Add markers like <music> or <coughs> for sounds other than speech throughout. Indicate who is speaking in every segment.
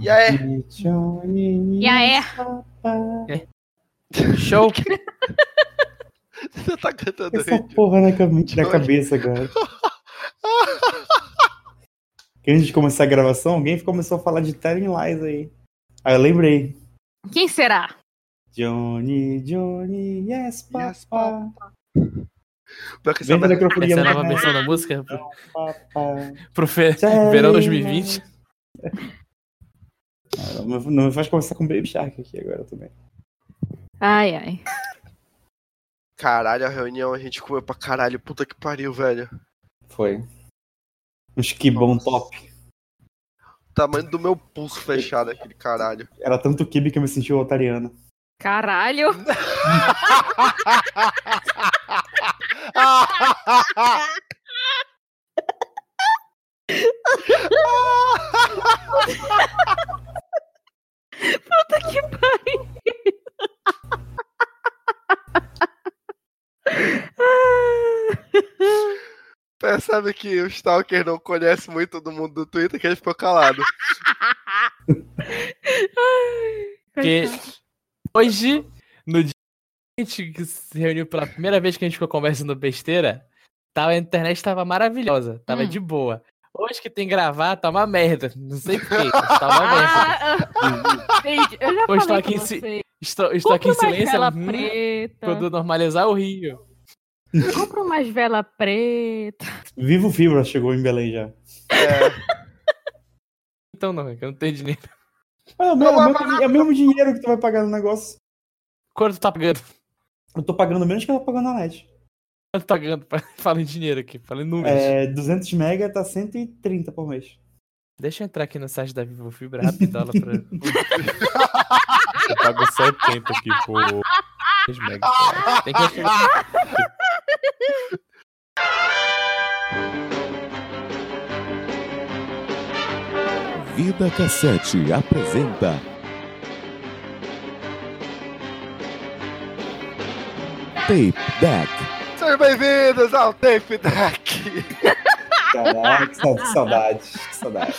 Speaker 1: E aí?
Speaker 2: E aí?
Speaker 3: Show. é
Speaker 1: Você <laughs> tá cantando
Speaker 2: Essa
Speaker 1: aí, tio?
Speaker 2: porra na, cam- na cabeça agora. Que antes de começar a gravação, alguém começou a falar de Telling Lies aí. Aí eu lembrei.
Speaker 3: Quem será?
Speaker 2: Johnny, Johnny, yes, papá.
Speaker 1: Yes, papá. Pior que essa
Speaker 2: Lembra da
Speaker 1: merda-
Speaker 2: microfonia
Speaker 3: Essa é a
Speaker 2: na
Speaker 3: nova
Speaker 2: mão,
Speaker 3: versão da música pro,
Speaker 2: papá.
Speaker 3: pro fe-
Speaker 2: Telling
Speaker 3: verão 2020.
Speaker 2: lies. Cara, Não não me faz conversar com o Baby Shark aqui agora também.
Speaker 3: Ai, ai.
Speaker 1: Caralho, a reunião a gente comeu pra caralho. Puta que pariu, velho.
Speaker 2: Foi. Uns que bom
Speaker 1: Nossa.
Speaker 2: top.
Speaker 1: Tamanho do meu pulso fechado, aquele caralho.
Speaker 2: <laughs> Era tanto kibe que eu me senti o otariano.
Speaker 3: Caralho. Puta que pariu.
Speaker 1: Percebe que o Stalker não conhece muito todo mundo do Twitter, que ele ficou
Speaker 3: <laughs>
Speaker 1: calado.
Speaker 4: <laughs>
Speaker 3: Porque hoje, no dia que a gente se reuniu pela primeira vez que a gente ficou conversando besteira, tava, a internet tava maravilhosa, tava
Speaker 4: Hum.
Speaker 3: de boa. Hoje que tem que gravar, tá uma merda. Não sei porquê, tá
Speaker 4: <laughs>
Speaker 3: uma merda.
Speaker 4: Ah, gente, eu já
Speaker 3: Ou estou
Speaker 4: falei
Speaker 3: aqui em
Speaker 4: com
Speaker 3: si-
Speaker 4: vocês.
Speaker 3: Estou, estou aqui
Speaker 4: Compra
Speaker 3: em
Speaker 4: umas vela
Speaker 3: silêncio. hum,
Speaker 4: preta.
Speaker 3: quando normalizar o Rio.
Speaker 4: Compra umas vela preta.
Speaker 2: Vivo Fibra chegou em Belém já.
Speaker 1: É,
Speaker 3: Então não, que eu não tenho dinheiro.
Speaker 2: Ah, não, é, o mesmo- é o mesmo dinheiro que tu vai pagar no negócio.
Speaker 3: Quanto tu tá pagando?
Speaker 2: Eu tô pagando menos que eu tô pagando na net.
Speaker 3: Quanto tu tá pagando? <laughs> Fala em dinheiro aqui, fala em números.
Speaker 2: É, 200 mega tá 130 por mês.
Speaker 3: Deixa eu entrar aqui no site da Vivo Fibra rapidão lá pra. eu pago 70 aqui por. 3 megas. Tem que
Speaker 5: Vida Cassete apresenta Tape Deck.
Speaker 1: Sejam bem-vindos ao Tape Deck.
Speaker 2: Caraca, que sa- que saudade. Que saudade.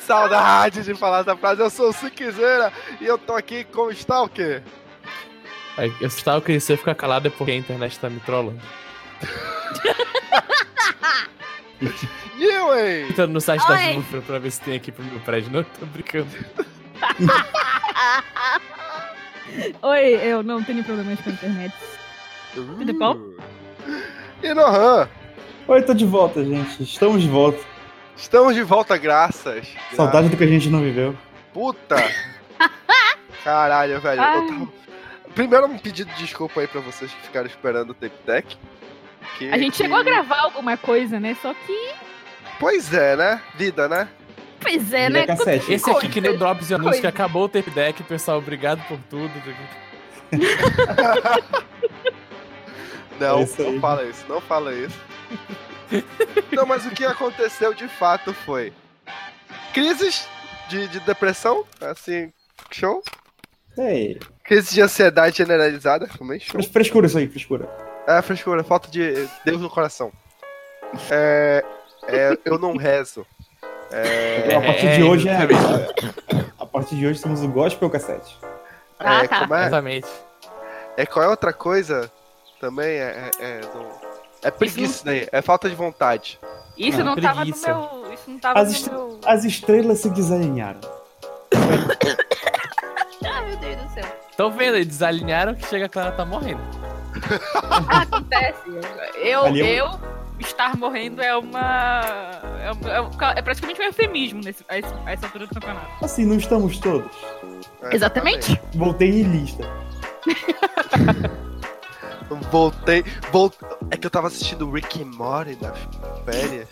Speaker 1: Saudade de falar essa frase. Eu sou o Siquezeira e eu tô aqui com o Stalker.
Speaker 3: Aí, Eu estava querendo se eu ficar calado é porque a internet tá me trollando.
Speaker 1: Newey.
Speaker 3: Entrando no site da
Speaker 4: Oi.
Speaker 3: Vivo Fibra pra ver se tem aqui pro meu prédio. Não, tô brincando.
Speaker 4: Oi, eu não tenho problemas com a internet. Tudo bom?
Speaker 1: E Nohan,
Speaker 2: Oi, tô de volta, gente. Estamos de volta.
Speaker 1: estamos de volta, graças.
Speaker 2: Saudade do que a gente não viveu.
Speaker 1: Puta! <laughs> Caralho, velho. eu
Speaker 4: Ai.
Speaker 1: tava- Primeiro, um pedido de desculpa aí pra vocês que ficaram esperando o Tape Deck. que-
Speaker 4: A gente
Speaker 1: que-
Speaker 4: chegou a gravar alguma coisa, né? Só que.
Speaker 1: Pois é, né? Vida, né?
Speaker 4: Pois é,
Speaker 2: Vida
Speaker 4: né?
Speaker 2: cassete.
Speaker 3: Esse aqui que nem o Drops e a música
Speaker 4: Coisa.
Speaker 3: acabou o tape deck, pessoal. Obrigado por tudo.
Speaker 1: Não,
Speaker 2: É isso
Speaker 1: não
Speaker 2: aí.
Speaker 1: fala isso, não fala isso. <laughs> não, mas o que aconteceu de fato foi crises de, de depressão, assim, show.
Speaker 2: é- Ei,
Speaker 1: Crises de ansiedade generalizada, também show.
Speaker 2: fres- frescura isso aí, frescura.
Speaker 1: É, frescura, falta de Deus no coração. É, é, eu não rezo.
Speaker 2: É, a partir de
Speaker 3: é,
Speaker 2: hoje <laughs> é.
Speaker 3: exatamente.
Speaker 2: A partir de hoje somos o Gospel Cassete.
Speaker 4: Ah,
Speaker 1: é,
Speaker 4: tá.
Speaker 1: como é?
Speaker 3: Exatamente.
Speaker 1: É qual é outra coisa também? É, é, é, não- é preguiça, né? É falta de vontade.
Speaker 4: Isso
Speaker 2: Ah,
Speaker 4: não tava no
Speaker 3: preguiça.
Speaker 4: meu. Isso não tava
Speaker 2: As
Speaker 4: no
Speaker 2: estre-
Speaker 4: meu.
Speaker 2: As estrelas se desalinharam.
Speaker 4: Ah, meu Deus do céu.
Speaker 3: Tão vendo? Eles desalinharam que chega a Clara tá morrendo.
Speaker 4: Acontece. Eu,
Speaker 2: Ali é
Speaker 4: eu estar morrendo é uma. É, uma- é um- é praticamente um eufemismo nesse, a esse- a essa altura do campeonato.
Speaker 2: Assim, não estamos todos.
Speaker 1: É,
Speaker 2: Voltei em lista.
Speaker 1: exatamente. Voltei, voltei. É que eu tava assistindo Rick and Morty nas férias.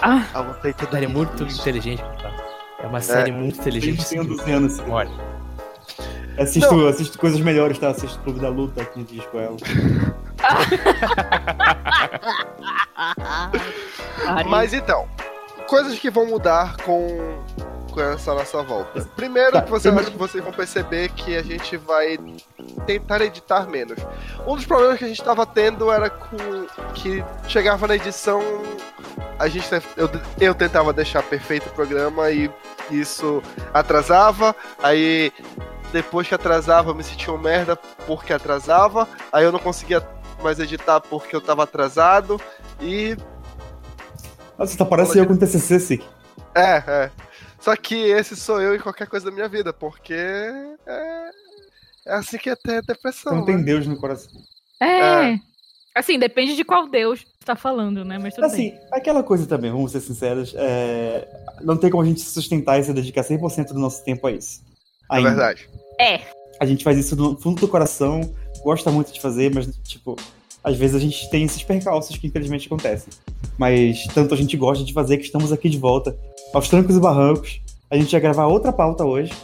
Speaker 4: Ah.
Speaker 1: Eu voltei
Speaker 3: Uma
Speaker 1: toda
Speaker 3: série muito inteligente, cara. É uma série muito
Speaker 2: Tem
Speaker 3: inteligente.
Speaker 2: tem 12 anos. assim.
Speaker 3: Olha,
Speaker 2: Assisto, assisto coisas melhores, tá? Assisto Clube da Luta aqui no disco ela.
Speaker 1: Mas então, coisas que vão mudar com, com essa nossa volta. Primeiro,
Speaker 2: Tá,
Speaker 1: que você,
Speaker 2: primeiro-
Speaker 1: acho que vocês vão perceber que a gente vai tentar editar menos. Um dos problemas que a gente tava tendo era com que chegava na edição a gente eu, eu tentava deixar perfeito o programa e isso atrasava, aí depois que atrasava eu me sentia um merda porque atrasava, aí eu não conseguia mais editar porque eu tava atrasado e
Speaker 2: Nossa, tá parecendo eu com TCC, Sick.
Speaker 1: é, é. Só que esse sou eu em qualquer coisa da minha vida, porque é, é assim que é ter
Speaker 2: Você
Speaker 4: Então,
Speaker 1: depressão.
Speaker 2: não tem
Speaker 1: né?
Speaker 2: Deus no coração.
Speaker 1: É.
Speaker 4: É. Assim, depende de qual Deus tu tá falando, né? Mas tudo
Speaker 2: assim,
Speaker 4: bem.
Speaker 2: aquela coisa também, vamos ser sinceros, é, não tem como a gente se sustentar e se dedicar 100% do nosso tempo a isso.
Speaker 1: É
Speaker 2: Ainda.
Speaker 1: verdade.
Speaker 4: É,
Speaker 2: A gente faz isso do fundo do coração, gosta muito de fazer, mas, tipo, às vezes a gente tem esses percalços que infelizmente acontecem. Mas tanto a gente gosta de fazer que estamos aqui de volta, aos trancos e barrancos. A gente ia gravar outra pauta hoje,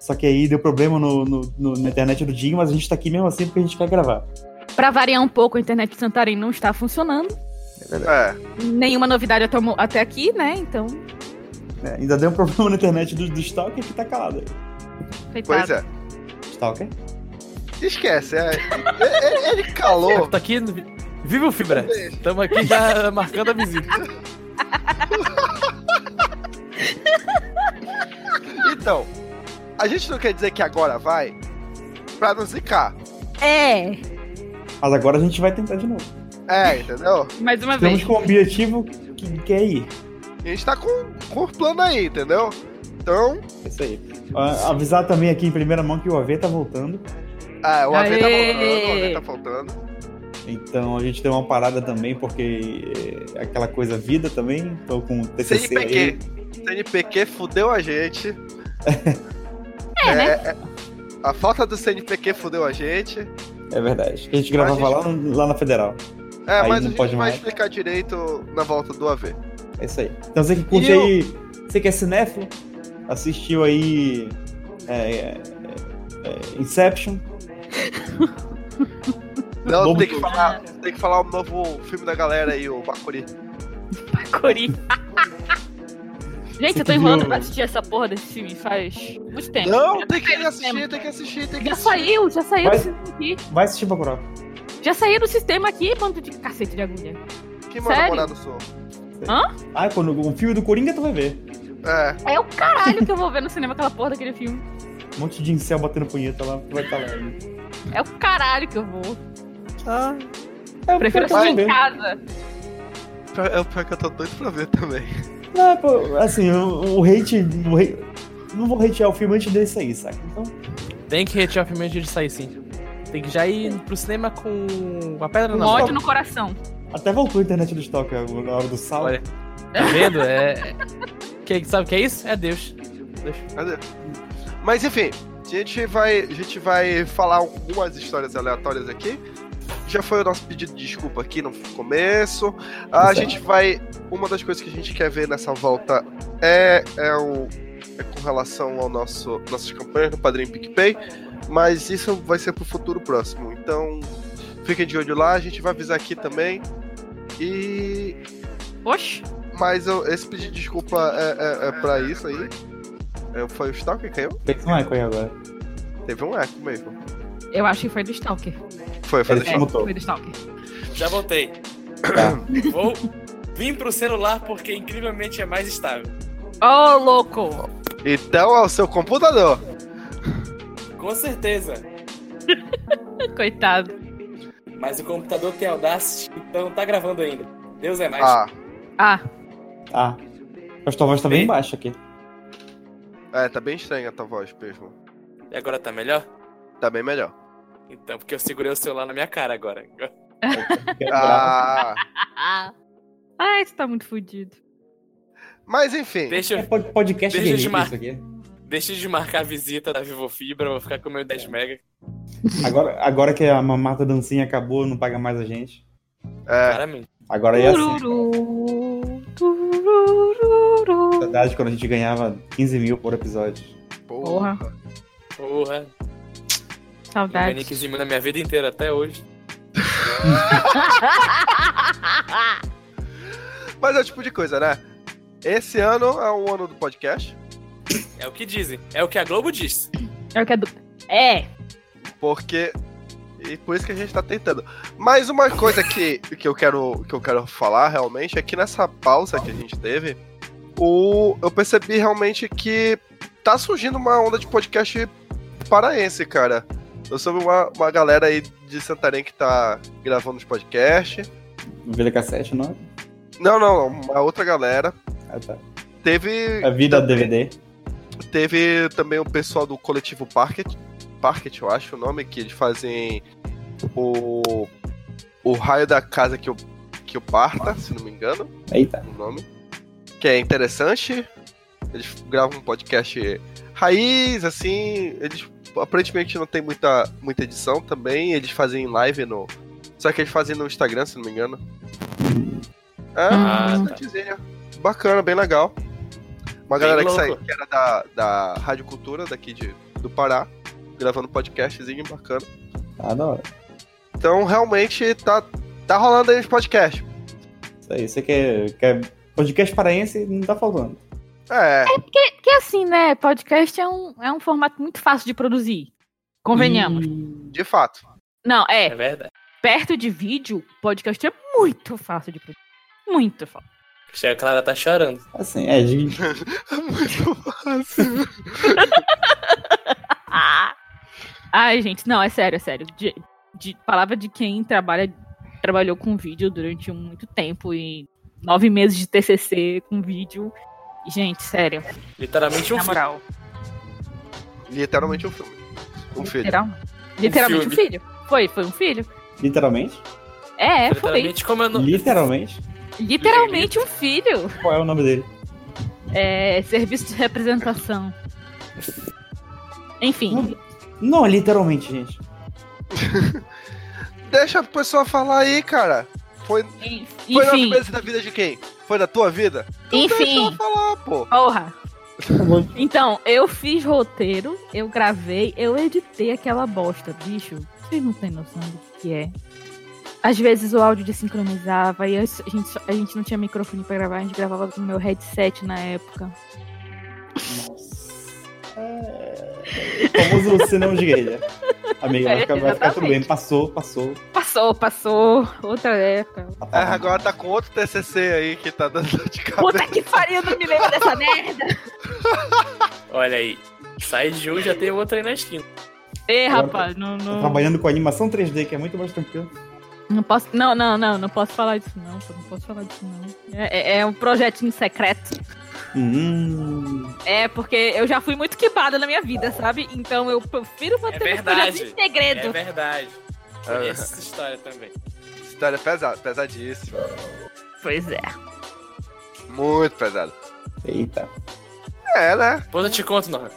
Speaker 2: só que aí deu problema no, no- no- na internet do Dinho, mas a gente tá aqui mesmo assim porque a gente quer gravar.
Speaker 4: pra variar um pouco, a internet de Santarém não está funcionando.
Speaker 1: É.
Speaker 4: Nenhuma novidade até, o mo- até aqui, né? Então,
Speaker 2: né? Ainda deu um <laughs> problema na internet do, do Stalker que tá calado. aí.
Speaker 4: coitado.
Speaker 1: Pois é.
Speaker 2: Stalker?
Speaker 1: Esquece. é. Ele- ele, ele calou.
Speaker 6: Tá aqui. no- Viva o Fibra! Tamo aqui já marcando a visita.
Speaker 1: Então, a gente não quer dizer que agora vai pra não zicar.
Speaker 4: É,
Speaker 2: Mas agora a gente vai tentar de novo.
Speaker 1: É, entendeu?
Speaker 4: mais uma
Speaker 2: Estamos
Speaker 4: vez.
Speaker 2: com o objetivo que, que que é ir.
Speaker 1: A gente tá com, com o plano aí, entendeu? Então,
Speaker 2: É isso aí. Ah, avisar também aqui em primeira mão que o AV tá voltando.
Speaker 1: ah, o AV tá
Speaker 4: Aê!
Speaker 1: faltando, o AV tá faltando.
Speaker 2: Então a gente deu uma parada também, porque é aquela coisa vida também. Tô com o TCC aí.
Speaker 1: CNPq. CNPq fudeu a gente.
Speaker 4: <laughs> É, né?
Speaker 1: É, é- a falta do CNPq fudeu a gente.
Speaker 2: É verdade. A gente gravava
Speaker 1: Mas a
Speaker 2: lá, no- lá na Federal.
Speaker 1: É,
Speaker 2: Aí
Speaker 1: mas
Speaker 2: não
Speaker 1: a gente
Speaker 2: pode
Speaker 1: vai
Speaker 2: mais.
Speaker 1: explicar direito na volta do AV.
Speaker 2: É isso aí. Então você que curte
Speaker 1: E eu-
Speaker 2: aí. Você que é cinéfilo, assistiu aí. é, é, é, Inception.
Speaker 1: Não,
Speaker 2: Lobo
Speaker 1: tem que,
Speaker 2: Tudo.
Speaker 1: falar, tem que falar o novo filme da galera aí, o Bacuri.
Speaker 4: <laughs> Cori.
Speaker 2: <laughs>
Speaker 4: Gente,
Speaker 2: Você
Speaker 4: eu tô
Speaker 2: que
Speaker 4: enrolando
Speaker 2: viu-
Speaker 4: pra assistir essa porra desse filme faz muito tempo.
Speaker 1: Não, tem que
Speaker 4: saiu do
Speaker 1: assistir,
Speaker 4: cinema.
Speaker 1: tem que assistir, tem que
Speaker 4: Já
Speaker 1: assistir.
Speaker 4: saiu, já saiu
Speaker 2: Mas-
Speaker 4: do sistema aqui.
Speaker 2: Vai assistir Bacurau.
Speaker 4: Já saiu do sistema aqui, bando de cacete de agulha.
Speaker 1: Quem manda
Speaker 4: Sério?
Speaker 1: morar no sul?
Speaker 2: Ah, quando um filme do Coringa tu vai ver.
Speaker 1: É.
Speaker 4: É o caralho que eu vou ver no cinema aquela porra daquele filme.
Speaker 2: Um monte de incel batendo punheta lá, tu vai estar lá.
Speaker 4: É o caralho que eu vou.
Speaker 2: É, eu
Speaker 4: Prefiro
Speaker 2: quero
Speaker 4: assistir em
Speaker 2: ver.
Speaker 4: casa.
Speaker 1: É o pior que eu tô doido pra ver também.
Speaker 2: Não, pô, assim, o, o hate. o hate- Não vou hatear o filme antes dele sair, saca? Então,
Speaker 6: Tem que retirar o filme antes de sair, sim. Tem que já ir pro cinema com a pedra
Speaker 4: Um
Speaker 6: na
Speaker 4: ódio
Speaker 6: mão.
Speaker 4: no coração.
Speaker 2: até voltou a internet do estoque na hora do sal.
Speaker 6: Olha,
Speaker 4: né?
Speaker 6: tá vendo? É... Que, sabe o que é isso? É Deus. Deus.
Speaker 1: Mas enfim, a gente vai, a gente vai falar algumas histórias aleatórias aqui. Já foi o nosso pedido de desculpa aqui no começo. A
Speaker 2: Certo.
Speaker 1: gente vai. Uma das coisas que a gente quer ver nessa volta é, é, o, é com relação ao nosso nossas campanhas no Padrinho PicPay. Mas isso vai ser pro futuro próximo. Então fiquem de olho lá, a gente vai avisar aqui também. E
Speaker 4: Oxe.
Speaker 1: Mas eu, esse pedido de desculpa é, é, é pra isso aí. É, foi o Stalker que caiu?
Speaker 2: Tem um eco aí agora.
Speaker 1: Teve um eco mesmo.
Speaker 4: Eu acho que foi do Stalker. É,
Speaker 1: Foi, foi.
Speaker 2: Ele
Speaker 1: deixa
Speaker 2: se mutou.
Speaker 4: Foi do Stalker.
Speaker 3: Já voltei.
Speaker 2: Tá.
Speaker 3: Vou vim pro celular porque incrivelmente é mais estável.
Speaker 4: Ô, louco! <laughs>
Speaker 1: eu- Então é o seu computador.
Speaker 3: Com certeza.
Speaker 4: Coitado.
Speaker 3: Mas o computador tem Audacity, então tá gravando ainda. Deus é mais.
Speaker 1: Ah,
Speaker 4: Ah,
Speaker 2: Ah. Mas tua voz tá bem
Speaker 3: Bem-
Speaker 2: baixa aqui.
Speaker 1: é, tá bem estranha a tua voz mesmo.
Speaker 3: E agora tá melhor?
Speaker 1: Tá bem melhor.
Speaker 3: Então, porque eu segurei o celular na minha cara agora.
Speaker 2: É
Speaker 1: Ah,
Speaker 4: ah. Ai, tu tá muito fudido.
Speaker 1: mas enfim.
Speaker 3: Deixa
Speaker 2: É
Speaker 3: eu,
Speaker 2: pod- podcast
Speaker 3: Deixa eu
Speaker 2: guerreiro
Speaker 3: chamar.
Speaker 2: isso aqui.
Speaker 3: deixa de marcar a visita da Vivo Fibra, vou ficar com o meu 10 mega.
Speaker 2: Agora, agora que a mamata dancinha acabou, não paga mais a gente.
Speaker 1: É,
Speaker 3: Claramente.
Speaker 2: Agora é assim.
Speaker 4: Tururu, tururu.
Speaker 2: Saudade quando a gente ganhava 15 mil por episódio.
Speaker 1: porra.
Speaker 3: Porra. Ganhei
Speaker 4: Saudades.
Speaker 3: 15 mil na minha vida inteira até hoje.
Speaker 1: Mas é o tipo de coisa, né? Esse ano é o ano do podcast.
Speaker 3: É o que dizem. É o que a Globo diz.
Speaker 4: É o que é do. É,
Speaker 1: Porque E por isso que a gente tá tentando. Mas uma coisa que, que, eu, quero, que eu quero falar realmente é que nessa pausa que a gente teve, o, eu percebi realmente que tá surgindo uma onda de podcast paraense, cara. Eu soube uma, uma galera aí de Santarém que tá gravando os podcasts.
Speaker 2: VLK7, não? é?
Speaker 1: Não, não, não, uma outra galera.
Speaker 2: Ah, tá.
Speaker 1: Teve,
Speaker 2: A vida DVD.
Speaker 1: teve também o pessoal do coletivo Parket, Parket, eu acho o nome, que eles fazem o, o raio da casa que eu, que eu parta, se não me engano.
Speaker 2: Eita.
Speaker 1: o nome, que é interessante. Eles gravam um podcast raiz, assim. Eles aparentemente não tem muita, muita edição também. Eles fazem live no. Só que eles fazem no Instagram, se não me engano. É,
Speaker 4: Ah,
Speaker 1: uma estantezinha. Bacana, bem legal. Uma galera que,
Speaker 3: louco.
Speaker 1: saiu, que era da, da Rádio Cultura, daqui de, do Pará, gravando podcastzinho bacana.
Speaker 2: Ah, da hora.
Speaker 1: Então, realmente, tá, tá rolando aí os podcasts.
Speaker 2: Isso aí. Você quer, quer podcast paraense? Não tá faltando.
Speaker 1: É,
Speaker 4: Que assim, né? Podcast é um, é um formato muito fácil de produzir. Convenhamos.
Speaker 2: Hum,
Speaker 1: de fato.
Speaker 4: Não,
Speaker 3: É
Speaker 4: é.
Speaker 3: verdade.
Speaker 4: Perto de vídeo, podcast é muito fácil de produzir. Muito fácil.
Speaker 3: Chega, a Clara tá chorando.
Speaker 2: Assim, é, de-
Speaker 1: Muito fácil.
Speaker 4: Ah! Ai, gente, não, é sério, é sério. De, de- palavra de quem trabalha, trabalhou com vídeo durante um, muito tempo e nove meses de TCC com vídeo. Gente, sério,
Speaker 3: Literalmente um
Speaker 4: na
Speaker 3: filme.
Speaker 4: moral.
Speaker 1: Literalmente um filme. Um filho.
Speaker 4: Literalmente, literalmente um
Speaker 3: filme.
Speaker 4: filho. Foi, foi um filho.
Speaker 2: literalmente?
Speaker 4: É,
Speaker 1: tá
Speaker 4: foi.
Speaker 3: Literalmente como eu não...
Speaker 2: Literalmente?
Speaker 4: Literalmente um filho.
Speaker 2: Qual é o nome dele?
Speaker 4: É, serviço de representação. Enfim,
Speaker 2: Não, literalmente, gente.
Speaker 1: Deixa a pessoa falar aí, cara. Foi,
Speaker 4: en-
Speaker 1: foi nove
Speaker 4: enfim,
Speaker 1: meses da vida de quem? Foi da tua vida? Então Deixa
Speaker 4: enfim.
Speaker 1: eu falar, pô.
Speaker 4: Porra.
Speaker 2: bom.
Speaker 4: Então, eu fiz roteiro, eu gravei, eu editei aquela bosta, bicho. Vocês não têm noção do que que é. Às vezes o áudio desincronizava e a gente, só- a gente não tinha microfone pra gravar, a gente gravava com o meu headset na época.
Speaker 2: Nossa. É... O famoso senão de guerrilha. Amiga,
Speaker 4: É,
Speaker 2: vai ficar, vai ficar tudo bem. Passou, passou.
Speaker 4: Passou, passou. Outra época.
Speaker 2: Tá
Speaker 1: É,
Speaker 2: parado.
Speaker 1: agora tá com outro TCC aí que tá dando dor de cabeça.
Speaker 4: Puta que pariu, não me lembro dessa merda.
Speaker 3: Olha aí. Sai de um, já tem outro aí na esquina.
Speaker 4: <laughs> Ei,
Speaker 2: Agora
Speaker 4: rapaz, não,
Speaker 2: Tá
Speaker 4: não,
Speaker 2: Trabalhando com animação 3D, que é muito mais tranquilo.
Speaker 4: não posso. Não, não, não, não posso falar disso, não. pô, Não posso falar disso, não. É- é- é um projetinho secreto.
Speaker 2: Hum.
Speaker 4: É, porque eu já fui muito quibada na minha vida, sabe? Então eu prefiro manter meus
Speaker 3: verdade.
Speaker 4: projetos em
Speaker 3: É
Speaker 4: segredo.
Speaker 3: verdade.
Speaker 1: Ah.
Speaker 3: Conheço essa história também.
Speaker 1: História é pesada, pesadíssima.
Speaker 4: pois é.
Speaker 1: Muito pesada.
Speaker 2: Eita.
Speaker 1: É, né?
Speaker 3: Depois eu te conto, Norma.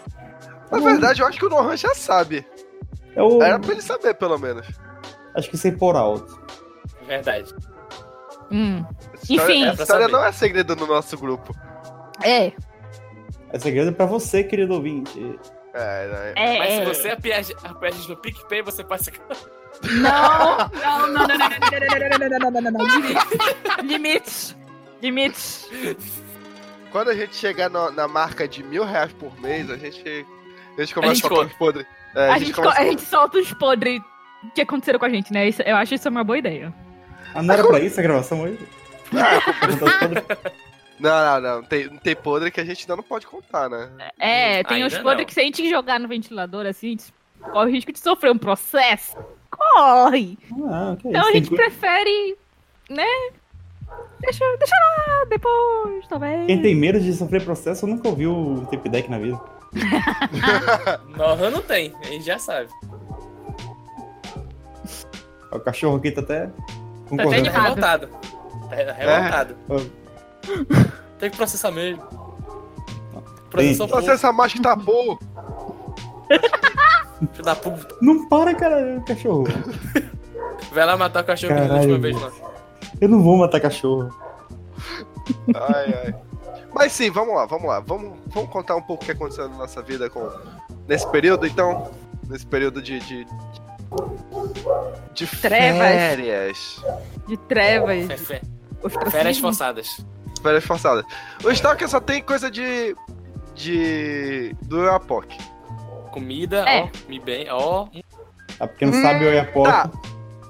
Speaker 1: Na
Speaker 4: Hum.
Speaker 1: verdade, eu acho que o Nohan já sabe.
Speaker 2: Eu
Speaker 1: Era pra ele saber, pelo menos.
Speaker 2: É acho que sei por alto.
Speaker 3: é Verdade.
Speaker 4: Hum.
Speaker 1: Essa história-
Speaker 4: Enfim. É
Speaker 1: Essa
Speaker 3: pra
Speaker 1: história
Speaker 3: saber.
Speaker 1: não é segredo no nosso grupo.
Speaker 4: É,
Speaker 2: É segredo pra você, querido ouvinte.
Speaker 1: É, né?
Speaker 4: é.
Speaker 3: Mas se
Speaker 4: é.
Speaker 3: você apiage apiage no PicPay, você passa.
Speaker 4: Não, não, não, não, não, não, não, não, não, não, não, não, não, não, não, não, não. Limites. Limites. Limites. É.
Speaker 1: Quando a gente chegar no- na marca de mil reais por mês, a gente. A gente começa
Speaker 3: gente
Speaker 1: a soltar
Speaker 3: conta.
Speaker 1: os podres. É,
Speaker 4: A gente, co-
Speaker 1: começa
Speaker 4: a
Speaker 1: com-
Speaker 4: gente solta os podres que aconteceram com a gente, né? Isso- eu acho isso uma boa ideia.
Speaker 2: Ah, não era
Speaker 1: <laughs>
Speaker 2: pra isso a gravação hoje?
Speaker 1: Ah. Não, não, não. Não tem, não tem podre que a gente ainda não pode contar, né?
Speaker 4: É, tem
Speaker 3: Hum, Ainda
Speaker 4: os podres
Speaker 3: não.
Speaker 4: que se a gente jogar no ventilador assim, corre o risco de sofrer um processo. Corre!
Speaker 2: Ah, que
Speaker 4: Então
Speaker 2: isso.
Speaker 4: a gente
Speaker 2: Quem,
Speaker 4: prefere, né? Deixa, deixa lá, depois, talvez.
Speaker 2: quem tem medo de sofrer processo nunca ouviu o tape deck na vida.
Speaker 3: Norma não tem, a gente já sabe.
Speaker 2: O cachorro aqui tá até
Speaker 4: Tá até
Speaker 3: Tá
Speaker 2: concordando.
Speaker 4: animado.
Speaker 3: revoltado. Tá revoltado. Tem que processar mesmo. Processou o povo,
Speaker 1: Nossa, essa macho tá boa.
Speaker 3: filho da puta.
Speaker 2: não para, cara, cachorro.
Speaker 3: Vai lá matar o cachorro pela
Speaker 2: Caralho.
Speaker 3: última vez, Norma.
Speaker 2: Eu não vou matar cachorro.
Speaker 1: Ai, ai. Mas sim, vamos lá, vamos lá. Vamos, vamos contar um pouco o que aconteceu na nossa vida com nesse período, então. Nesse período de. de, de
Speaker 4: Trevas.
Speaker 1: férias.
Speaker 4: De trevas.
Speaker 3: Fé, fé. Férias
Speaker 4: ostracismo.
Speaker 3: forçadas.
Speaker 1: Férias forçadas. O Stalker só tem coisa de. de. do Eapoc.
Speaker 3: Comida,
Speaker 4: É.
Speaker 3: ó, me bem, ó.
Speaker 2: Ah, porque não sabe, eu e
Speaker 3: Hum,
Speaker 2: a
Speaker 1: Tá,
Speaker 2: porta.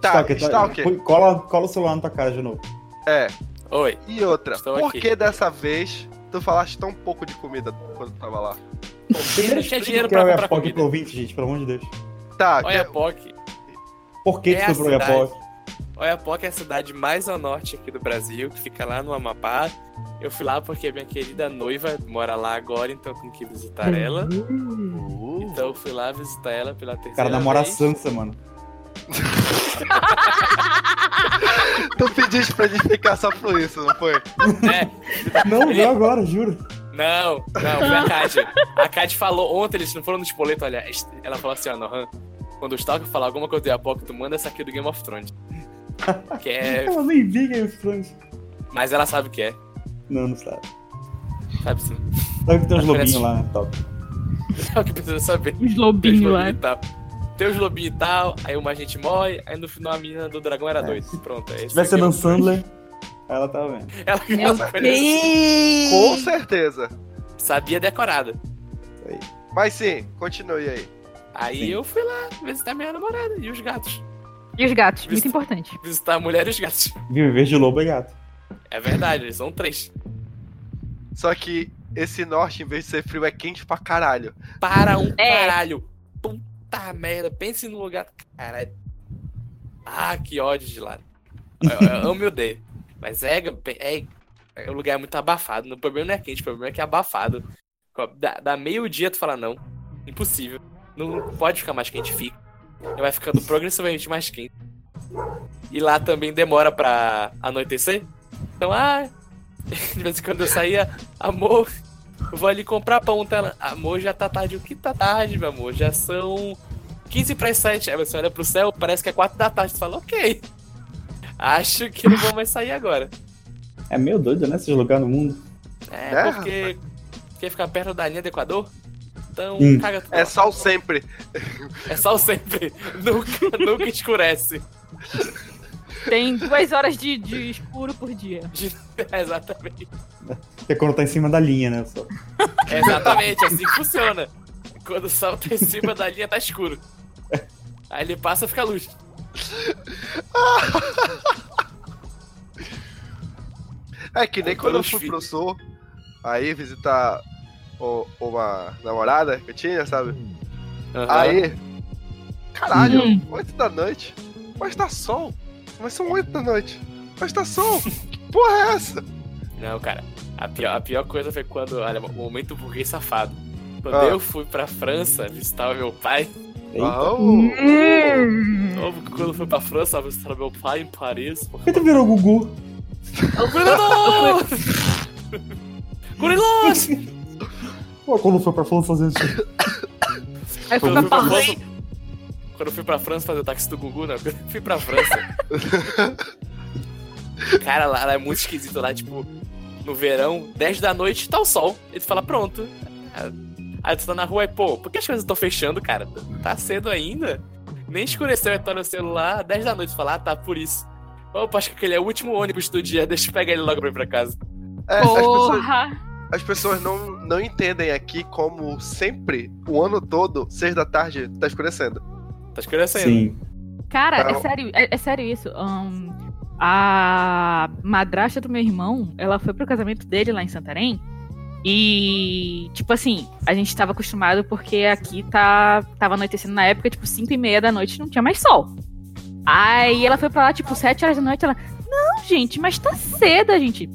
Speaker 1: tá,
Speaker 2: Stalker, tá-
Speaker 1: Stalker.
Speaker 2: Põe- Cola, cola o celular na tua cara de novo.
Speaker 1: É.
Speaker 3: Oi.
Speaker 1: E outra,
Speaker 3: Estou
Speaker 1: por
Speaker 3: aqui.
Speaker 1: que dessa vez tu falaste tão pouco de comida quando tu tava lá?
Speaker 3: Primeiro tinha dinheiro
Speaker 2: Quem é o
Speaker 3: pra comprar
Speaker 2: Iapoc pro
Speaker 3: comida.
Speaker 2: ouvinte, gente, pelo amor de Deus.
Speaker 1: Tá,
Speaker 3: Olha a POC.
Speaker 2: Por que
Speaker 3: É
Speaker 2: tu
Speaker 3: a
Speaker 2: comprou o Iapoc?
Speaker 3: Oiapoque é a cidade mais ao norte aqui do Brasil, que fica lá no Amapá. Eu fui lá porque minha querida noiva mora lá agora, então tenho que visitar ela.
Speaker 1: Uh,
Speaker 3: Então eu fui lá visitar ela pela terceira
Speaker 2: O cara namora a
Speaker 3: vez.
Speaker 2: Sansa, mano.
Speaker 1: tu pediste pra gente ficar só por isso, não foi?
Speaker 3: É,
Speaker 2: Não, não agora, juro.
Speaker 3: não, não, foi a Cádia. A Cádia falou ontem, eles não foram no espoleto, olha. Ela falou assim, ó, Nohan, quando o Stalker falar alguma coisa do Oiapoque, tu manda essa aqui do Game of Thrones. Que é...
Speaker 2: Ela nem vi Game of Thrones.
Speaker 3: Mas ela sabe o que é,
Speaker 2: Não, não sabe.
Speaker 3: sabe sim. <laughs>
Speaker 2: Sabe que tem uns
Speaker 3: Parece-
Speaker 2: lobinhos lá,
Speaker 3: assim.
Speaker 2: né? Top.
Speaker 3: É o que precisa saber.
Speaker 4: Os
Speaker 3: Tem os
Speaker 4: lobinhos lá.
Speaker 3: lobinhos e tal. Tem os lobinhos e tal, aí uma gente morre, aí no final a menina do dragão era doida. Pronto, é
Speaker 2: Se
Speaker 3: isso.
Speaker 2: tivesse a Dan Sandler, ela tava vendo.
Speaker 3: Ela
Speaker 4: Meu
Speaker 3: ela-
Speaker 1: Com
Speaker 4: Deus!
Speaker 1: certeza.
Speaker 3: sabia decorada.
Speaker 1: Mas sim, continue aí.
Speaker 3: Aí
Speaker 2: Sim.
Speaker 3: eu fui lá visitar minha namorada e os gatos.
Speaker 4: E os gatos, muito
Speaker 3: Visto.
Speaker 4: importante.
Speaker 3: Visitar a mulher e os gatos.
Speaker 2: Viu? Em vez de lobo é gato.
Speaker 3: É verdade, eles são três.
Speaker 1: Só que esse norte, em vez de ser frio, é quente pra caralho.
Speaker 3: Para um
Speaker 4: É.
Speaker 3: caralho. Puta merda, pense no lugar. Caralho. Ah, que ódio de lá. Eu, eu amo e odeio. Mas é, é, é. O lugar é muito abafado. O problema não é quente, o problema é que é abafado. Dá, dá meio-dia tu fala, não. Impossível. Não pode ficar mais quente, fica. E Vai ficando progressivamente mais quente. E lá também demora pra anoitecer. Então, ah. <laughs> De vez em quando eu saía, amor, eu vou ali comprar pão, tá? Ela, Amor, já tá tarde. O que tá tarde, meu amor? Já são 15 para 7. Aí você olha pro céu, parece que é 4 da tarde. Você fala, ok. Acho que não vou mais sair agora.
Speaker 2: É meio doido, né? Esses lugares no mundo.
Speaker 3: É,
Speaker 1: É,
Speaker 3: porque quer ficar perto da linha do Equador. Então,
Speaker 2: Hum.
Speaker 3: caga tudo.
Speaker 1: É só o sempre.
Speaker 3: É só o sempre. <laughs> nunca, nunca escurece. <laughs>
Speaker 4: Tem duas horas de, de escuro por dia.
Speaker 3: É exatamente.
Speaker 2: Que é quando tá em cima da linha, né? Só.
Speaker 3: É exatamente assim que funciona. Quando o sol tá em cima da linha, tá escuro. Aí ele passa, fica luz.
Speaker 1: É que nem
Speaker 3: Aí
Speaker 1: quando eu
Speaker 3: todos
Speaker 1: fui
Speaker 3: ficam.
Speaker 1: pro sul, aí visitar o- uma namorada que eu tinha, sabe? Aí. Caralho,
Speaker 4: Hum.
Speaker 1: 8 da noite. Mas tá sol. Mas são 8 da noite. Mas tá sol. Que porra é essa?
Speaker 3: Não, cara. A pior, a pior coisa foi quando. Olha, o momento burguês safado. Quando
Speaker 1: Ah.
Speaker 3: eu fui pra França visitar o meu pai.
Speaker 2: Eita.
Speaker 4: Hum.
Speaker 3: Óbvio que quando eu fui pra França visitar o meu pai em Paris.
Speaker 2: Por que tu virou Gugu?
Speaker 3: Corredor! <laughs> Corredor!
Speaker 2: <laughs> Pô, quando foi pra França fazendo isso?
Speaker 4: Aí
Speaker 3: Quando
Speaker 4: foi
Speaker 3: eu
Speaker 4: pra
Speaker 3: fui pra
Speaker 4: Paris.
Speaker 3: França. Quando eu fui pra França fazer o táxi do Gugu, não. Quando eu fui pra França. Cara, lá, lá é muito esquisito. Lá, tipo, no verão, 10 da noite, tá o sol. Ele fala, pronto. Aí tu tá na rua e, pô, por que as coisas estão fechando, cara? Tá cedo ainda? Nem escureceu, aí tu olha no celular, 10 da noite, fala, ah, tá, por isso. Opa, acho que aquele é o último ônibus do dia, deixa eu pegar ele logo pra ir pra casa.
Speaker 1: É, as pessoas,
Speaker 4: Porra!
Speaker 1: as pessoas não, não entendem aqui como sempre, o ano todo, 6 da tarde, tá escurecendo.
Speaker 3: Tá escurecendo.
Speaker 2: Sim.
Speaker 4: Cara, é
Speaker 1: Não.
Speaker 4: sério, é, é sério isso. Ahn, a madrasta do meu irmão, ela foi pro casamento dele lá em Santarém. E, tipo assim, a gente tava acostumado porque aqui tá, tava anoitecendo na época, tipo, 5 e meia da noite não tinha mais sol. Aí ela foi pra lá, tipo, 7 horas da noite. Ela, não, gente, mas tá cedo, a gente.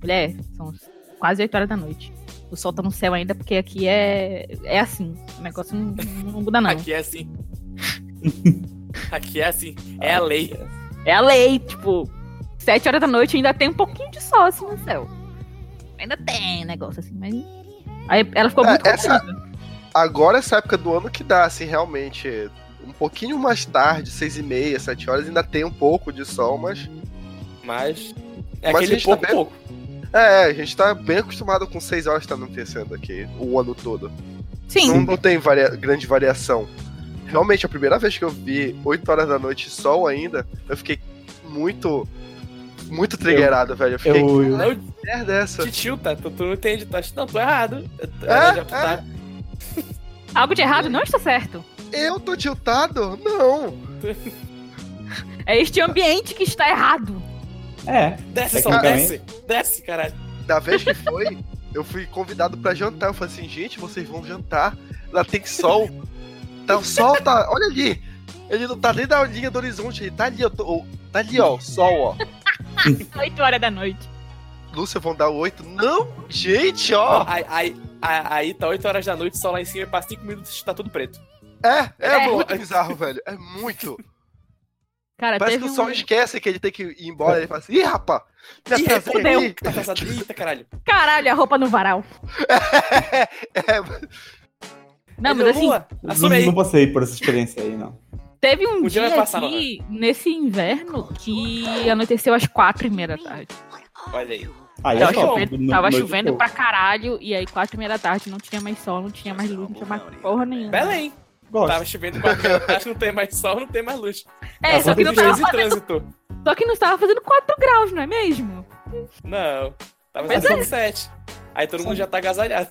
Speaker 4: Mulher, são quase 8 horas da noite. O sol tá no céu ainda porque aqui é, é assim. O negócio não, não muda, não.
Speaker 3: Aqui é assim. Aqui é assim. É a lei.
Speaker 4: É a lei, tipo, sete horas da noite ainda tem um pouquinho de sol assim no céu. Ainda tem negócio assim, mas. Aí ela ficou
Speaker 1: É,
Speaker 4: muito
Speaker 1: essa-
Speaker 4: confusa.
Speaker 1: Agora, essa época do ano que dá, assim, realmente. Um pouquinho mais tarde, 6 e meia, 7 horas, ainda tem um pouco de sol, mas.
Speaker 3: Mas. É
Speaker 1: Mas a
Speaker 3: aquele
Speaker 1: gente tá
Speaker 3: pouco,
Speaker 1: bem-
Speaker 3: pouco.
Speaker 1: É, a gente tá bem acostumado com 6 horas tá anoitecendo aqui, o ano todo. Não,
Speaker 4: Sim.
Speaker 1: não tem varia- grande variação. Realmente, a primeira vez que eu vi 8 horas da noite sol ainda, eu fiquei muito. Muito triggerado, velho. Eu fiquei.
Speaker 2: Eu,
Speaker 3: Não
Speaker 1: Que merda é essa?
Speaker 3: te tilta, tá? tu, tu não entende, tu acha, não, tô errado. Eu tô-
Speaker 1: É,
Speaker 3: já tá-
Speaker 4: Algo de errado não está certo.
Speaker 1: Eu tô tiltado? Não.
Speaker 4: É este ambiente que está errado.
Speaker 2: É.
Speaker 3: Desce,
Speaker 2: É
Speaker 3: Sal,
Speaker 2: que-
Speaker 3: desce. Desce, caralho.
Speaker 1: Da vez que foi, eu fui convidado pra jantar. Eu falei assim, gente, vocês vão jantar. Lá tem sol. Tá, o sol tá. Olha ali. Ele não tá nem na linha do horizonte. Ele tá ali, eu tô, ó, tá ali, ó. o Sol, ó.
Speaker 4: 8 horas da noite.
Speaker 1: Lúcia, vão dar oito. Não, gente, ó.
Speaker 3: Aí, aí, aí, aí tá 8 horas da noite, o sol lá em cima, e passa 5 minutos, tá tudo preto.
Speaker 1: É, é,
Speaker 4: É.
Speaker 1: muito bizarro, velho. É muito.
Speaker 4: Cara,
Speaker 1: Parece que
Speaker 4: teve
Speaker 1: o sol
Speaker 4: um...
Speaker 1: esquece que ele tem que ir embora. Ele fala assim, ih, rapá, me
Speaker 3: Ih,
Speaker 1: atrasei
Speaker 3: fudeu.
Speaker 1: aqui."
Speaker 3: Tá passado. Eita, caralho.
Speaker 4: Caralho, a roupa no varal.
Speaker 1: <laughs> É,
Speaker 4: Não,
Speaker 3: Ele,
Speaker 4: mas assim,
Speaker 3: Lua,
Speaker 2: Não,
Speaker 3: assume aí.
Speaker 2: não passei por essa experiência aí, não.
Speaker 4: teve um
Speaker 3: Um dia
Speaker 4: dia,
Speaker 3: vai passar,
Speaker 4: aqui, nesse inverno, que anoiteceu às quatro e meia da tarde.
Speaker 3: Olha aí.
Speaker 2: Aí
Speaker 4: Tava
Speaker 2: é top.
Speaker 4: chovendo,
Speaker 2: No-
Speaker 4: tava
Speaker 2: noite
Speaker 4: chovendo
Speaker 2: boa.
Speaker 4: pra caralho, e aí quatro e meia da tarde não tinha mais sol, não tinha mais luz, não tinha mais porra nenhuma.
Speaker 3: Belém.
Speaker 2: Gosto. É,
Speaker 3: Tava chovendo pra acho que não tem mais sol, não tem mais luz.
Speaker 4: É, só que, não tava
Speaker 3: fez em
Speaker 4: fazendo,
Speaker 3: trânsito.
Speaker 4: só que não tava fazendo 4 graus, não é mesmo?
Speaker 3: Não. Tava
Speaker 4: Mas
Speaker 3: fazendo 7. Aí todo mundo já tá agasalhado.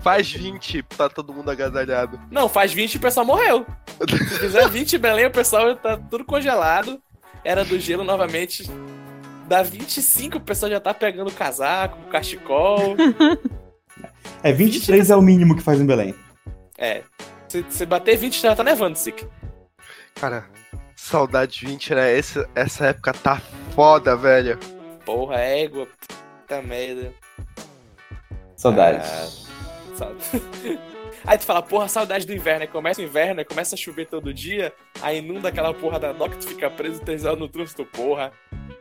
Speaker 1: faz 20 pra todo mundo agasalhado.
Speaker 3: Não, faz 20 e o
Speaker 2: <laughs>
Speaker 3: pessoal morreu. Se fizer 20 em Belém, o pessoal tá tudo congelado. Era do gelo novamente. Dá 25, o pessoal já tá pegando casaco,
Speaker 2: <laughs>
Speaker 3: cachecol.
Speaker 2: É, 23 é o mínimo que faz em Belém.
Speaker 3: É. Se, se bater 20, já tá levando, Sick.
Speaker 1: Cara, saudade 20, né? Esse, essa época tá foda, velho.
Speaker 3: Porra, égua, puta merda.
Speaker 2: Saudades.
Speaker 3: Sabe? <laughs> Aí tu fala, porra, saudade do inverno. Aí começa o inverno, aí começa a chover todo dia, aí inunda aquela porra da doca, tu fica preso três horas no trânsito, porra.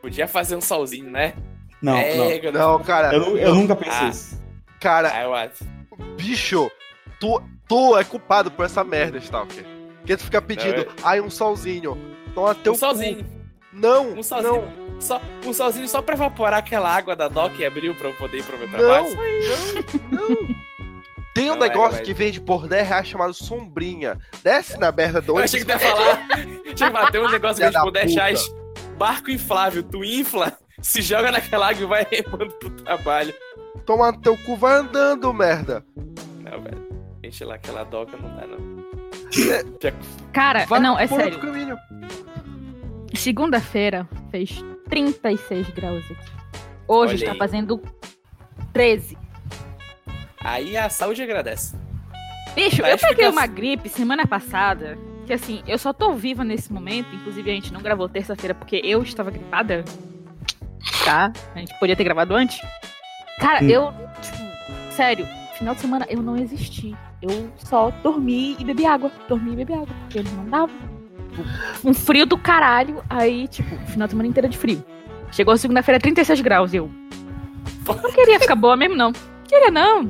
Speaker 3: Podia fazer um solzinho, né?
Speaker 2: Não, não.
Speaker 3: Égua,
Speaker 1: Não, cara,
Speaker 2: Eu, eu nunca pensei
Speaker 3: Ah.
Speaker 2: isso.
Speaker 1: cara,
Speaker 3: Ah, eu acho.
Speaker 1: bicho, tu, tu é culpado por essa merda, Stalker. Porque tu fica pedindo,
Speaker 3: Não, é-
Speaker 1: ai, um solzinho. Toma
Speaker 2: Então,
Speaker 1: teu
Speaker 3: Um solzinho,
Speaker 1: cu. Não,
Speaker 3: um solzinho.
Speaker 1: não,
Speaker 3: Só, um solzinho só pra evaporar aquela água da doca e abriu pra eu poder ir pro meu
Speaker 1: não,
Speaker 3: trabalho.
Speaker 1: não, não. Tem um
Speaker 3: Não,
Speaker 1: negócio
Speaker 3: é, mas-
Speaker 1: que vende por 10 reais chamado Sombrinha. Desce na merda do
Speaker 3: Eu
Speaker 1: ônibus.
Speaker 3: achei que tu ia falar. Tinha que bater um negócio que a
Speaker 1: Filha
Speaker 3: gente
Speaker 1: da
Speaker 3: puder achar.
Speaker 1: puta.
Speaker 3: Barco inflável, tu infla, se joga naquela água e vai <laughs> remando pro trabalho.
Speaker 1: Toma no teu cu, vai andando, merda.
Speaker 3: Não, velho. Enche lá aquela doca, não dá, não.
Speaker 4: Cara,
Speaker 1: Vai
Speaker 4: não, é
Speaker 1: por
Speaker 4: sério.
Speaker 1: outro caminho.
Speaker 4: Segunda-feira fez 36 graus aqui. Hoje
Speaker 3: Olha
Speaker 4: está
Speaker 3: aí.
Speaker 4: fazendo 13.
Speaker 3: Aí a saúde agradece.
Speaker 4: Bicho,
Speaker 3: Parece
Speaker 4: eu peguei
Speaker 3: que
Speaker 4: uma
Speaker 3: as-
Speaker 4: gripe semana passada. Que assim, eu só tô viva nesse momento. Inclusive, a gente não gravou terça-feira porque eu estava gripada. Tá? A gente podia ter gravado antes. Cara,
Speaker 2: Hum.
Speaker 4: eu. Tipo, sério, final de semana eu não existi. Eu só dormi e bebi água. Dormi e bebi água. Porque não dava. Tipo, Um frio do caralho. Aí, tipo, final de semana inteira de frio. Chegou segunda-feira, 36 graus. Eu. Não queria ficar boa mesmo, não. Queria não.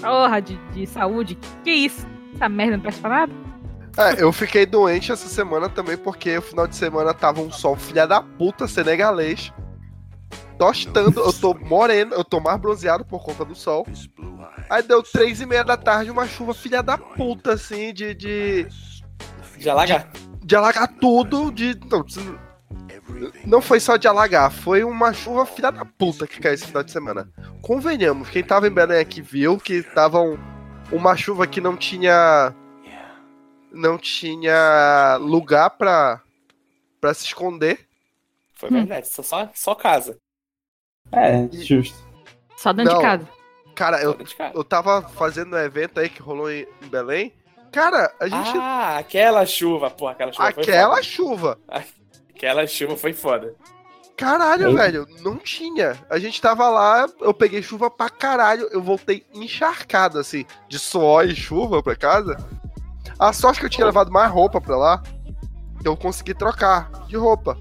Speaker 4: Porra de, de saúde. Que isso? Essa merda não tá presta pra nada?
Speaker 1: É, eu fiquei doente essa semana também, porque o final de semana tava um sol filha da puta senegalês. Tostando, eu tô moreno, eu tô mais bronzeado por conta do sol. Aí deu três e meia da tarde, uma chuva filha da puta, assim, de. de,
Speaker 3: De alagar.
Speaker 1: de alagar tudo, de. Não, de- não foi só de alagar, foi uma chuva filha da puta que caiu esse final de semana. Convenhamos, quem tava em Belém aqui viu que tava um- uma chuva que não tinha. Não tinha lugar pra, pra se esconder.
Speaker 3: Foi verdade, só- só, só casa.
Speaker 2: É, justo.
Speaker 4: Só dentro
Speaker 1: Não.
Speaker 4: de casa.
Speaker 1: Cara,
Speaker 3: Só
Speaker 1: eu,
Speaker 3: dentro de casa.
Speaker 1: eu tava fazendo um evento aí que rolou em, em Belém. Cara, a gente.
Speaker 3: Ah, aquela chuva, porra, aquela chuva
Speaker 1: aquela
Speaker 3: foi foda.
Speaker 1: chuva.
Speaker 3: Aquela chuva foi foda.
Speaker 1: Caralho,
Speaker 2: Ei.
Speaker 1: velho, não tinha. A gente tava lá, eu peguei chuva pra caralho, eu voltei encharcado, assim, de suor e chuva pra casa. A sorte que eu tinha levado mais roupa pra lá, que eu consegui trocar de roupa.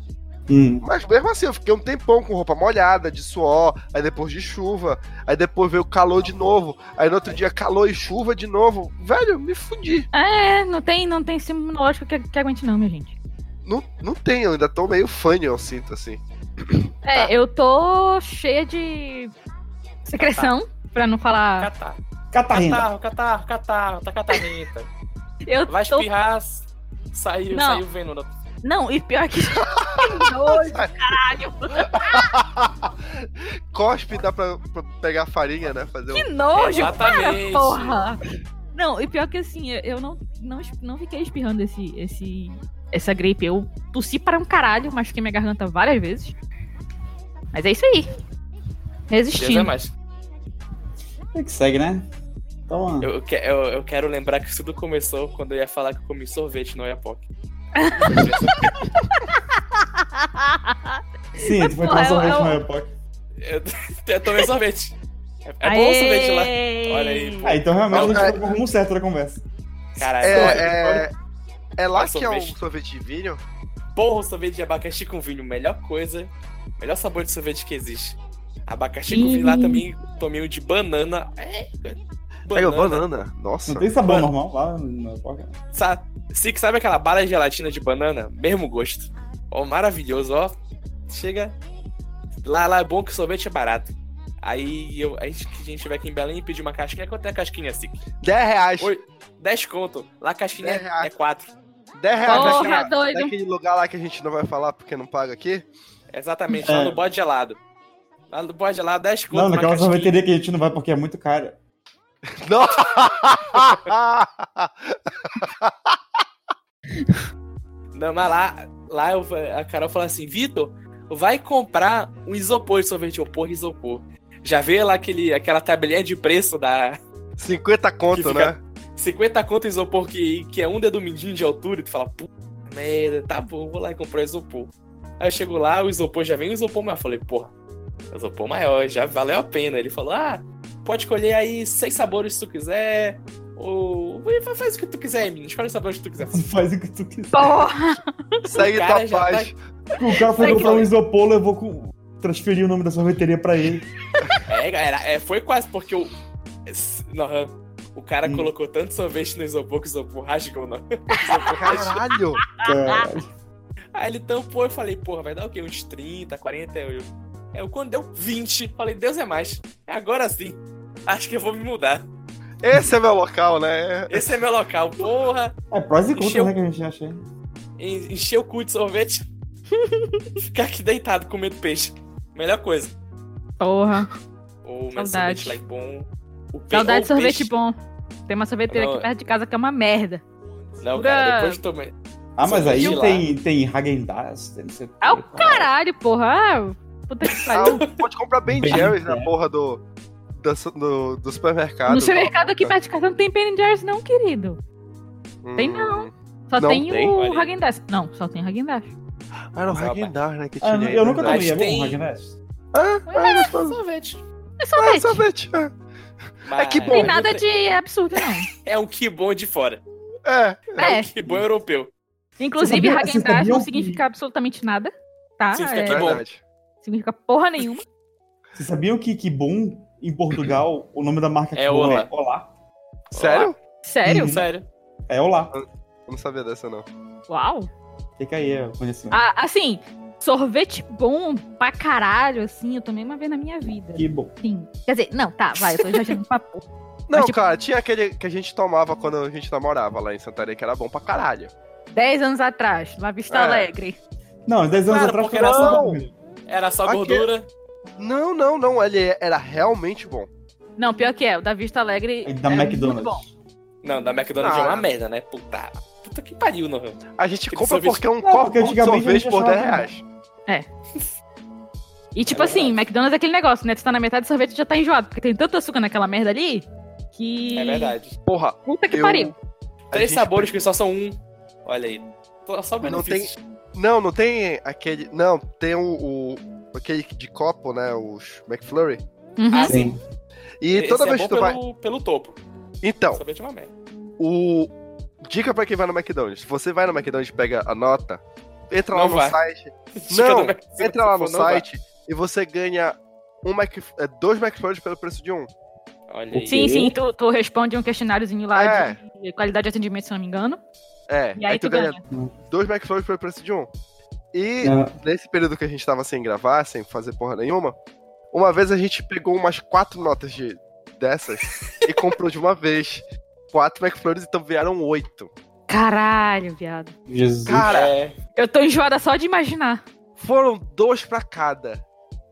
Speaker 2: Hum.
Speaker 1: Mas mesmo assim, eu fiquei um tempão com roupa molhada, de suor, aí depois de chuva, aí depois veio calor de novo, aí no outro dia calor e chuva de novo. Velho, me fudi.
Speaker 4: É, não tem, não tem sistema imunológico que, que aguente, não, minha gente.
Speaker 1: Não, não tenho, ainda tô meio fã, eu sinto, assim.
Speaker 4: É, eu tô cheia de secreção, pra não falar.
Speaker 3: Catar.
Speaker 2: Catarina.
Speaker 3: Catarro, catarro, catarro, tá catarrita.
Speaker 4: Eu
Speaker 3: Vai
Speaker 4: tô.
Speaker 3: espirrar, saiu,
Speaker 4: Então tá. Não.
Speaker 3: saiu vendo. na-
Speaker 4: Não, e pior que. Que nojo, caralho.
Speaker 1: Cospe dá pra, pra pegar farinha, né? Fazer um...
Speaker 4: Que nojo, cara,
Speaker 3: Exatamente.
Speaker 4: porra. Não, e pior que assim, eu- eu não, não, es- não fiquei espirrando esse, esse, essa gripe. Eu tossi para um caralho, machuquei minha garganta várias vezes. Mas é isso aí.
Speaker 3: Deus é
Speaker 4: Resistindo.
Speaker 3: mais.
Speaker 2: É que segue, né? Então,
Speaker 3: Eu, eu que- eu- eu quero lembrar que isso tudo começou quando eu ia falar que eu comi sorvete
Speaker 4: <laughs>
Speaker 3: no Oiapoque.
Speaker 4: <laughs>
Speaker 2: sim, tu foi
Speaker 4: pô,
Speaker 2: tomar
Speaker 4: eu-
Speaker 2: sorvete
Speaker 4: eu-
Speaker 2: na época.
Speaker 3: Eu, eu tomei sorvete. É, é bom o sorvete lá. Olha aí,
Speaker 2: Ah, então realmente
Speaker 1: Não,
Speaker 2: a
Speaker 1: é-
Speaker 2: gente ficou com um certo da conversa.
Speaker 3: Caralho,
Speaker 1: É, é, é lá
Speaker 3: É
Speaker 1: que é o
Speaker 3: sorvete.
Speaker 1: sorvete de vinho?
Speaker 3: porra, o sorvete de abacaxi com vinho, melhor coisa, melhor sabor de sorvete que existe. Abacaxi com vinho lá
Speaker 4: Ih.
Speaker 3: também, tomei um de banana. É,
Speaker 1: Pega
Speaker 3: banana.
Speaker 1: banana. Nossa.
Speaker 2: Não tem sabão
Speaker 3: Mano.
Speaker 2: normal lá na época.
Speaker 3: Sa- Sic, sabe aquela bala de gelatina de banana? Mesmo gosto. Ó, maravilhoso, ó. Chega. Lá, lá é bom que sorvete é barato. Aí eu, a gente, a gente vai aqui em Belém e pedir uma casquinha. Quanto é a casquinha, Sic?
Speaker 1: 10 reais.
Speaker 3: Oi. 10 conto. Lá a casquinha
Speaker 1: Dez reais.
Speaker 3: é 4.
Speaker 1: 10 reais.
Speaker 4: Porra,
Speaker 1: daquela-
Speaker 4: doido.
Speaker 1: Daquele lugar lá que a gente não vai falar porque não paga aqui. <laughs>
Speaker 3: Exatamente,
Speaker 2: É.
Speaker 3: lá no bode gelado. Lá no bode gelado, 10 conto.
Speaker 2: Não,
Speaker 3: uma
Speaker 2: naquela
Speaker 3: casquinha.
Speaker 2: sorveteria que a gente não vai porque é muito cara.
Speaker 3: Não, mas lá, lá eu fa- a Carol falou assim, Vitor, vai comprar um isopor de sorvete. Eu, porra, isopor. Já veio lá aquele, aquela tabelinha de preço da
Speaker 1: 50
Speaker 3: Que
Speaker 1: conto,
Speaker 3: fica-
Speaker 1: né?
Speaker 3: 50 conto isopor que, que é um dedo mindinho de altura. E tu fala, puta merda, tá bom, vou lá e comprar o isopor. Aí eu chego lá, o isopor já vem o isopor maior. Eu falei, porra, isopor maior, já valeu a pena. Ele falou, ah, pode escolher aí seis sabores se tu quiser. Ou fa- faz o que tu quiser, menino. Escolhe o sabor que tu quiser.
Speaker 2: Tu <laughs> faz o que tu quiser.
Speaker 4: Porra,
Speaker 1: Segue
Speaker 3: cara
Speaker 1: tua
Speaker 3: já tá-
Speaker 1: paz.
Speaker 2: O cara foi
Speaker 4: Sai
Speaker 2: comprar
Speaker 3: fora.
Speaker 2: um isopor, levou com. Transferi o nome da sorveteria pra ele.
Speaker 3: É, galera, é, foi quase, porque o. s- não, o cara
Speaker 2: Hum.
Speaker 3: colocou tanto sorvete no isopor que o isopor rasgou, não. <laughs> O isopor rasgou.
Speaker 1: Caralho.
Speaker 2: Caralho.
Speaker 3: Aí ele tampou e falei, porra, vai dar o quê? Uns 30, 40 eu. Eu quando deu 20, falei, Deus é mais. É Agora sim. Acho que eu vou me mudar.
Speaker 1: Esse é meu local, né?
Speaker 3: Esse é meu local, porra.
Speaker 2: É prós e contras,
Speaker 3: Encheu.
Speaker 2: né, que a gente acha. hein?
Speaker 3: En- Encher o cu de sorvete. <laughs> Ficar aqui deitado comendo peixe. Melhor coisa.
Speaker 4: porra.
Speaker 3: Ou mas
Speaker 4: Saudade.
Speaker 3: sorvete lá é bom. O pe-
Speaker 4: Saudade
Speaker 3: ou
Speaker 4: de sorvete
Speaker 3: peixe-
Speaker 4: bom. Tem uma sorveteira
Speaker 3: Não,
Speaker 4: aqui
Speaker 3: é.
Speaker 4: perto de casa que é uma merda.
Speaker 3: Não, cara,
Speaker 4: Pura-
Speaker 3: depois de tomar.
Speaker 2: Ah, mas aí
Speaker 3: Sorvete lá.
Speaker 2: tem, tem Hagendaz, tem não sei o quê.
Speaker 4: Ah, o caralho, porra. Ah, Puta que
Speaker 1: Ah,
Speaker 4: pariu.
Speaker 1: pode comprar Ben
Speaker 2: Ben
Speaker 1: Jerry's na
Speaker 2: Jerry's.
Speaker 1: porra do, do, do, do supermercado. tá?
Speaker 4: no supermercado aqui perto de casa não tem Ben Jerry's não, querido.
Speaker 1: Hum.
Speaker 4: tem não. Só
Speaker 1: Não
Speaker 4: tem,
Speaker 1: tem,
Speaker 4: o
Speaker 3: olha aí.
Speaker 4: Hagendaz. Não, só tem Hagendaz.
Speaker 1: Ah, não,
Speaker 3: Rapaz.
Speaker 1: Hagendar, né? Que
Speaker 2: Ah,
Speaker 1: tinha aí,
Speaker 2: eu nunca tomei,
Speaker 1: verdade.
Speaker 2: é
Speaker 3: Mas
Speaker 2: bom,
Speaker 3: tem-
Speaker 2: Hagendaz?
Speaker 1: Ah, gostoso.
Speaker 3: Sorvete.
Speaker 4: É
Speaker 1: Ah,
Speaker 4: sorvete.
Speaker 1: sorvete.
Speaker 3: Mas-
Speaker 1: É que
Speaker 4: Não
Speaker 1: bom. né?
Speaker 4: tem
Speaker 3: mas
Speaker 4: nada
Speaker 3: eu te-
Speaker 4: de absurdo, <laughs> não.
Speaker 3: É um que bom de fora.
Speaker 1: É.
Speaker 3: É,
Speaker 4: É.
Speaker 3: um que bom europeu.
Speaker 4: Inclusive,
Speaker 2: Você sabia- você
Speaker 4: Hagendaz
Speaker 2: sabia
Speaker 4: não
Speaker 2: que-
Speaker 4: significa absolutamente nada. Tá?
Speaker 3: Significa
Speaker 4: É,
Speaker 1: É
Speaker 3: bom.
Speaker 1: verdade.
Speaker 4: significa porra nenhuma.
Speaker 2: Vocês sabiam que que bom em <clears throat> Portugal, o nome da marca
Speaker 3: É
Speaker 2: que bom
Speaker 3: Olá.
Speaker 2: é Olá?
Speaker 1: Sério?
Speaker 4: Sério?
Speaker 3: Sério.
Speaker 2: É Olá.
Speaker 1: Eu não sabia dessa, não.
Speaker 4: Uau.
Speaker 2: Fica aí, é conhecimento.
Speaker 4: Ah, assim, sorvete bom pra caralho, assim, eu tomei uma vez na minha vida.
Speaker 2: Que bom.
Speaker 4: Sim. Quer dizer, não, tá, vai, eu tô exagerando pra porra.
Speaker 1: Não,
Speaker 4: tipo-
Speaker 1: cara, tinha aquele que a gente tomava quando a gente namorava lá em Santarém, que era bom pra caralho.
Speaker 4: Dez anos atrás, La Vista
Speaker 1: É.
Speaker 4: Alegre.
Speaker 2: Não, 10 anos
Speaker 3: Claro,
Speaker 2: atrás
Speaker 3: porque
Speaker 2: foi
Speaker 3: era
Speaker 1: só-
Speaker 2: bom.
Speaker 3: Era só
Speaker 1: Aqui- é-
Speaker 3: gordura.
Speaker 1: Não, não, não, ele era realmente bom.
Speaker 4: Não, pior que é, o da Vista Alegre.
Speaker 2: É Da
Speaker 4: é Muito bom.
Speaker 2: McDonald's.
Speaker 3: Não, da McDonald's é
Speaker 1: Ah.
Speaker 3: uma merda, né? Puta, puta que pariu, não. É
Speaker 1: A gente
Speaker 3: Aquele
Speaker 1: compra
Speaker 3: sorvete-
Speaker 1: porque é um
Speaker 2: Não,
Speaker 1: copo
Speaker 2: porque
Speaker 1: de
Speaker 2: antigamente a
Speaker 1: sorvete
Speaker 2: gente
Speaker 1: por
Speaker 2: achava
Speaker 1: 10 reais.
Speaker 4: E tipo
Speaker 3: É
Speaker 4: assim,
Speaker 3: verdade.
Speaker 4: McDonald's é aquele negócio, né? Tu tá na metade do sorvete e já tá enjoado, porque tem tanto açúcar naquela merda ali que.
Speaker 3: É verdade.
Speaker 1: Porra,
Speaker 4: Puta que
Speaker 1: Eu-
Speaker 4: pariu.
Speaker 1: a
Speaker 3: Três
Speaker 1: gente-
Speaker 3: sabores que só são um. Olha aí. Só- Só
Speaker 1: Não
Speaker 3: benefícios.
Speaker 1: Não, não tem aquele. Não, tem o. o- aquele de copo, né? Os McFlurry.
Speaker 4: Uhum.
Speaker 1: assim,
Speaker 3: Ah,
Speaker 2: Sim.
Speaker 1: E toda
Speaker 3: Esse
Speaker 1: vez
Speaker 3: é
Speaker 1: que
Speaker 3: bom
Speaker 1: tu vai.
Speaker 3: pelo, pelo topo.
Speaker 1: Então,
Speaker 3: Sorvete é uma merda.
Speaker 1: <laughs> o. Dica pra quem vai no McDonald's. Se você vai no McDonald's e pega a nota, entra lá
Speaker 3: Não
Speaker 1: no
Speaker 3: vai.
Speaker 1: site.
Speaker 3: Dica
Speaker 1: Não,
Speaker 3: do Mac- se
Speaker 1: Entra lá
Speaker 3: for,
Speaker 1: no
Speaker 3: não vai.
Speaker 1: site e você ganha um Mac, é, dois McFlurries pelo preço de um.
Speaker 3: Olha aí.
Speaker 4: Sim, sim, tu, tu responde um questionáriozinho lá
Speaker 1: É.
Speaker 4: de- de qualidade de atendimento, se eu não me engano.
Speaker 1: É.
Speaker 4: E aí tu ganha.
Speaker 1: dois McFlurries pelo preço de um. E
Speaker 2: É,
Speaker 1: nesse período que a gente tava sem gravar, sem fazer porra nenhuma, uma vez a gente pegou umas quatro notas de,
Speaker 3: <laughs>
Speaker 1: dessas e comprou de uma vez. Quatro McFlurries, então vieram oito.
Speaker 4: Caralho, viado.
Speaker 2: Jesus.
Speaker 1: Cara,
Speaker 3: É,
Speaker 4: Eu tô enjoada só de imaginar.
Speaker 1: foram dois pra cada.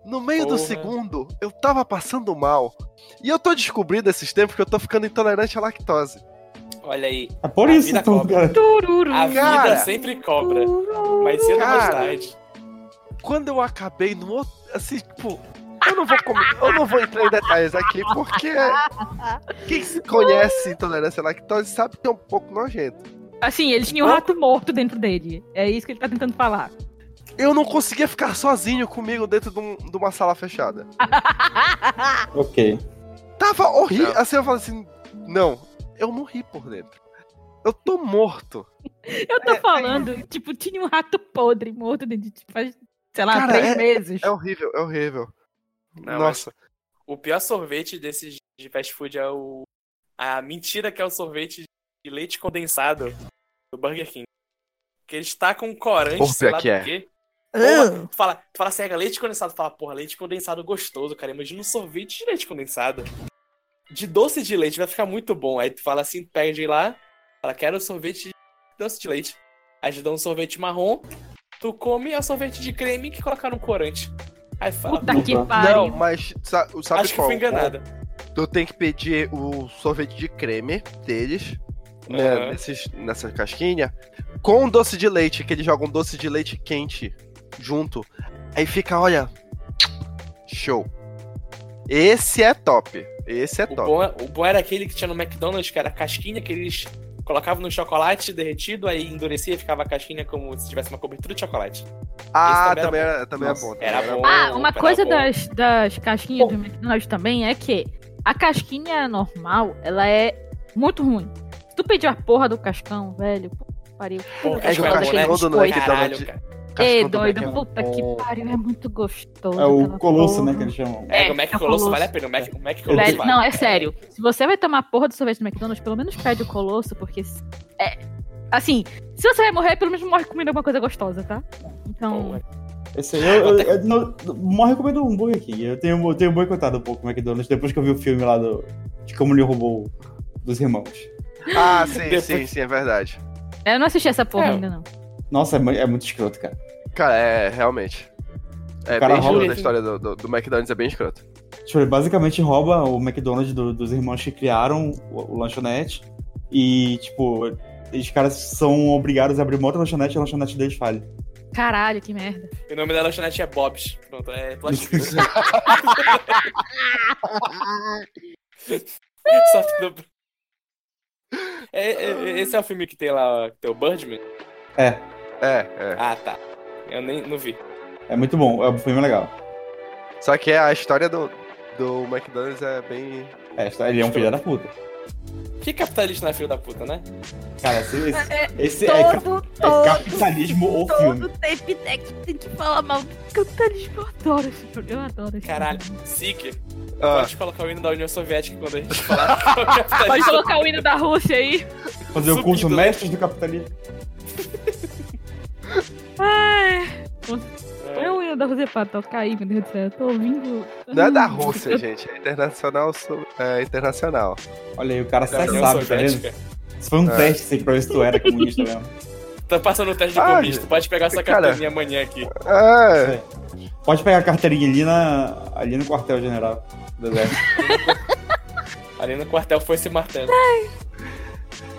Speaker 1: No meio do
Speaker 3: Porra.
Speaker 1: segundo, eu tava passando mal. E eu tô descobrindo esses tempos que eu tô ficando intolerante à lactose.
Speaker 3: Olha aí.
Speaker 2: É por
Speaker 3: A
Speaker 2: isso,
Speaker 3: vida
Speaker 2: então,
Speaker 3: cobra.
Speaker 2: cara.
Speaker 4: Tururu.
Speaker 3: A vida
Speaker 1: Cara.
Speaker 3: sempre cobra. Mas cedo ou mais
Speaker 1: Cara.
Speaker 3: tarde.
Speaker 1: Quando eu acabei no outro. Assim, tipo. Eu não, vou comer- eu não vou entrar em detalhes aqui, porque quem se conhece intolerância à lactose sabe que é um pouco nojento.
Speaker 4: Assim, ele tinha um rato morto dentro dele. É isso que ele tá tentando falar.
Speaker 1: Eu não conseguia ficar sozinho comigo dentro de, um- de uma sala fechada.
Speaker 2: Ok.
Speaker 1: Tava horrível.
Speaker 3: Não.
Speaker 1: Assim, eu falei assim: não, eu morri por dentro. Eu tô morto.
Speaker 4: Eu
Speaker 1: É,
Speaker 4: tô falando, tipo, tinha um rato podre morto dentro de, tipo, faz, sei lá,
Speaker 1: Cara,
Speaker 4: três
Speaker 1: é-
Speaker 4: meses.
Speaker 1: É horrível, é horrível.
Speaker 3: Não,
Speaker 1: Nossa.
Speaker 3: O pior sorvete desses de fast food é o. A mentira que é o sorvete de leite condensado do Burger King. Que eles tacam um corante,
Speaker 1: Porra,
Speaker 3: sei lá
Speaker 1: que é.
Speaker 3: por quê. Porra, tu fala, tu fala assim, é leite condensado. Tu fala, porra, leite condensado é gostoso, cara. Imagina um sorvete de leite condensado. De doce de leite, vai ficar muito bom. Aí tu fala assim, pega de lá, fala, quero um sorvete de doce de leite. Aí te dá um sorvete marrom, tu come é o sorvete de creme que colocaram um corante. Aí fala,
Speaker 4: Puta
Speaker 2: não,
Speaker 4: que
Speaker 2: não.
Speaker 1: Não,
Speaker 4: pariu.
Speaker 1: mas sa- sabe,
Speaker 3: acho que
Speaker 1: qual? é
Speaker 3: fui enganada.
Speaker 1: Tu tem que pedir o sorvete de creme deles,
Speaker 3: Aham.
Speaker 1: né, nesses, nessa casquinha, com doce de leite, que eles jogam doce de leite quente junto. Aí fica, olha, show. Esse é top. Esse é
Speaker 3: O
Speaker 1: top.
Speaker 3: bom, o bom era aquele que tinha no McDonald's, que era a casquinha que eles colocavam no chocolate derretido, aí endurecia e ficava a casquinha como se tivesse uma cobertura de chocolate.
Speaker 1: Ah,
Speaker 3: esse
Speaker 1: também
Speaker 3: também
Speaker 1: era, também é
Speaker 2: Nossa,
Speaker 1: bom. também
Speaker 3: Era
Speaker 1: era
Speaker 3: bom.
Speaker 4: Ah, uma
Speaker 3: era
Speaker 4: coisa
Speaker 3: bom.
Speaker 4: das, das casquinhas
Speaker 3: Bom.
Speaker 4: do McDonald's também é que a casquinha normal, ela é muito ruim. Se tu pedir a porra do cascão, velho, puta que pariu.
Speaker 3: Pô,
Speaker 1: É que o
Speaker 3: Cascão, né?
Speaker 1: casquinho todo no
Speaker 4: Biscoito.
Speaker 1: McDonald's.
Speaker 3: Caralho, cara.
Speaker 1: Cascão é
Speaker 4: Ei,
Speaker 1: do
Speaker 4: doido,
Speaker 1: Mac-
Speaker 4: puta que pariu, é muito gostoso.
Speaker 2: É o
Speaker 4: aquela
Speaker 2: Colosso,
Speaker 4: porra.
Speaker 2: né, que eles chamam.
Speaker 3: É,
Speaker 4: É,
Speaker 3: o Mac
Speaker 4: é o
Speaker 3: Colosso
Speaker 4: Colosso.
Speaker 3: vale a pena. O Mac, o Mac Colosso
Speaker 4: Velho,
Speaker 3: vale.
Speaker 4: não, é sério. Se você vai tomar porra do sorvete do McDonald's, pelo menos pede o colosso, porque. se- É. Assim, se você vai morrer, pelo menos morre comendo alguma coisa gostosa, tá? Então.
Speaker 3: Pô,
Speaker 2: Esse aí, eu, eu, eu não, não recomendo um Burger King. Eu tenho, eu tenho boicotado um pouco o McDonald's depois que eu vi o filme lá do, de como ele roubou dos irmãos.
Speaker 1: Ah, sim,
Speaker 3: Depois-
Speaker 1: sim, sim, é verdade.
Speaker 4: Eu não assisti essa porra
Speaker 3: É.
Speaker 4: ainda, não.
Speaker 2: Nossa, é, mu- é muito escroto, cara.
Speaker 1: Cara, é, realmente. É
Speaker 2: O cara
Speaker 1: bem
Speaker 2: rola-
Speaker 1: escroto a história do, do, do McDonald's, é bem escroto.
Speaker 2: Tipo, ele basicamente rouba o McDonald's do- dos irmãos que criaram o, o lanchonete. E, tipo, os caras são obrigados a abrir uma outra lanchonete e a lanchonete deles falha.
Speaker 4: Caralho, que merda.
Speaker 3: O nome da lanchonete é Bob's. Pronto, é plot twist. <laughs> Só tudo- É, é, esse é o filme que tem lá, ó, que tem o Birdman?
Speaker 1: É, é.
Speaker 3: Ah, tá. Eu nem não vi.
Speaker 2: É muito bom, é um filme legal.
Speaker 1: Só que a história do, do McDonald's é bem.
Speaker 2: É, está- ele é um filho da puta.
Speaker 3: Que capitalista na filha da puta, né?
Speaker 2: Cara, esse, esse,
Speaker 4: É,
Speaker 2: esse é, cap-
Speaker 4: todo,
Speaker 2: é
Speaker 4: todo,
Speaker 2: capitalismo ou filme.
Speaker 4: todo tempo é que tem que falar mal do capitalismo. Eu adoro esse filme, eu adoro esse
Speaker 3: Caralho.
Speaker 4: filme.
Speaker 3: Seeker.
Speaker 1: Ah,
Speaker 3: Pode colocar o hino da União Soviética quando
Speaker 1: <laughs>
Speaker 3: a gente falar. que é o capitalista.
Speaker 4: Pode colocar o hino da Rússia aí.
Speaker 2: Fazer o curso
Speaker 3: Subido, né?
Speaker 2: Mestres do Capitalismo.
Speaker 4: Ai,
Speaker 3: É.
Speaker 4: é o hino da Rússia pra tocar aí, meu Deus do céu. Eu tô ouvindo.
Speaker 1: não é da Rússia, gente. É internacional. so- É internacional.
Speaker 2: Olha aí, o cara
Speaker 3: Da
Speaker 2: sai
Speaker 3: União
Speaker 2: sabe, tá vendo?
Speaker 3: Soviética.
Speaker 2: Isso foi um
Speaker 1: É.
Speaker 2: teste assim, pra ver se tu era comunista mesmo.
Speaker 3: Tá passando o teste de
Speaker 1: Ah,
Speaker 3: comunista. Pode pegar sua
Speaker 1: cara.
Speaker 3: carteirinha amanhã aqui.
Speaker 1: <laughs> É,
Speaker 2: Pode pegar a carteirinha ali, na, ali no quartel-general. do exército.
Speaker 3: Ali no quartel foi se martelo.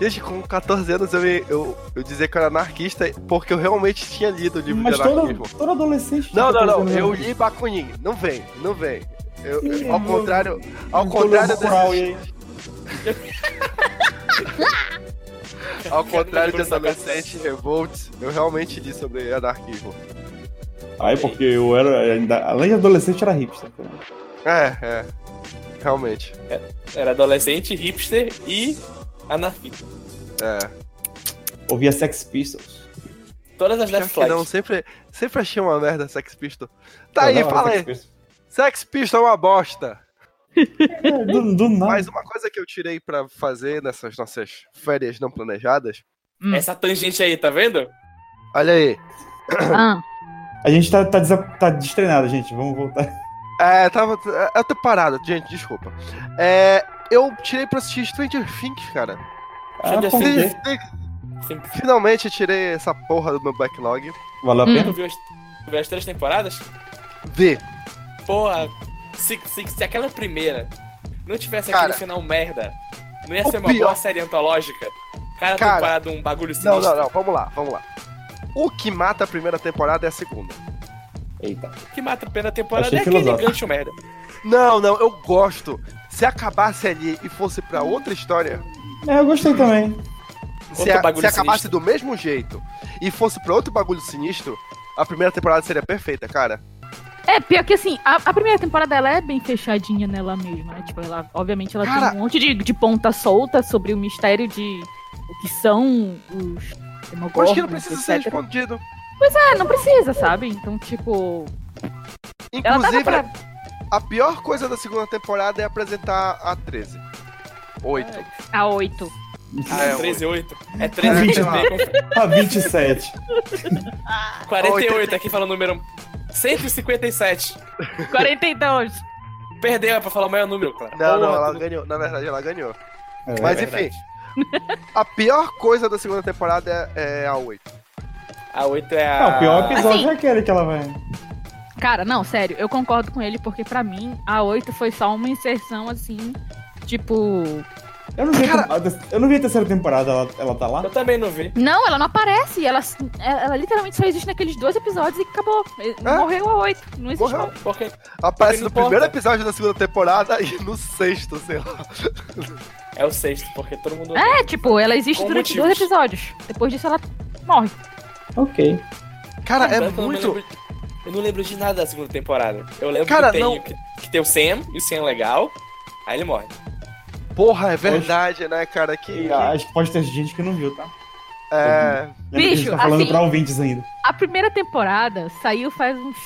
Speaker 1: gente, com 14 anos eu, eu, eu dizia que eu era anarquista porque eu realmente tinha lido o livro
Speaker 2: Mas
Speaker 1: de
Speaker 2: todo,
Speaker 1: anarquismo.
Speaker 2: todo adolescente. tá
Speaker 1: Não, não, não.
Speaker 2: tem 14
Speaker 1: Eu
Speaker 2: anos.
Speaker 1: li Bakunin. Não vem, não vem. Eu- eu-
Speaker 2: Ih,
Speaker 1: ao
Speaker 2: meu-
Speaker 1: contrário, ao
Speaker 2: todo
Speaker 1: contrário
Speaker 2: rural,
Speaker 1: desses,
Speaker 2: e aí-
Speaker 1: <laughs> ao contrário de adolescente revolt, eu realmente li sobre anarquismo.
Speaker 2: Aí, porque eu era. ainda- além de adolescente, era hipster. tá cara.
Speaker 1: É, é. Realmente.
Speaker 3: Era adolescente, hipster e anarquista.
Speaker 1: É.
Speaker 2: Ouvia Sex Pistols.
Speaker 3: Todas as
Speaker 1: Pior
Speaker 3: left
Speaker 1: que não,
Speaker 3: flights.
Speaker 1: sempre, sempre achei uma merda Sex Pistol. Tá
Speaker 2: Eu
Speaker 1: aí,
Speaker 2: adorava
Speaker 1: fala aí.
Speaker 2: Sex Pistols.
Speaker 1: Sex Pistol é uma bosta.
Speaker 2: É, do, do nada.
Speaker 1: Mas uma coisa que eu tirei pra fazer nessas nossas férias não planejadas,
Speaker 3: Essa tangente aí, tá vendo?
Speaker 1: olha aí.
Speaker 4: Ah,
Speaker 2: A gente tá, tá, desa- tá destreinado, gente. Vamos voltar.
Speaker 1: É, tava. é, Eu tô parado, gente, desculpa. É, eu tirei pra assistir Stranger Things, cara.
Speaker 2: Ah,
Speaker 3: Stranger
Speaker 2: por quê?
Speaker 1: Stranger Things-
Speaker 3: Sim.
Speaker 1: Finalmente eu tirei essa porra do meu backlog.
Speaker 2: Valeu a pena?
Speaker 3: Tu viu as, tu viu as três temporadas?
Speaker 1: Vi.
Speaker 3: Porra, se, se, se aquela primeira não tivesse
Speaker 1: Cara.
Speaker 3: aquele final merda, não ia
Speaker 1: O
Speaker 3: ser uma
Speaker 1: pior-
Speaker 3: boa série antológica. Cara,
Speaker 1: Cara.
Speaker 3: comparado a um bagulho
Speaker 1: Não,
Speaker 3: sinistro.
Speaker 1: não, não, vamos lá, vamos lá. O que mata a primeira temporada é a segunda.
Speaker 2: Eita.
Speaker 3: que mata a pena temporada
Speaker 2: Achei
Speaker 3: é aquele
Speaker 2: filosófico.
Speaker 3: gancho merda.
Speaker 1: Não, não, eu gosto. Se acabasse ali e fosse pra outra história,
Speaker 2: É, eu gostei também.
Speaker 1: se,
Speaker 3: Outro
Speaker 1: a-
Speaker 3: bagulho
Speaker 1: se acabasse
Speaker 3: sinistro.
Speaker 1: do mesmo jeito e fosse pra outro bagulho sinistro, a primeira temporada seria perfeita, cara.
Speaker 4: É, pior que assim, a, a primeira temporada ela é bem fechadinha nela mesma, né? Tipo, ela, obviamente, ela
Speaker 1: Cara.
Speaker 4: tem um monte de, de ponta solta sobre o mistério de o que são os
Speaker 1: Eu
Speaker 4: demogorgons,
Speaker 1: acho que não precisa ser
Speaker 4: etc.
Speaker 1: respondido.
Speaker 4: É, não precisa, sabe? Então, tipo... Ela
Speaker 1: Inclusive, é-
Speaker 4: dava
Speaker 1: a pior coisa da segunda temporada é apresentar a 13. 8.
Speaker 4: A oito.
Speaker 3: Ah,
Speaker 1: é,
Speaker 3: 13 e 8. É
Speaker 1: É,
Speaker 3: 13
Speaker 1: sei lá.
Speaker 3: e
Speaker 2: A 27.
Speaker 3: 48, aqui fala o número 157.
Speaker 4: 42.
Speaker 3: Perdeu, é pra falar o maior número, cara.
Speaker 1: Não, não,
Speaker 3: Porra,
Speaker 1: ela
Speaker 3: tu-
Speaker 1: ganhou. Na verdade, ela ganhou.
Speaker 2: É.
Speaker 1: Mas
Speaker 3: É
Speaker 1: enfim,
Speaker 3: verdade.
Speaker 1: a pior coisa da segunda temporada é, é a 8.
Speaker 3: A 8 é a.
Speaker 2: Ah, o pior episódio
Speaker 4: Assim.
Speaker 2: é aquele que ela vai.
Speaker 4: Cara, não, sério, eu concordo com ele, porque pra mim, a 8 foi só uma inserção, assim, tipo...
Speaker 2: Eu não vi,
Speaker 1: Cara-
Speaker 2: a, te- eu não vi a terceira temporada, ela, ela tá lá?
Speaker 3: Eu também não vi.
Speaker 4: Não, ela não aparece, ela, ela, ela literalmente só existe naqueles dois episódios e acabou. Morreu a 8, não existe
Speaker 1: É? Morreu.
Speaker 4: mais.
Speaker 3: Porque
Speaker 1: Aparece
Speaker 3: Não
Speaker 1: no
Speaker 3: importa.
Speaker 1: primeiro episódio da segunda temporada e no sexto, sei lá.
Speaker 3: é o sexto, porque todo mundo.
Speaker 4: É, tipo, ela existe
Speaker 3: Com
Speaker 4: durante
Speaker 3: motivos.
Speaker 4: dois episódios. Depois disso, ela morre.
Speaker 2: Ok.
Speaker 1: Cara, é
Speaker 3: Tanto que eu não me
Speaker 1: muito.
Speaker 3: lembro- Eu não lembro de nada da segunda temporada. Eu lembro
Speaker 1: Cara,
Speaker 3: que, tem,
Speaker 1: não.
Speaker 3: que, que tem o Sam, e o Sam é legal. Aí ele morre.
Speaker 1: Porra, é verdade, né, cara? Que.
Speaker 2: E acho que pode ter gente que não viu, tá?
Speaker 1: É.
Speaker 2: Lembra que a gente
Speaker 4: Bicho,
Speaker 2: tá falando
Speaker 4: assim-
Speaker 2: pra ouvintes ainda.
Speaker 4: A primeira temporada saiu faz uns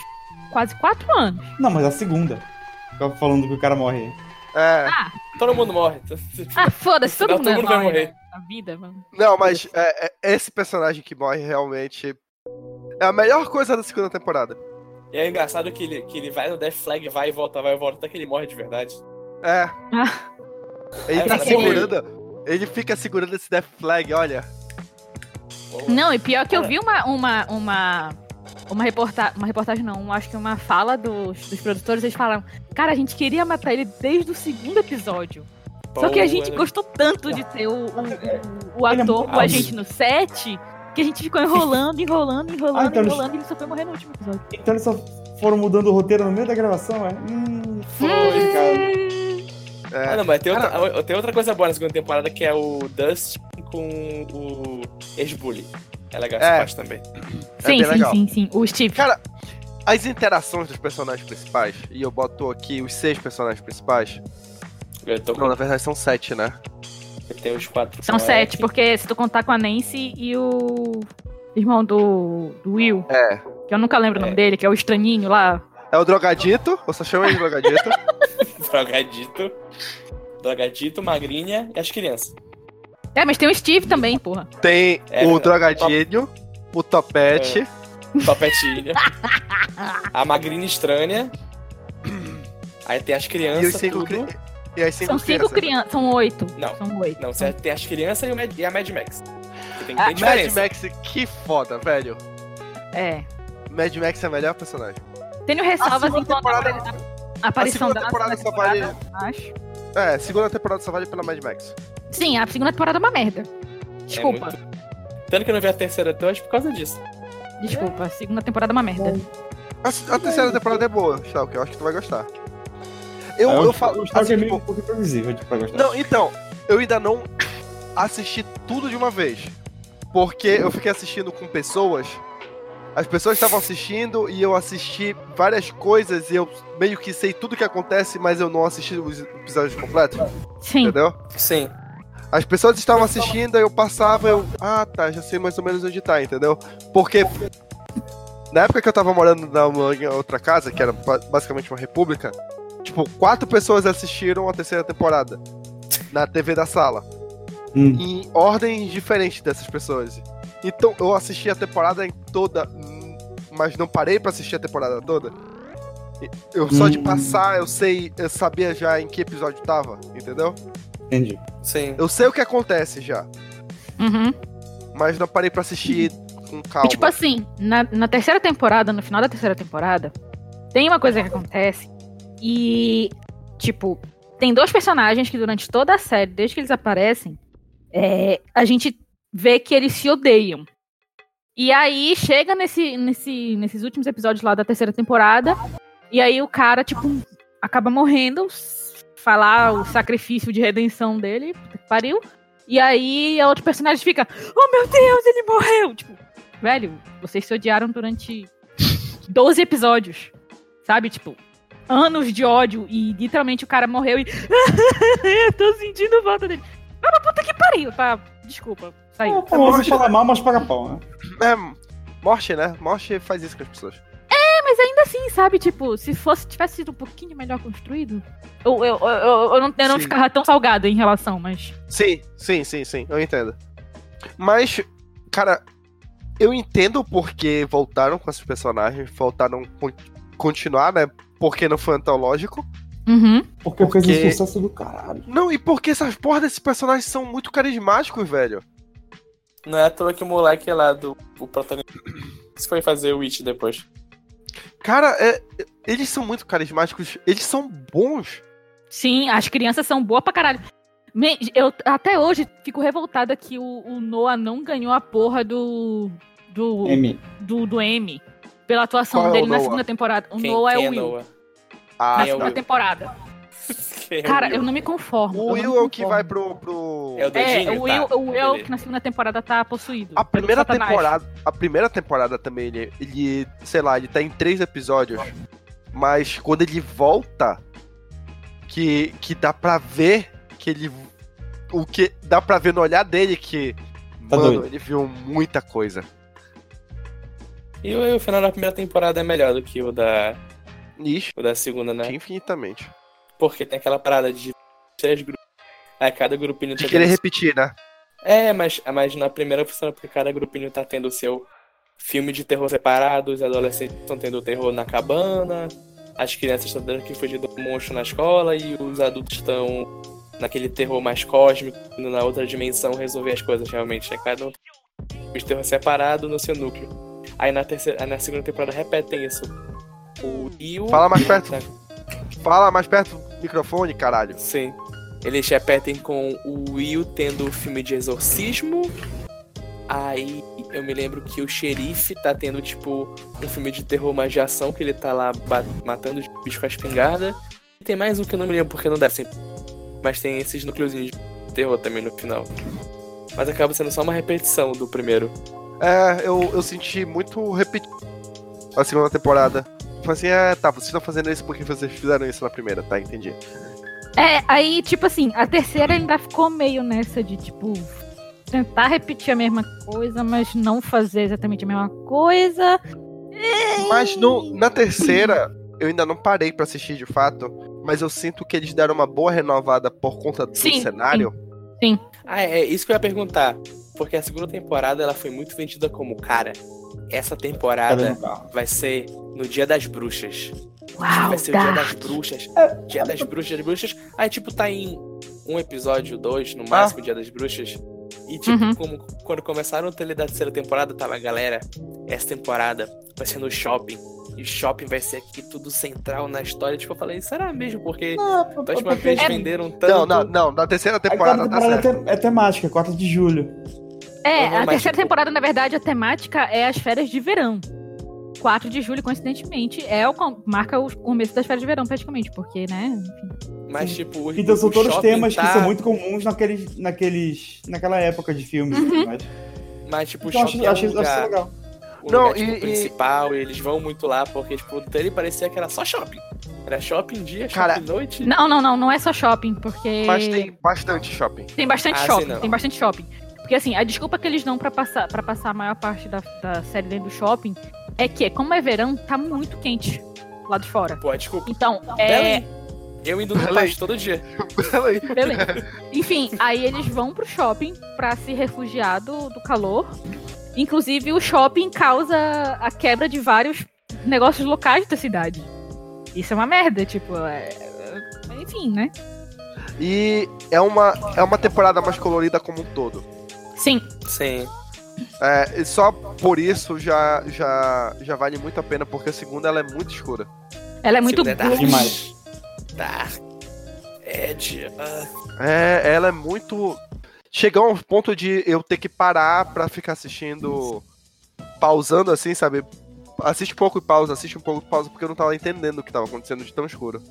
Speaker 4: quase quatro anos.
Speaker 2: Não, mas a segunda. Ficava falando que o cara morre.
Speaker 1: É.
Speaker 4: Ah,
Speaker 3: Todo mundo morre. <laughs>
Speaker 4: ah foda-se, todo
Speaker 3: Não,
Speaker 4: mundo,
Speaker 3: todo mundo vai
Speaker 4: morre,
Speaker 3: morrer.
Speaker 4: né? A vida, mano.
Speaker 1: Não, mas é, é- esse personagem que morre realmente é a melhor coisa da segunda temporada.
Speaker 3: E é engraçado que ele, que ele vai no Death Flag, vai e volta, vai e volta, até que ele morre de verdade. <laughs>
Speaker 1: É. Ele
Speaker 3: Ah,
Speaker 1: tá
Speaker 3: essa
Speaker 1: segurando. Ele fica segurando esse death flag, olha.
Speaker 3: Porra.
Speaker 4: Não, e pior
Speaker 3: É.
Speaker 4: que eu vi uma. uma, uma... Uma, reporta uma reportagem, não, acho que uma fala dos, dos produtores, eles falaram: Cara, a gente queria matar ele desde o segundo episódio. Só que a gente
Speaker 3: Porra.
Speaker 4: gostou tanto de ter o, o, o
Speaker 2: Ele é
Speaker 4: ator,
Speaker 2: muito
Speaker 4: o
Speaker 2: ágil.
Speaker 4: agente no set, que a gente ficou enrolando, enrolando, enrolando,
Speaker 2: Ah, então eles-
Speaker 4: enrolando, e ele só foi morrer no último episódio.
Speaker 2: Então eles só foram mudando o roteiro no meio da gravação, é? Hum, foi, cara.
Speaker 3: Ah,
Speaker 1: É.
Speaker 3: não, mas tem outra, ah, tem outra coisa boa na segunda temporada que é o Dustin com o ex-bully. É legal essa
Speaker 1: É.
Speaker 3: parte também.
Speaker 1: bem
Speaker 4: Sim, sim,
Speaker 1: legal.
Speaker 4: sim, sim. O Steve.
Speaker 1: Cara, as interações dos personagens principais, e eu boto aqui os seis personagens principais.
Speaker 3: Eu tô
Speaker 1: Não,
Speaker 3: com
Speaker 1: na verdade são sete, né?
Speaker 3: tem os quatro.
Speaker 4: São sete, porque se tu contar com a Nancy e o irmão do, do Will,
Speaker 1: É.
Speaker 4: que eu nunca lembro o
Speaker 3: É.
Speaker 4: nome dele, que é o estranhinho lá.
Speaker 1: É o drogadito, ou só chama ele de
Speaker 3: <laughs>
Speaker 1: drogadito.
Speaker 3: Drogadito. Drogadito, magrinha e as crianças.
Speaker 4: É, mas tem o Steve também, porra.
Speaker 1: Tem
Speaker 3: É,
Speaker 1: o
Speaker 3: é,
Speaker 1: drogadinho, o topete.
Speaker 3: Topetinha. a magrinha estranha. Aí tem as
Speaker 1: E os
Speaker 3: crianças,
Speaker 1: cinco
Speaker 3: É. tudo.
Speaker 1: cri... E as cinco
Speaker 4: São cinco
Speaker 1: crianças.
Speaker 4: crianças. São oito.
Speaker 3: Não.
Speaker 4: São oito.
Speaker 3: Não, você tem as crianças e, o Mad- e a Mad Max. Que tem,
Speaker 4: Ah,
Speaker 3: tem
Speaker 1: Mad
Speaker 3: diferença.
Speaker 1: Max, que foda, velho.
Speaker 4: É.
Speaker 1: Mad Max é o melhor personagem.
Speaker 4: Tenho ressalvas
Speaker 1: segunda
Speaker 4: enquanto a
Speaker 1: temporada- é
Speaker 4: apare- a aparição
Speaker 1: segunda
Speaker 4: da
Speaker 1: temporada
Speaker 4: segunda
Speaker 1: só vale-
Speaker 4: temporada, acho.
Speaker 1: É, segunda temporada só vale pela Mad Max.
Speaker 4: Sim, a segunda temporada é uma merda.
Speaker 3: É
Speaker 4: Desculpa,
Speaker 3: muito- Tanto que eu não vi a terceira até hoje por causa disso.
Speaker 4: desculpa. A segunda temporada é uma merda.
Speaker 1: A, a terceira temporada é boa, Stalker. Eu acho que tu vai gostar. Eu,
Speaker 2: Ah,
Speaker 1: eu,
Speaker 2: o-
Speaker 1: falo.
Speaker 2: O Stark é
Speaker 1: assim,
Speaker 2: meio
Speaker 1: tipo,
Speaker 2: um pouco imprevisível tipo, pra gostar.
Speaker 1: Não, então, eu ainda não <coughs> assisti tudo de uma vez. Porque eu fiquei assistindo com pessoas. As pessoas estavam assistindo e eu assisti várias coisas e eu meio que sei tudo que acontece, mas eu não assisti os episódios completos,
Speaker 4: Sim.
Speaker 1: entendeu?
Speaker 3: Sim.
Speaker 1: As pessoas estavam assistindo, aí eu passava, eu. Ah, tá, já sei mais ou menos onde tá, entendeu? Porque. Na época que eu tava morando na uma- em outra casa, que era ba- basicamente uma república, tipo, quatro pessoas assistiram a terceira temporada na TV da sala.
Speaker 2: Hum.
Speaker 1: Em ordens diferentes dessas pessoas. Então eu assisti a temporada em toda, hum, mas não parei pra assistir a temporada toda. E- Eu só de
Speaker 2: Hum.
Speaker 1: passar, eu sei, eu sabia já em que episódio tava, entendeu?
Speaker 2: Entendi.
Speaker 3: Sim.
Speaker 1: Eu sei o que acontece já
Speaker 4: Uhum.
Speaker 1: mas não parei pra assistir com
Speaker 4: E
Speaker 1: calma.
Speaker 4: tipo assim, na, na terceira temporada, no final da terceira temporada, tem uma coisa que acontece E, tipo, tem dois personagens que durante toda a série, desde que eles aparecem, é, a gente vê que eles se odeiam. E aí chega nesse, nesse, nesses últimos episódios lá da terceira temporada, e aí o cara, tipo, acaba morrendo, s- falar o sacrifício de redenção dele, puta que pariu. E aí a outra personagem fica, oh meu Deus, ele morreu! Tipo, velho, vocês se odiaram durante <laughs> 12 episódios. Sabe, tipo, anos de ódio e literalmente o cara morreu e. <laughs> Eu tô sentindo falta dele. Ah, Mas mas puta que pariu, tá? Desculpa,
Speaker 2: É,
Speaker 4: saiu.
Speaker 2: o famoso fala mal, mas paga pau, né?
Speaker 1: É, morte, né? Morte faz isso com as pessoas.
Speaker 4: mas ainda assim, sabe? Tipo, se fosse tivesse sido um pouquinho melhor construído, eu, eu, eu, eu, eu não, eu não
Speaker 1: Sim.
Speaker 4: ficava tão salgado em relação, mas.
Speaker 1: Sim, sim, sim, sim, eu entendo. Mas, cara, eu entendo porque voltaram com esses personagens, voltaram con- continuar, né? Porque não foi antológico.
Speaker 4: Uhum.
Speaker 2: Porque, Porque... fez
Speaker 1: Porque-
Speaker 2: um sucesso do caralho.
Speaker 1: Não, e porque essas porras desses personagens são muito carismáticos, velho.
Speaker 3: Não é à toa que o moleque lá do o protagonista foi fazer o Witch depois.
Speaker 1: Cara, é- eles são muito carismáticos, eles são bons.
Speaker 4: Sim, as crianças são boas pra caralho. Me- Eu até hoje fico revoltada que o, o Noah não ganhou a porra do. do
Speaker 2: M.
Speaker 4: do, do M pela atuação
Speaker 1: Qual é o
Speaker 4: dele na
Speaker 1: Noah?
Speaker 4: segunda temporada. O
Speaker 3: Quem,
Speaker 4: Noah
Speaker 3: quem
Speaker 4: é o Will. <laughs>
Speaker 3: Noah?
Speaker 1: Ah,
Speaker 4: na
Speaker 3: é o
Speaker 4: segunda
Speaker 3: Will.
Speaker 4: temporada.
Speaker 3: Quem é o
Speaker 4: Cara,
Speaker 3: Will?
Speaker 4: eu não me conformo.
Speaker 1: o
Speaker 4: eu não
Speaker 1: Will
Speaker 4: me
Speaker 1: é o que
Speaker 4: conformo.
Speaker 1: vai pro. pro...
Speaker 3: É o
Speaker 4: É,
Speaker 3: dedinho,
Speaker 4: o Will,
Speaker 3: tá.
Speaker 4: o Will é o
Speaker 3: Beleza.
Speaker 4: que na segunda temporada tá possuído.
Speaker 1: A
Speaker 4: pelo
Speaker 1: primeira
Speaker 4: Satanás.
Speaker 1: temporada, a primeira temporada também, ele, ele, sei lá, ele tá em três episódios, mas quando ele volta, que, que dá pra ver que ele, o que dá pra ver no olhar dele que,
Speaker 2: Tá
Speaker 1: mano,
Speaker 2: doido.
Speaker 1: ele viu muita coisa.
Speaker 3: E o, o final da primeira temporada é melhor do que o da,
Speaker 1: Nicho,
Speaker 3: o da segunda,
Speaker 4: É.
Speaker 3: né?
Speaker 1: infinitamente.
Speaker 3: Porque tem aquela parada de seis grupos. Aí cada grupinho
Speaker 1: De
Speaker 3: tá
Speaker 1: querer
Speaker 3: tendo-
Speaker 1: repetir, né?
Speaker 3: É, mas, mas na primeira funciona porque cada grupinho tá tendo o seu filme de terror separado, os adolescentes estão tendo terror na cabana, as crianças estão tendo que fugir do monstro na escola e os adultos estão naquele terror mais cósmico, indo na outra dimensão resolver as coisas realmente. É cada um tem um filme de terror separado no seu núcleo. Aí na, terceira, aí na segunda temporada repetem isso. O Rio. tá
Speaker 1: Fala mais perto. Fala mais perto do microfone, caralho.
Speaker 3: Sim. Eles repetem com o Will tendo o filme de exorcismo. Aí eu me lembro que o xerife tá tendo, tipo, um filme de terror, mas de ação, que ele tá lá ba- matando os bichos com a espingarda. E tem mais um que eu não me lembro porque não dá sempre. Mas tem esses núcleozinhos de terror também no final. Mas acaba sendo só uma repetição do primeiro.
Speaker 1: É, eu, eu senti muito repetido a segunda temporada. Falei assim, é, tá, vocês estão fazendo isso porque vocês fizeram isso na primeira, tá? Entendi.
Speaker 4: É, aí, tipo assim, a terceira ainda ficou meio nessa de, tipo, tentar repetir a mesma coisa, mas não fazer exatamente a mesma coisa.
Speaker 1: Mas no- na terceira, eu ainda não parei pra assistir de fato, mas eu sinto que eles deram uma boa renovada por conta do
Speaker 4: Sim,
Speaker 1: cenário.
Speaker 3: Ah, é, é isso que eu ia perguntar. Porque a segunda temporada ela foi muito vendida como, cara, essa
Speaker 2: Cadê
Speaker 1: é.
Speaker 3: temporada
Speaker 2: no carro?
Speaker 3: vai ser no Dia das Bruxas.
Speaker 4: Uau,
Speaker 3: vai ser o Dia
Speaker 4: dá.
Speaker 3: das Bruxas. Dia das Bruxas, Dia das Bruxas. Aí, tipo, tá em um episódio, dois, no
Speaker 2: Ah.
Speaker 3: máximo, Dia das Bruxas. E, tipo,
Speaker 4: Uhum.
Speaker 3: como, quando começaram o trailer da terceira temporada, tava, galera, essa temporada vai ser no shopping. E shopping vai ser aqui tudo central na história. Tipo, eu falei, será mesmo? Porque da última vez
Speaker 4: É-
Speaker 3: venderam tanto.
Speaker 1: Não, não, não, na terceira
Speaker 2: A quarta
Speaker 1: temporada tá
Speaker 2: temporada é,
Speaker 1: certo.
Speaker 2: te- é temática, 4 de julho.
Speaker 4: É,
Speaker 3: Uhum,
Speaker 4: a
Speaker 3: mas,
Speaker 4: terceira
Speaker 3: tipo-
Speaker 4: temporada, na verdade, a temática é as férias de verão. 4 de julho, coincidentemente, é o com- marca o começo das férias de verão, praticamente, porque, né?
Speaker 3: Mas, tipo, o,
Speaker 2: Então são
Speaker 3: o
Speaker 2: todos
Speaker 3: shopping
Speaker 2: temas que
Speaker 3: tá-
Speaker 2: são muito comuns naqueles, naqueles, naquela época de filmes. Mas,
Speaker 3: Mas, tipo, o
Speaker 2: então,
Speaker 3: shopping
Speaker 2: acho,
Speaker 3: é um
Speaker 2: acho, acho isso
Speaker 3: lugar-
Speaker 2: legal.
Speaker 3: o
Speaker 1: Não,
Speaker 3: lugar, tipo,
Speaker 1: e- e-
Speaker 3: principal, e eles vão muito lá, porque, tipo, o trailer parecia que era só shopping. Era shopping dia, shopping
Speaker 1: Cara,
Speaker 3: noite.
Speaker 4: Não, não, não, não é só shopping, porque.
Speaker 1: Mas tem bastante shopping.
Speaker 4: Tem bastante
Speaker 3: Ah, sim,
Speaker 4: shopping,
Speaker 3: não.
Speaker 4: tem bastante shopping. Porque assim, a desculpa que eles dão pra passar para passar a maior parte da, da série dentro do shopping é que, como é verão, tá muito quente lá de fora.
Speaker 3: Pô, desculpa.
Speaker 4: Então, é.
Speaker 3: Belém. Eu indo no
Speaker 1: Belém.
Speaker 3: Pacho todo dia.
Speaker 4: Belém. Enfim, aí eles vão pro shopping pra se refugiar do, do calor. Inclusive, o shopping causa a quebra de vários negócios locais da cidade. Isso é uma merda, tipo. é- é- Enfim, né?
Speaker 1: E é uma, é uma temporada mais colorida como um todo.
Speaker 4: Sim,
Speaker 3: Sim.
Speaker 1: É, e só por isso já, já, já vale muito a pena, porque a segunda ela é muito escura.
Speaker 4: ela é muito
Speaker 3: Segunda
Speaker 4: boa.
Speaker 2: Demais.
Speaker 3: Dark. Ed. Tá. ah,
Speaker 1: É, ela é muito. Chegar a um ponto de eu ter que parar pra ficar assistindo. Pausando assim, sabe? Assiste pouco e pausa, assiste um pouco e pausa, porque eu não tava entendendo o que tava acontecendo de tão escuro.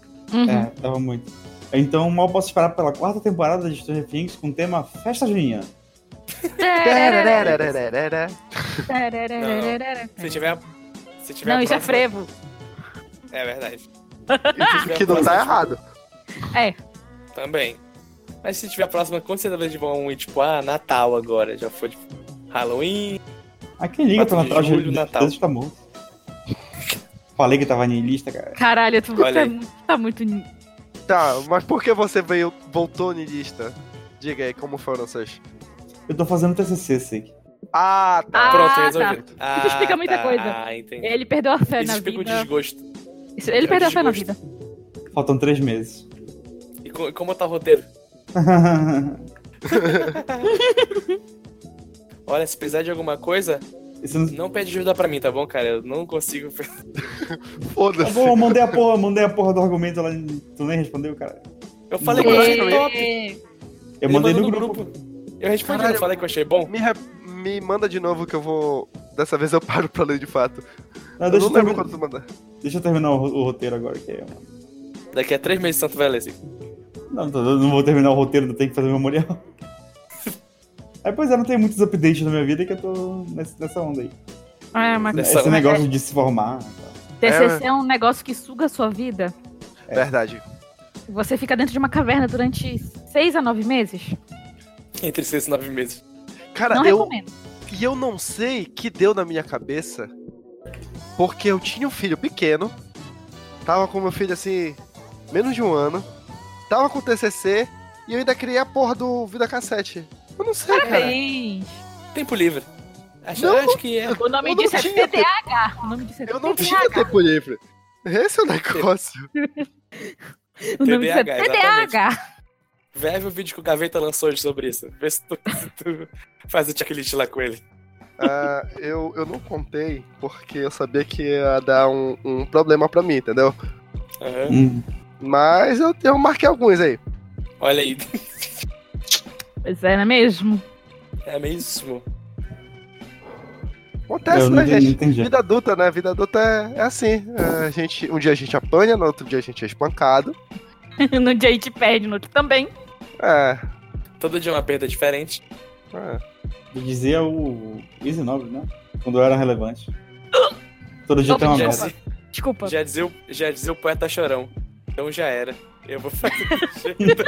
Speaker 2: É, tava muito. Então, mal posso esperar pela quarta temporada de Stranger Things com o tema Festa Junina.
Speaker 3: se tiver. Se tiver
Speaker 4: É. Não,
Speaker 3: a
Speaker 4: isso é
Speaker 3: próxima-
Speaker 4: frevo.
Speaker 1: <laughs>
Speaker 3: É verdade.
Speaker 1: Que não tá errado.
Speaker 3: Também. Mas se tiver a próxima, com certeza eles vão ir, tipo, ah, Natal agora. Já foi, tipo, Halloween.
Speaker 2: Ah, quem liga pro
Speaker 3: Quatro de
Speaker 2: Natal,
Speaker 3: julho,
Speaker 2: julho,
Speaker 3: Natal.
Speaker 2: Deus tá morto. Falei que tava niilista, cara.
Speaker 4: Caralho, tu
Speaker 3: Olha
Speaker 4: tá,
Speaker 3: aí.
Speaker 4: mu- tá muito. ni-
Speaker 1: Tá, mas por que você veio, voltou niilista? Diga aí, como foram vocês?
Speaker 2: Eu tô fazendo TCC, sei.
Speaker 1: Ah, tá.
Speaker 4: Ah,
Speaker 3: Pronto,
Speaker 4: tá.
Speaker 3: resolvido. Ah,
Speaker 4: explica muita
Speaker 3: tá.
Speaker 4: coisa.
Speaker 3: Ah, entendi.
Speaker 4: Ele perdeu a fé
Speaker 3: Isso
Speaker 4: na
Speaker 3: explica o
Speaker 4: vida.
Speaker 3: desgosto.
Speaker 4: Isso- Ele
Speaker 3: é o
Speaker 4: perdeu a fé na vida.
Speaker 3: desgosto.
Speaker 2: Faltam três meses. <laughs>
Speaker 3: E co- como tá o roteiro? Olha, se precisar de alguma coisa,
Speaker 2: Esse não-
Speaker 3: não pede ajuda pra mim, tá bom, cara? Eu não consigo. <laughs>
Speaker 2: Tá
Speaker 1: Foda-se.
Speaker 2: bom, eu mandei a porra, mandei a porra do argumento, ela tu nem respondeu, cara.
Speaker 3: Eu falei que eu achei top.
Speaker 4: Ê,
Speaker 2: Eu
Speaker 3: Ele
Speaker 2: mandei no
Speaker 3: mandou
Speaker 2: grupo.
Speaker 3: Eu respondi,
Speaker 1: Caralho.
Speaker 3: não falei que eu achei bom.
Speaker 1: Me, re- me manda de novo que eu vou. Dessa vez eu paro pra ler de fato.
Speaker 2: Não, deixa, eu
Speaker 1: Eu não lembro
Speaker 2: terminar,
Speaker 1: quando tu mandar.
Speaker 2: deixa eu terminar o, ro- o roteiro agora, que é...
Speaker 3: Daqui a três meses Santo vai ler assim.
Speaker 2: Não, tá, eu não vou terminar o roteiro, eu tenho que fazer memorial. <laughs> Aí, pois é, não tem muitos updates na minha vida que eu tô nesse- nessa onda aí.
Speaker 4: É, mas
Speaker 3: Nessa
Speaker 2: Esse
Speaker 3: onda.
Speaker 2: negócio de se formar. e tal.
Speaker 4: TCC é um negócio que suga a sua vida.
Speaker 2: É.
Speaker 1: Verdade.
Speaker 4: Você fica dentro de uma caverna durante seis a nove meses.
Speaker 3: Entre seis e nove meses.
Speaker 1: Cara,
Speaker 4: Não é
Speaker 1: eu,
Speaker 4: recomendo.
Speaker 1: E eu não sei que deu na minha cabeça, porque eu tinha um filho pequeno, tava com meu filho assim, menos de um ano, tava com TCC e eu ainda criei a porra do Vida Cassete. Eu não sei, cara.
Speaker 4: Parabéns.
Speaker 3: Tempo livre. Acho,
Speaker 1: Não.
Speaker 3: acho que é.
Speaker 4: O nome
Speaker 1: Eu não
Speaker 4: disso é
Speaker 1: tinha tempo.
Speaker 4: TDAH. O nome disso é
Speaker 1: Eu não
Speaker 4: TDAH.
Speaker 1: tinha tempo livre. Esse é o negócio.
Speaker 4: O nome disso é
Speaker 3: TDAH,
Speaker 4: TDAH.
Speaker 3: Vai ver o vídeo que o Gaveta lançou hoje sobre isso. Vê se tu, <laughs> se tu faz o checklist lá com ele.
Speaker 1: <laughs> Ah, eu, eu não contei porque eu sabia que ia dar um, um problema pra mim, entendeu?
Speaker 3: Aham.
Speaker 2: Hum.
Speaker 1: Mas eu, eu marquei alguns aí.
Speaker 3: Olha aí. <laughs>
Speaker 4: Pois é, não é mesmo? <laughs>
Speaker 3: É mesmo.
Speaker 1: Acontece,
Speaker 2: Eu não
Speaker 1: né,
Speaker 2: entendi,
Speaker 1: gente?
Speaker 2: não entendi.
Speaker 1: Vida adulta, né? Vida adulta é, é assim. É, a gente, um dia a gente apanha, no outro dia a gente é espancado.
Speaker 4: no dia a gente perde, no outro também.
Speaker 1: É.
Speaker 3: Todo dia é uma perda diferente.
Speaker 1: é.
Speaker 2: E dizia o Easy Nobre, né? Quando eu era relevante. Todo dia
Speaker 4: Todo
Speaker 2: tem uma
Speaker 4: dia.
Speaker 2: merda.
Speaker 4: Desculpa.
Speaker 3: Já dizia, o- já dizia o poeta chorão. Então já era. Eu vou fazer <laughs> do jeito.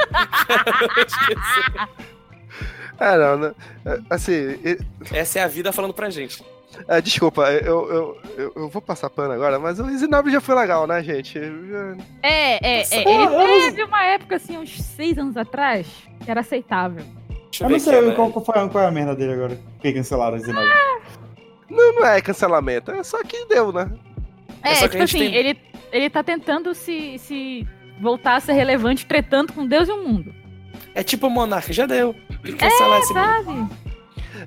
Speaker 1: É, não, né? É, assim, e-
Speaker 3: <laughs> Essa é a vida falando pra gente.
Speaker 1: é, desculpa, eu, eu, eu, eu vou passar pano agora, mas o Isinobre já foi legal, né, gente? Eu-
Speaker 4: É, é, é. Ele teve uma época, assim, uns seis anos atrás, que era aceitável.
Speaker 3: Deixa
Speaker 2: Eu não
Speaker 3: ver
Speaker 2: sei
Speaker 3: aqui,
Speaker 2: qual,
Speaker 3: né?
Speaker 2: qual foi, qual é a merda dele agora. Que cancelaram o Easy Nobre.
Speaker 1: Não, não é cancelamento, é só que deu, né?
Speaker 4: É,
Speaker 3: só que
Speaker 4: tipo
Speaker 3: a gente
Speaker 4: assim,
Speaker 3: tem-
Speaker 4: ele, ele tá tentando se, se voltar a ser relevante, tretando com Deus e o mundo,
Speaker 3: É tipo o Monark, já deu. Tem que cancelar esse
Speaker 1: tá.
Speaker 4: sabe?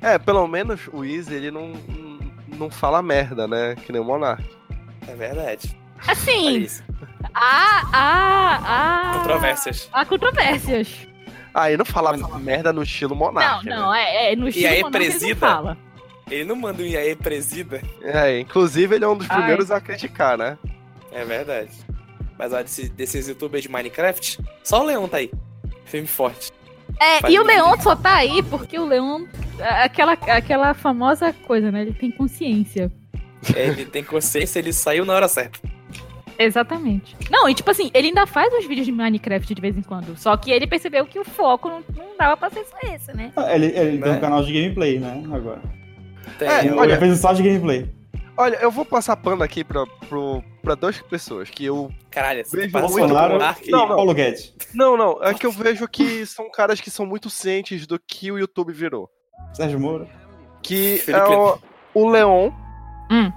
Speaker 1: É, pelo menos o Easy, ele não, não fala merda, né? Que nem o Monark.
Speaker 3: É verdade. Olha
Speaker 4: Assim,
Speaker 3: isso.
Speaker 4: há, há, há...
Speaker 3: Controvérsias.
Speaker 4: Ah, Há controvérsias.
Speaker 1: Ah, ele não fala merda no estilo
Speaker 4: Não,
Speaker 1: Monark. né?
Speaker 4: não, é, é no estilo
Speaker 3: aí,
Speaker 4: Monarca ele não
Speaker 3: presida?
Speaker 4: fala.
Speaker 3: Ele não manda um e aí presida.
Speaker 1: Né? É, inclusive ele é um dos
Speaker 4: Ai.
Speaker 1: primeiros a criticar, né?
Speaker 3: É verdade. Mas olha, desse- desses youtubers de Minecraft, só o Leon tá aí. Filme forte.
Speaker 4: É,
Speaker 3: Faz
Speaker 4: e o
Speaker 3: muito
Speaker 4: Leon só tá aí porque o Leon... Aquela, aquela famosa coisa, né? Ele tem consciência.
Speaker 3: Ele tem consciência, ele saiu na hora certa.
Speaker 4: Exatamente. Não, e tipo assim, ele ainda faz uns vídeos de Minecraft de vez em quando. Só que ele percebeu que o foco não, não dava pra ser só esse, né?
Speaker 2: Ah, Ele, ele tem
Speaker 3: Né?
Speaker 2: um canal de gameplay, né? Agora.
Speaker 3: Tem,
Speaker 1: É,
Speaker 2: Ele
Speaker 3: eu-
Speaker 1: olha-
Speaker 2: fez um só de gameplay.
Speaker 1: Olha, eu vou passar pano aqui pra, pro, pra duas pessoas que eu.
Speaker 3: Caralho, você
Speaker 1: Beijo
Speaker 3: parece
Speaker 1: muito,
Speaker 3: um muito
Speaker 2: Bolsonaro
Speaker 3: Monark.
Speaker 2: e
Speaker 1: Não, não.
Speaker 2: Paulo Guedes.
Speaker 1: Não, não, é que eu vejo que são caras que são muito cientes do que o YouTube virou.
Speaker 2: Sérgio Moro.
Speaker 1: Que
Speaker 3: Felipe.
Speaker 1: é o, o Leon
Speaker 4: Hum.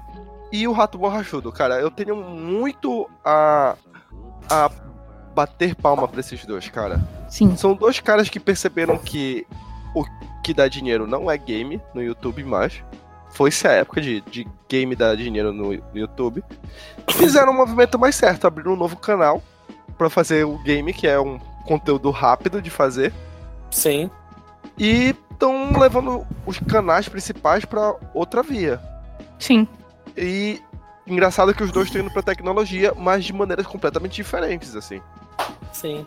Speaker 1: e o Rato Borrachudo, cara. Eu tenho muito a. a bater palma pra esses dois, cara.
Speaker 4: Sim.
Speaker 1: São dois caras que perceberam que o que dá dinheiro não é game no YouTube mais. Foi-se a época de, de game dar dinheiro no YouTube. Fizeram um movimento mais certo, abriram um novo canal pra fazer o game, que é um conteúdo rápido de fazer.
Speaker 3: Sim.
Speaker 1: E estão levando os canais principais pra outra via.
Speaker 4: Sim.
Speaker 1: E engraçado que os dois estão indo pra tecnologia, mas de maneiras completamente diferentes, assim.
Speaker 3: Sim.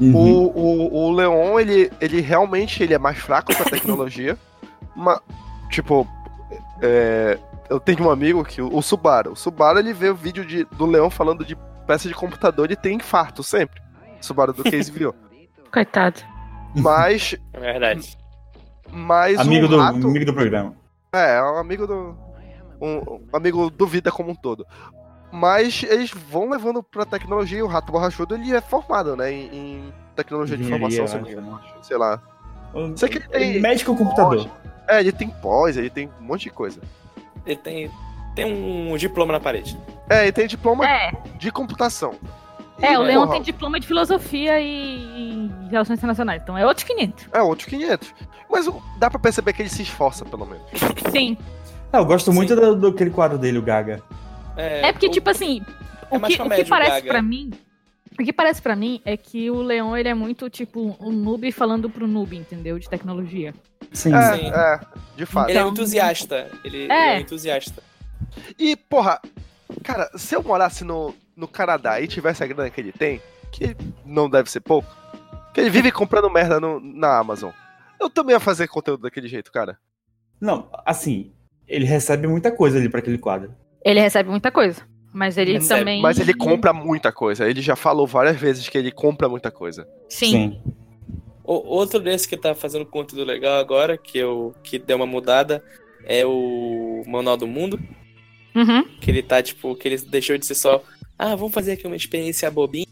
Speaker 2: Uhum.
Speaker 1: O, o, o Leon, ele, ele realmente ele é mais fraco pra
Speaker 2: <laughs>
Speaker 1: tecnologia. mas, tipo, é, eu tenho um amigo que, o Subaru. O Subaru, ele vê o vídeo de, do Leon falando de peça de computador e tem infarto sempre. Subaru do
Speaker 2: <laughs>
Speaker 1: Case viu.
Speaker 4: Coitado.
Speaker 1: Mas,
Speaker 3: É verdade.
Speaker 1: mas
Speaker 2: Amigo,
Speaker 1: o
Speaker 2: do,
Speaker 1: um rato...
Speaker 2: amigo do programa.
Speaker 1: É, é um amigo do. Um, um amigo do vida como um todo. Mas eles vão levando pra tecnologia, o rato borrachudo ele é formado, né? Em, em tecnologia de
Speaker 2: Engenharia,
Speaker 1: informação, se eu não me
Speaker 2: eu acho,
Speaker 1: engano, sei lá.
Speaker 2: O-
Speaker 1: Sei que ele tem-
Speaker 2: Médico ou computador?
Speaker 1: É, ele tem pós, ele tem um monte de coisa.
Speaker 3: Ele tem, tem um diploma na parede.
Speaker 1: É, ele tem diploma
Speaker 4: É,
Speaker 1: de computação.
Speaker 4: é o
Speaker 1: E,
Speaker 4: Leon
Speaker 1: porra,
Speaker 4: tem diploma de filosofia e, e relações internacionais, então é outro 500.
Speaker 1: É outro 500. Mas o- dá pra perceber que ele se esforça, pelo menos.
Speaker 4: Sim.
Speaker 2: Ah, eu gosto muito
Speaker 3: Sim.
Speaker 2: do, daquele quadro dele, o Gaga.
Speaker 4: É porque,
Speaker 3: o-
Speaker 4: tipo assim,
Speaker 3: é
Speaker 4: o
Speaker 3: mais
Speaker 4: que, o que
Speaker 3: comédia,
Speaker 4: parece
Speaker 3: Gaga. é.
Speaker 4: pra mim. O que parece pra mim é que o Leon ele é muito tipo um noob falando pro noob, entendeu? De tecnologia.
Speaker 2: Sim.
Speaker 1: É,
Speaker 3: Sim.
Speaker 1: é, de fato.
Speaker 3: Ele é
Speaker 4: Então-
Speaker 3: um entusiasta. Ele
Speaker 4: É.
Speaker 3: é, um entusiasta.
Speaker 1: E, porra, cara, se eu morasse no, no Canadá e tivesse a grana que ele tem, que não deve ser pouco, que ele vive comprando merda no- na Amazon. Eu também ia fazer conteúdo daquele jeito, cara.
Speaker 2: Não, assim, ele recebe muita coisa ali pra aquele quadro.
Speaker 4: Ele recebe muita coisa, mas ele
Speaker 3: Recebe,
Speaker 4: também.
Speaker 1: É, Mas ele compra muita coisa. Ele já falou várias vezes que ele compra muita coisa.
Speaker 4: Sim.
Speaker 3: O- outro desse que tá fazendo conteúdo legal agora, que, eu, que deu uma mudada, é o Manual do Mundo.
Speaker 4: Uhum. <laughs>
Speaker 3: Que ele tá, tipo, que ele deixou de ser só, ah, vamos fazer aqui uma experiência bobinha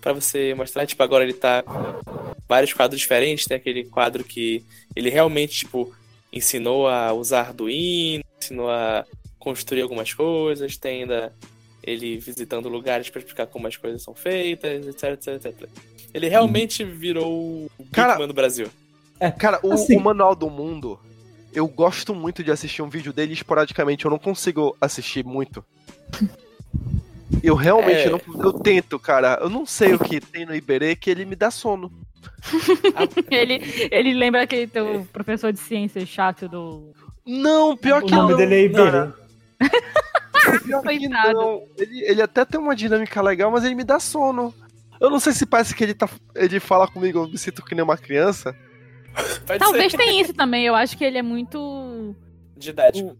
Speaker 3: pra você mostrar. Tipo, agora ele tá com vários quadros diferentes. Tem aquele quadro que ele realmente, tipo, ensinou a usar Arduino, ensinou a construir algumas coisas. Tem ainda ele visitando lugares pra explicar como as coisas são feitas, etc, etc, etc. Ele
Speaker 2: Uhum.
Speaker 3: realmente virou o
Speaker 1: Cara,
Speaker 3: Bigman do Brasil.
Speaker 1: Cara, o,
Speaker 2: Assim.
Speaker 1: o Manual do Mundo, eu gosto muito de assistir um vídeo dele esporadicamente. Eu não consigo
Speaker 2: <laughs>
Speaker 1: assistir muito. Eu realmente
Speaker 3: É.
Speaker 1: não. Eu tento, cara. Eu não sei o que tem no Iberê que ele me dá sono.
Speaker 4: Ele, ele lembra aquele teu professor de ciência chato do.
Speaker 1: Não, pior
Speaker 2: O
Speaker 1: que
Speaker 2: nome
Speaker 1: não.
Speaker 2: dele é
Speaker 1: cara.
Speaker 2: Iberê.
Speaker 1: Pior que
Speaker 4: Coitado.
Speaker 1: não. Ele, ele até tem uma dinâmica legal, mas ele me dá sono. Eu não sei se parece que ele tá. Ele fala comigo, eu me sinto que nem uma criança.
Speaker 3: Pode
Speaker 4: Talvez
Speaker 3: ser
Speaker 4: tenha isso também. Eu acho que ele é muito.
Speaker 3: didático.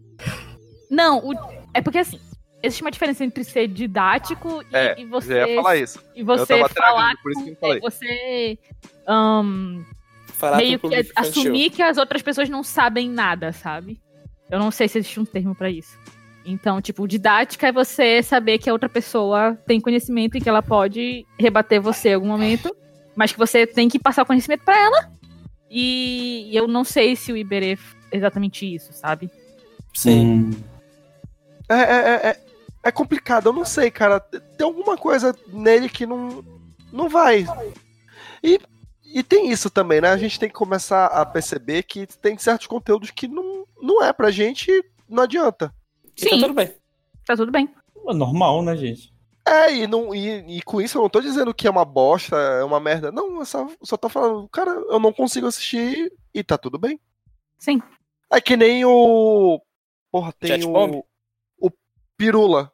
Speaker 4: Não, o- é porque assim, existe uma diferença entre ser didático e,
Speaker 1: É,
Speaker 4: e
Speaker 1: Você ia
Speaker 4: você,
Speaker 1: falar isso.
Speaker 4: e
Speaker 1: eu
Speaker 4: você
Speaker 1: tava
Speaker 4: falar.
Speaker 1: travando, por isso que eu
Speaker 4: com- é,
Speaker 1: falei.
Speaker 4: Você ahn,
Speaker 3: Falar
Speaker 4: meio
Speaker 3: pro
Speaker 4: que
Speaker 3: público infantil.
Speaker 4: assumir que as outras pessoas não sabem nada, sabe? Eu não sei se existe um termo pra isso. Então, tipo, didática é você saber que a outra pessoa tem conhecimento e que ela pode rebater você em algum momento, mas que você tem que passar o conhecimento pra ela. E eu não sei se o Iberê é exatamente isso, sabe?
Speaker 3: Sim.
Speaker 2: Hum.
Speaker 1: É, é, é, é, é complicado, eu não sei, cara. Tem alguma coisa nele que não, não vai. E, e tem isso também, né? A gente tem que começar a perceber que tem certos conteúdos que não, não é pra gente, não adianta.
Speaker 3: E tá
Speaker 4: Sim.
Speaker 3: tudo bem.
Speaker 4: Tá tudo bem.
Speaker 2: É normal, né, gente?
Speaker 1: É, e, não, e, e com isso eu não tô dizendo que é uma bosta, é uma merda. Não, eu só, só tô falando, cara, eu não consigo assistir e tá tudo bem.
Speaker 4: Sim.
Speaker 1: É que nem o. Porra, tem
Speaker 3: Chat
Speaker 1: o.
Speaker 3: Bomb?
Speaker 1: O Pirula.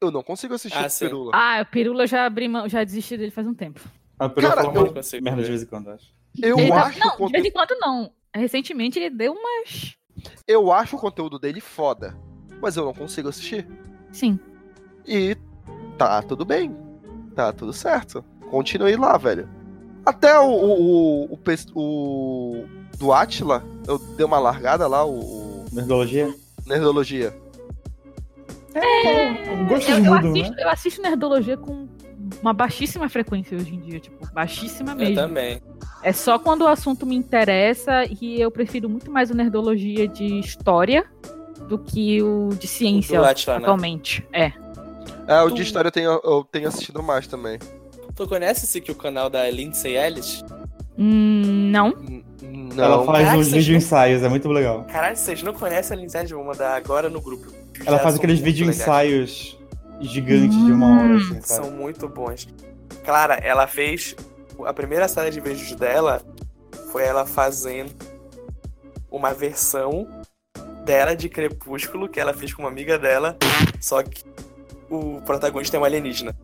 Speaker 1: Eu não consigo assistir
Speaker 3: Ah,
Speaker 1: o
Speaker 3: sim.
Speaker 1: Pirula.
Speaker 4: Ah, o Pirula eu já abri mão, já desisti dele faz um tempo.
Speaker 2: Ah, pela
Speaker 1: Cara,
Speaker 2: forma
Speaker 3: Então eu-
Speaker 2: de consigo merda de vez em quando, acho.
Speaker 1: eu,
Speaker 4: Ele tá-
Speaker 1: acho o
Speaker 4: não, de
Speaker 1: conteúdo,
Speaker 4: vez em quando não. Recentemente ele deu umas.
Speaker 1: eu acho o conteúdo dele foda, mas eu não consigo assistir.
Speaker 4: Sim.
Speaker 1: E tá tudo bem. Tá tudo certo. Continue lá, velho. Até o, o, o, o pes- o- do Atila, eu dei uma largada lá, o, o
Speaker 2: Nerdologia?
Speaker 1: Nerdologia.
Speaker 2: É, gostos
Speaker 4: Eu, eu
Speaker 2: mudam,
Speaker 4: assisto,
Speaker 2: né?
Speaker 4: eu assisto Nerdologia com uma baixíssima frequência hoje em dia, tipo, baixíssima
Speaker 3: Eu
Speaker 4: mesmo.
Speaker 3: também.
Speaker 4: É só quando o assunto me interessa e eu prefiro muito mais o Nerdologia de história do que o de ciência
Speaker 3: Do Atila, né?
Speaker 4: atualmente. É.
Speaker 1: É, o
Speaker 3: Tu-
Speaker 1: de história eu tenho, eu tenho assistido mais também.
Speaker 3: Tu conhece esse que o canal da Lindsay Ellis?
Speaker 4: Hum, não.
Speaker 1: N- Não.
Speaker 2: Ela faz
Speaker 3: Caraca,
Speaker 2: uns
Speaker 3: vocês
Speaker 2: vídeo ensaios, é muito legal.
Speaker 3: Caralho, vocês não conhecem a Lindsay Ellis? Vou mandar agora no grupo.
Speaker 2: Ela
Speaker 3: Já
Speaker 2: faz
Speaker 3: são
Speaker 2: aqueles
Speaker 3: é muito
Speaker 2: vídeo
Speaker 3: legais.
Speaker 2: ensaios gigantes de uma hora, assim, sabe?
Speaker 3: São muito bons. Clara, ela fez. A primeira série de vídeos dela foi ela fazendo uma versão dela de Crepúsculo que ela fez com uma amiga dela, só que o protagonista é um alienígena.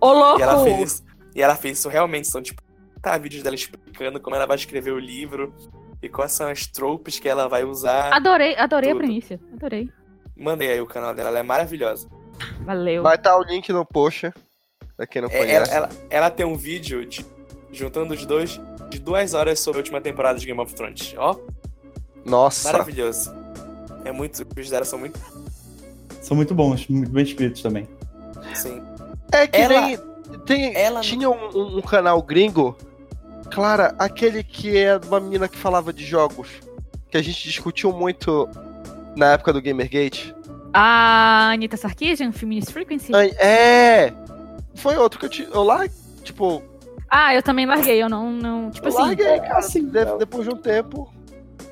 Speaker 4: Ô, louco!
Speaker 3: E ela fez isso. E ela fez isso realmente. São, tipo, tá vídeos dela explicando como ela vai escrever o livro e quais são as tropes que ela vai usar.
Speaker 4: Adorei, adorei a
Speaker 3: Tudo.
Speaker 4: premissa. Adorei.
Speaker 3: Mandei aí o canal dela, ela é maravilhosa.
Speaker 4: Valeu.
Speaker 1: Vai estar o link no post, pra quem não
Speaker 3: É, ela,
Speaker 1: conhece.
Speaker 3: ela, ela tem um vídeo de- juntando os dois de duas horas sobre a última temporada de Game of Thrones. Ó,
Speaker 1: Nossa,
Speaker 3: maravilhoso. É muito. Os vídeos dela são muito.
Speaker 2: São muito bons, muito bem escritos também.
Speaker 3: Sim.
Speaker 1: é que
Speaker 3: Ela-
Speaker 1: nem... Tem,
Speaker 3: ela-
Speaker 1: tinha um, um- um canal gringo, Clara, aquele que é de uma menina que falava de jogos, que a gente discutiu muito na época do Gamergate.
Speaker 4: A Anitta Sarkeesian, Feminist Frequency.
Speaker 1: Ai, É! Foi outro que eu, te, eu lá, tipo,
Speaker 4: Ah, eu também larguei, eu não. não tipo
Speaker 1: eu
Speaker 4: assim.
Speaker 1: larguei, cara,
Speaker 2: assim,
Speaker 1: de-
Speaker 2: não.
Speaker 1: depois de um tempo.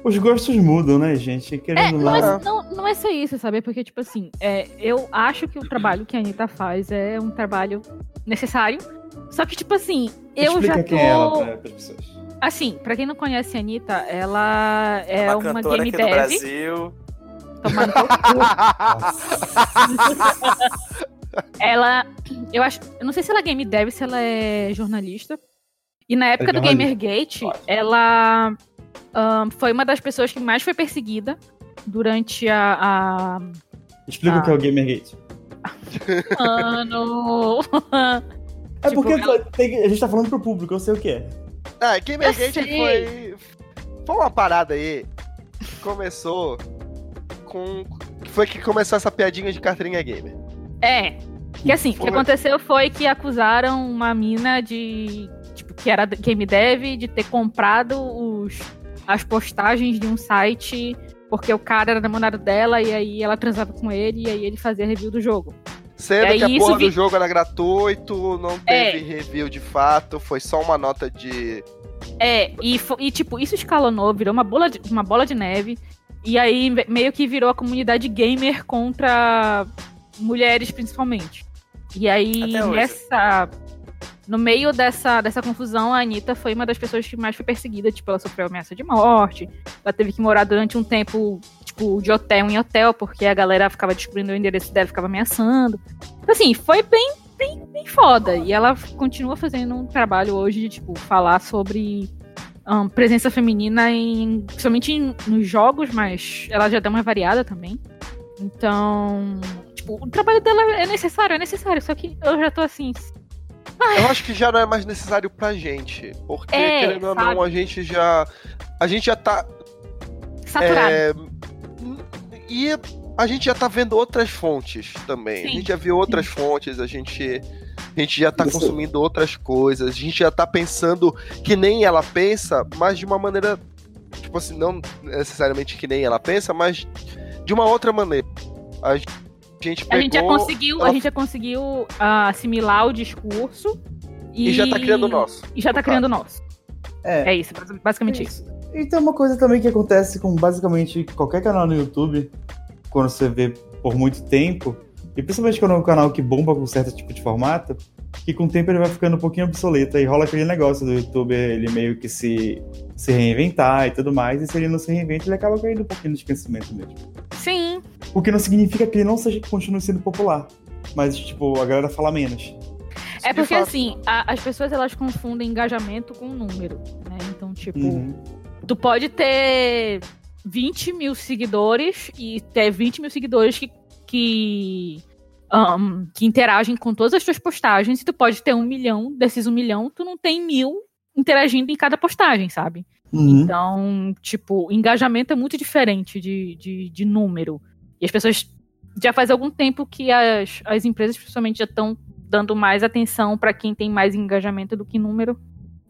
Speaker 2: Os gostos mudam, né, gente? Querendo
Speaker 4: Não
Speaker 2: lá.
Speaker 4: é, não, não é só isso, sabe? Porque, tipo assim, é, eu acho que o trabalho que a Anitta faz é um trabalho necessário. Só que, tipo assim, eu
Speaker 2: Explica
Speaker 4: já
Speaker 2: quem é ela
Speaker 4: tô.
Speaker 2: pra, pras pessoas.
Speaker 4: Assim, pra quem não conhece a Anitta, ela é,
Speaker 3: É
Speaker 4: uma,
Speaker 3: uma cantora
Speaker 4: game
Speaker 3: aqui do
Speaker 4: dev.
Speaker 3: Brasil.
Speaker 4: Tomar no teu cu. Ela. Eu acho. Eu não sei se ela é game dev, se ela é jornalista. E na época do
Speaker 2: É jornalista.
Speaker 4: Gamergate,
Speaker 2: Ótimo.
Speaker 4: ela ahn, foi uma das pessoas que mais foi perseguida durante a- a
Speaker 2: Explica
Speaker 4: Ah.
Speaker 2: o que é o Gamergate.
Speaker 4: um ano.
Speaker 2: É
Speaker 4: Tipo,
Speaker 2: porque
Speaker 4: ela-
Speaker 2: tem- a gente tá falando pro público, eu sei o que é.
Speaker 1: Ah, Gamergate
Speaker 4: Eu sei.
Speaker 1: foi. Foi uma parada aí que começou com. que Foi que começou essa piadinha de carteirinha gamer.
Speaker 4: É. Que assim, o que
Speaker 1: Foi.
Speaker 4: aconteceu foi que acusaram uma mina de. Tipo, que era game dev, de ter comprado os, as postagens de um site, porque o cara era namorado dela, e aí ela transava com ele, e aí ele fazia review do jogo.
Speaker 1: Sendo
Speaker 4: É,
Speaker 1: que a
Speaker 4: isso
Speaker 1: porra
Speaker 4: vi-
Speaker 1: do jogo era gratuito, não
Speaker 4: É.
Speaker 1: teve review de fato, foi só uma nota de.
Speaker 4: É, e, fo- e, tipo, isso escalonou, virou uma bola, de, uma bola de neve. E aí me- meio que virou a comunidade gamer contra mulheres, principalmente. E aí,
Speaker 3: Até hoje.
Speaker 4: nessa. No meio dessa, dessa confusão, a Anitta foi uma das pessoas que mais foi perseguida. Tipo, ela sofreu ameaça de morte. Ela teve que morar durante um tempo, tipo, de hotel em hotel, porque a galera ficava descobrindo o endereço dela, ficava ameaçando. Então, assim, foi bem, bem, bem foda. E ela continua fazendo um trabalho hoje de, tipo, falar sobre ahn, presença feminina em. Principalmente em- nos jogos, mas ela já deu uma variada também. Então. Tipo, o trabalho dela é necessário, é necessário. Só que eu já tô assim.
Speaker 1: Eu acho que já não é mais necessário pra gente. Porque,
Speaker 4: É,
Speaker 1: querendo ou
Speaker 4: sabe?
Speaker 1: não, a gente já. A gente já tá.
Speaker 4: Saturado.
Speaker 1: é, E a gente já tá vendo outras fontes também. A
Speaker 4: Sim.
Speaker 1: gente já viu outras fontes, a gente, a gente já tá
Speaker 2: Isso.
Speaker 1: consumindo outras coisas, a gente já tá pensando que nem ela pensa, mas de uma maneira. Tipo assim, não necessariamente que nem ela pensa, mas de uma outra maneira. A gente, a gente
Speaker 4: a gente já
Speaker 1: pegou
Speaker 4: conseguiu, a
Speaker 1: ela-
Speaker 4: gente já conseguiu ah, assimilar o discurso. E,
Speaker 1: e já tá criando o nosso.
Speaker 4: E já tá
Speaker 1: no
Speaker 4: criando o nosso.
Speaker 2: É.
Speaker 4: É isso, basi- basicamente isso.
Speaker 2: E tem Então, uma coisa também que acontece com basicamente qualquer canal no YouTube, quando você vê por muito tempo, e principalmente quando é um canal que bomba com certo tipo de formato, que com o tempo ele vai ficando um pouquinho obsoleto e rola aquele negócio do YouTube ele meio que se, se reinventar e tudo mais, e se ele não se reinventa, ele acaba caindo um pouquinho no esquecimento mesmo.
Speaker 4: Sim.
Speaker 2: O que não significa que ele não seja, continue sendo popular, mas tipo, a galera fala menos.
Speaker 4: É
Speaker 1: De
Speaker 4: porque
Speaker 1: fato.
Speaker 4: assim, a- as pessoas elas confundem engajamento com número, né? Então, tipo,
Speaker 2: Uhum.
Speaker 4: tu pode ter 20 mil seguidores e ter 20 mil seguidores que, que, ahn, que interagem com todas as tuas postagens, e tu pode ter um milhão, desses um milhão, tu não tem mil interagindo em cada postagem, sabe?
Speaker 2: Uhum.
Speaker 4: Então, tipo, engajamento é muito diferente de, de, de número. E as pessoas já faz algum tempo que as, as empresas, principalmente, já estão dando mais atenção pra quem tem mais engajamento do que número.